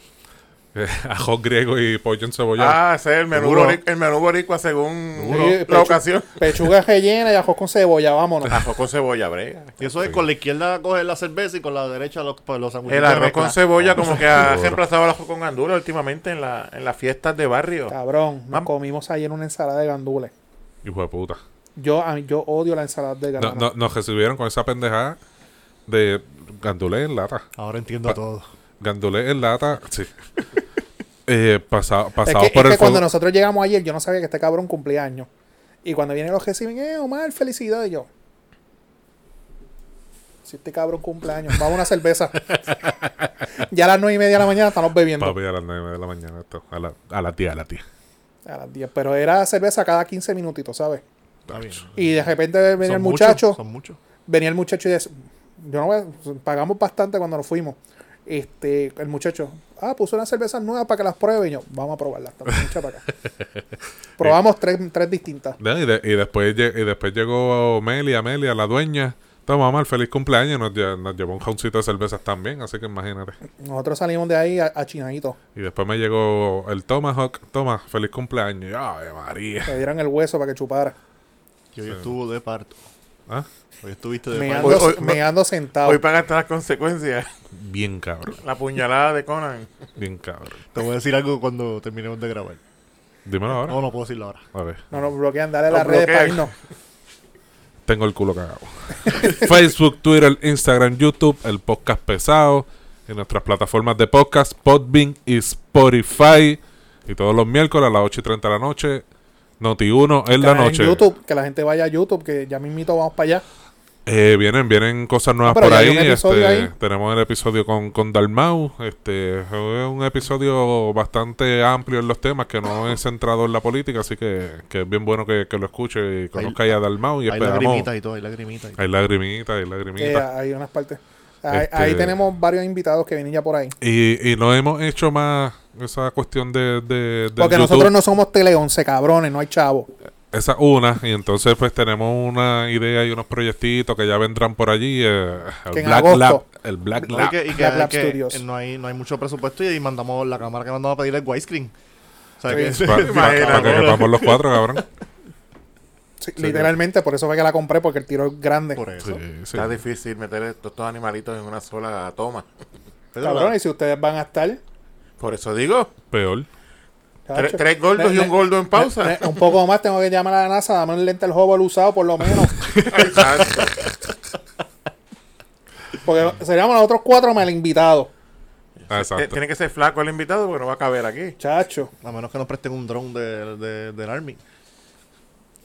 [SPEAKER 4] Ajo griego Eh, y pollo en cebolla.
[SPEAKER 2] Ah, ese es el menú,
[SPEAKER 3] Seguro.
[SPEAKER 2] boricua, el menú boricua según
[SPEAKER 1] Seguro.
[SPEAKER 2] la
[SPEAKER 1] Sí, pecho.
[SPEAKER 2] (laughs) ocasión.
[SPEAKER 1] Pechuga rellena y ajo con cebolla, vámonos.
[SPEAKER 2] Ajo con cebolla, brega.
[SPEAKER 3] Y eso es con la izquierda coger la cerveza y con la derecha los, pues, los sándwiches
[SPEAKER 2] El
[SPEAKER 3] de
[SPEAKER 2] arroz
[SPEAKER 3] mezcla.
[SPEAKER 2] con cebolla como que ha
[SPEAKER 4] Seguro.
[SPEAKER 2] reemplazado el ajo con gandula últimamente en, la, en las fiestas de barrio.
[SPEAKER 1] Cabrón, nos
[SPEAKER 2] Mam-
[SPEAKER 1] comimos ayer una ensalada de gandules.
[SPEAKER 4] Hijo de puta.
[SPEAKER 1] Yo, a mí- yo odio la ensalada de
[SPEAKER 4] No,
[SPEAKER 1] gandules.
[SPEAKER 4] no- nos recibieron con esa pendejada de gandulé en lata.
[SPEAKER 3] Ahora
[SPEAKER 2] Ah,
[SPEAKER 3] entiendo todo.
[SPEAKER 4] Gandulé en lata, sí. Eh, pasa- pasado
[SPEAKER 1] es que,
[SPEAKER 4] por
[SPEAKER 1] es
[SPEAKER 4] el
[SPEAKER 1] que cuando
[SPEAKER 4] fuego.
[SPEAKER 1] nosotros llegamos ayer, yo no sabía que este cabrón cumplía años. Y cuando vienen los reciben, eh, Omar, felicidades. Y yo, si este cabrón cumple años, vamos a una
[SPEAKER 4] (laughs)
[SPEAKER 1] cerveza. ya a las nueve y media de la mañana estamos bebiendo.
[SPEAKER 4] Papi, a las 9 de la mañana, esto, a, la, a las 10, a las 10.
[SPEAKER 1] A las 10, pero era cerveza cada 15 minutitos, ¿sabes?
[SPEAKER 3] Está bien.
[SPEAKER 1] Y de repente venía
[SPEAKER 3] Son
[SPEAKER 1] el
[SPEAKER 3] muchos,
[SPEAKER 1] muchacho,
[SPEAKER 3] son muchos.
[SPEAKER 1] venía el muchacho y dice, yo no voy a- pagamos bastante cuando nos fuimos. Este, el muchacho, ah, puso unas cervezas nuevas para que las pruebe. Y yo, vamos a probarlas, también, echa para
[SPEAKER 4] (laughs)
[SPEAKER 1] acá. Probamos tres, tres distintas.
[SPEAKER 4] Ya, Y, de- y después, lle- y después llegó Melia, Melia, la dueña. Toma, mamá, el feliz cumpleaños. Nos, lle- nos llevó un jauncito de cervezas también, así que imagínate.
[SPEAKER 1] Nosotros salimos de ahí a, a chinadito.
[SPEAKER 4] Y después me llegó el Tomahawk. Toma, feliz cumpleaños. Y, Ay, María.
[SPEAKER 1] Le dieran el hueso para que chupara.
[SPEAKER 3] Que hoy estuvo de parto.
[SPEAKER 4] Ah,
[SPEAKER 3] Hoy estuviste de
[SPEAKER 1] Me
[SPEAKER 3] parto.
[SPEAKER 2] Hoy-
[SPEAKER 1] ando,
[SPEAKER 2] hoy-
[SPEAKER 1] me ando sentado.
[SPEAKER 2] Hoy pagaste las consecuencias. (laughs)
[SPEAKER 4] Bien cabrón,
[SPEAKER 2] La puñalada de Conan.
[SPEAKER 4] bien cabrón.
[SPEAKER 3] Te voy a decir algo cuando terminemos de grabar.
[SPEAKER 4] Dímelo ahora.
[SPEAKER 3] No, no puedo decirlo ahora.
[SPEAKER 4] A ver.
[SPEAKER 1] No nos bloquean, dale las
[SPEAKER 2] Nos
[SPEAKER 1] redes para
[SPEAKER 2] bloquean.
[SPEAKER 1] irnos.
[SPEAKER 4] Tengo el culo cagado. (laughs) Facebook, Twitter, Instagram, YouTube, el podcast pesado. En nuestras plataformas de podcast, Podbean y Spotify. Y todos los miércoles a las 8 y 30 de la noche. Noti 1 en la
[SPEAKER 1] Canal
[SPEAKER 4] noche.
[SPEAKER 1] En YouTube, que la gente vaya a YouTube, que ya mismito vamos para allá.
[SPEAKER 4] Eh, vienen, vienen cosas nuevas
[SPEAKER 1] Ah, pero
[SPEAKER 4] por
[SPEAKER 1] ya hay
[SPEAKER 4] ahí.
[SPEAKER 1] un episodio
[SPEAKER 4] este,
[SPEAKER 1] ahí.
[SPEAKER 4] Tenemos el episodio con, con Dalmau. Este, es un episodio bastante amplio en los temas que no es centrado en la política, así que, que es bien bueno que, que lo escuche y conozca ahí a Dalmau. Y
[SPEAKER 3] hay
[SPEAKER 4] esperamos.
[SPEAKER 3] lagrimitas y todo, hay lagrimitas. y todo.
[SPEAKER 4] Hay lagrimitas, hay
[SPEAKER 1] Eh,
[SPEAKER 4] lagrimitas.
[SPEAKER 1] hay unas partes. Ahí,
[SPEAKER 4] Este-
[SPEAKER 1] ahí tenemos varios invitados que vienen ya por ahí.
[SPEAKER 4] Y, y no hemos hecho más esa cuestión de, de, del
[SPEAKER 1] Porque
[SPEAKER 4] YouTube.
[SPEAKER 1] nosotros no somos Tele 11, cabrones, no hay chavo.
[SPEAKER 4] Esa es una, y entonces pues tenemos una idea y unos proyectitos que ya vendrán por allí. eh,
[SPEAKER 1] Que
[SPEAKER 4] el,
[SPEAKER 1] en
[SPEAKER 4] Black
[SPEAKER 1] agosto.
[SPEAKER 4] Lab, el Black
[SPEAKER 3] No, y
[SPEAKER 4] Lab.
[SPEAKER 3] que, y que-
[SPEAKER 1] Black Lab
[SPEAKER 3] que
[SPEAKER 1] Studios.
[SPEAKER 3] no, hay, no hay mucho presupuesto y mandamos la cámara que mandamos a pedir el widescreen. O sea que
[SPEAKER 2] (laughs)
[SPEAKER 1] Sí.
[SPEAKER 3] (laughs)
[SPEAKER 4] Pa- pa- Para, que
[SPEAKER 2] Imagínate.
[SPEAKER 4] quepamos los cuatro, cabrón.
[SPEAKER 1] Sí, literalmente, por eso fue que la compré, porque el tiro es grande.
[SPEAKER 3] por
[SPEAKER 4] Sí,
[SPEAKER 3] eso.
[SPEAKER 4] sí.
[SPEAKER 2] Está difícil meter todos estos animalitos en una sola toma. (laughs)
[SPEAKER 3] Pedro,
[SPEAKER 1] Cabrones, y si ustedes van a estar.
[SPEAKER 2] Por eso digo,
[SPEAKER 4] Peor.
[SPEAKER 2] tre-
[SPEAKER 1] chacho,
[SPEAKER 2] tres gordos
[SPEAKER 1] ne-
[SPEAKER 2] y un
[SPEAKER 1] ne-
[SPEAKER 2] gordo en pausa. (laughs)
[SPEAKER 1] ne- Un poco más tengo que llamar a la NASA, dame un lente al hobo usado por lo menos.
[SPEAKER 2] Ay, santo.
[SPEAKER 1] Porque seríamos los otros cuatro mal invitados.
[SPEAKER 4] Ah,
[SPEAKER 2] Te-
[SPEAKER 4] exacto.
[SPEAKER 2] Tiene que ser flaco el invitado porque no va a caber aquí.
[SPEAKER 1] Chacho,
[SPEAKER 3] la- a menos que nos presten un drone de, de- del Army.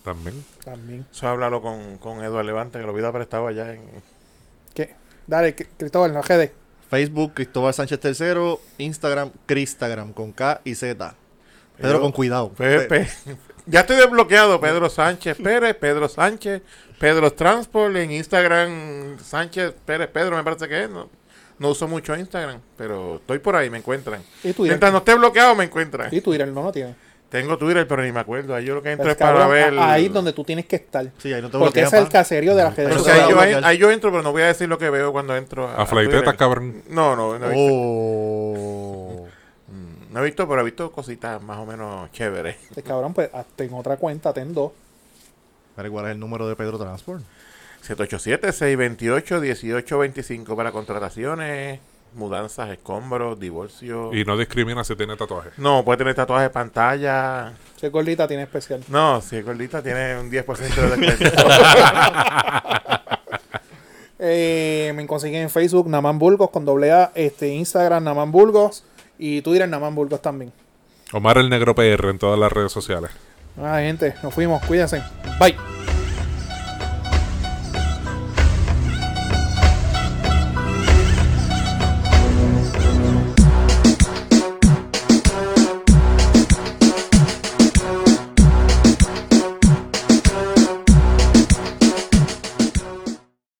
[SPEAKER 4] También.
[SPEAKER 1] también.
[SPEAKER 2] Eso háblalo con, con Eduardo Levante, que lo vida prestado allá en.
[SPEAKER 1] ¿Qué? Dale, C- Cristóbal, no jede.
[SPEAKER 3] Facebook, Cristóbal Sánchez III, Instagram, Cristagram, con K y Z. Pedro,
[SPEAKER 2] Pedro,
[SPEAKER 3] con cuidado.
[SPEAKER 2] Pe-
[SPEAKER 3] Pe-
[SPEAKER 2] pe- (laughs) Ya estoy desbloqueado, Pedro Sánchez Pérez, Pedro Sánchez, Pedro Transport, en Instagram, Sánchez Pérez, Pedro, me parece que es, no, no uso mucho Instagram, pero estoy por ahí, me encuentran.
[SPEAKER 1] Y Twitter.
[SPEAKER 2] Mientras no esté bloqueado, me encuentran.
[SPEAKER 1] Y Twitter no, no tiene.
[SPEAKER 2] Tengo Twitter, pero ni me acuerdo, ahí yo lo que entro
[SPEAKER 1] Pues,
[SPEAKER 2] es para
[SPEAKER 1] cabrón,
[SPEAKER 2] ver...
[SPEAKER 1] a- Ahí es donde tú tienes que estar.
[SPEAKER 3] Sí, ahí no te
[SPEAKER 1] Porque
[SPEAKER 3] bloquean,
[SPEAKER 1] ese es el
[SPEAKER 3] pa.
[SPEAKER 1] caserío de las redes
[SPEAKER 2] Pero
[SPEAKER 3] Eso
[SPEAKER 2] si
[SPEAKER 3] te
[SPEAKER 2] ahí,
[SPEAKER 3] va a
[SPEAKER 2] yo, ahí-
[SPEAKER 3] bloquear.
[SPEAKER 2] ahí yo entro, pero no voy a decir lo que veo cuando entro a,
[SPEAKER 4] A flaitetas,
[SPEAKER 2] Twitter.
[SPEAKER 4] cabrón.
[SPEAKER 2] No, no, no he, visto,
[SPEAKER 3] Oh.
[SPEAKER 2] Mm, no he visto, pero he visto cositas más o menos chéveres.
[SPEAKER 1] Eh, Cabrón, pues hasta en otra cuenta, ten dos.
[SPEAKER 3] Mira, ¿cuál es el número de Pedro Transport?
[SPEAKER 2] 787-628-1825 para contrataciones, mudanzas, escombros, divorcio.
[SPEAKER 4] Y no discrimina si tiene tatuaje.
[SPEAKER 2] No, puede tener tatuaje de pantalla.
[SPEAKER 1] Si es gordita, tiene especial.
[SPEAKER 2] No, si es gordita tiene un 10% de descuento.
[SPEAKER 1] Eh, me consiguen en Facebook, Naman Burgos, con doble A. Este, Instagram, Naman Burgos. Y Twitter, Naman Burgos también.
[SPEAKER 4] Omar el Negro PR en todas las redes sociales.
[SPEAKER 1] Ah, gente, nos fuimos. Cuídense. Bye.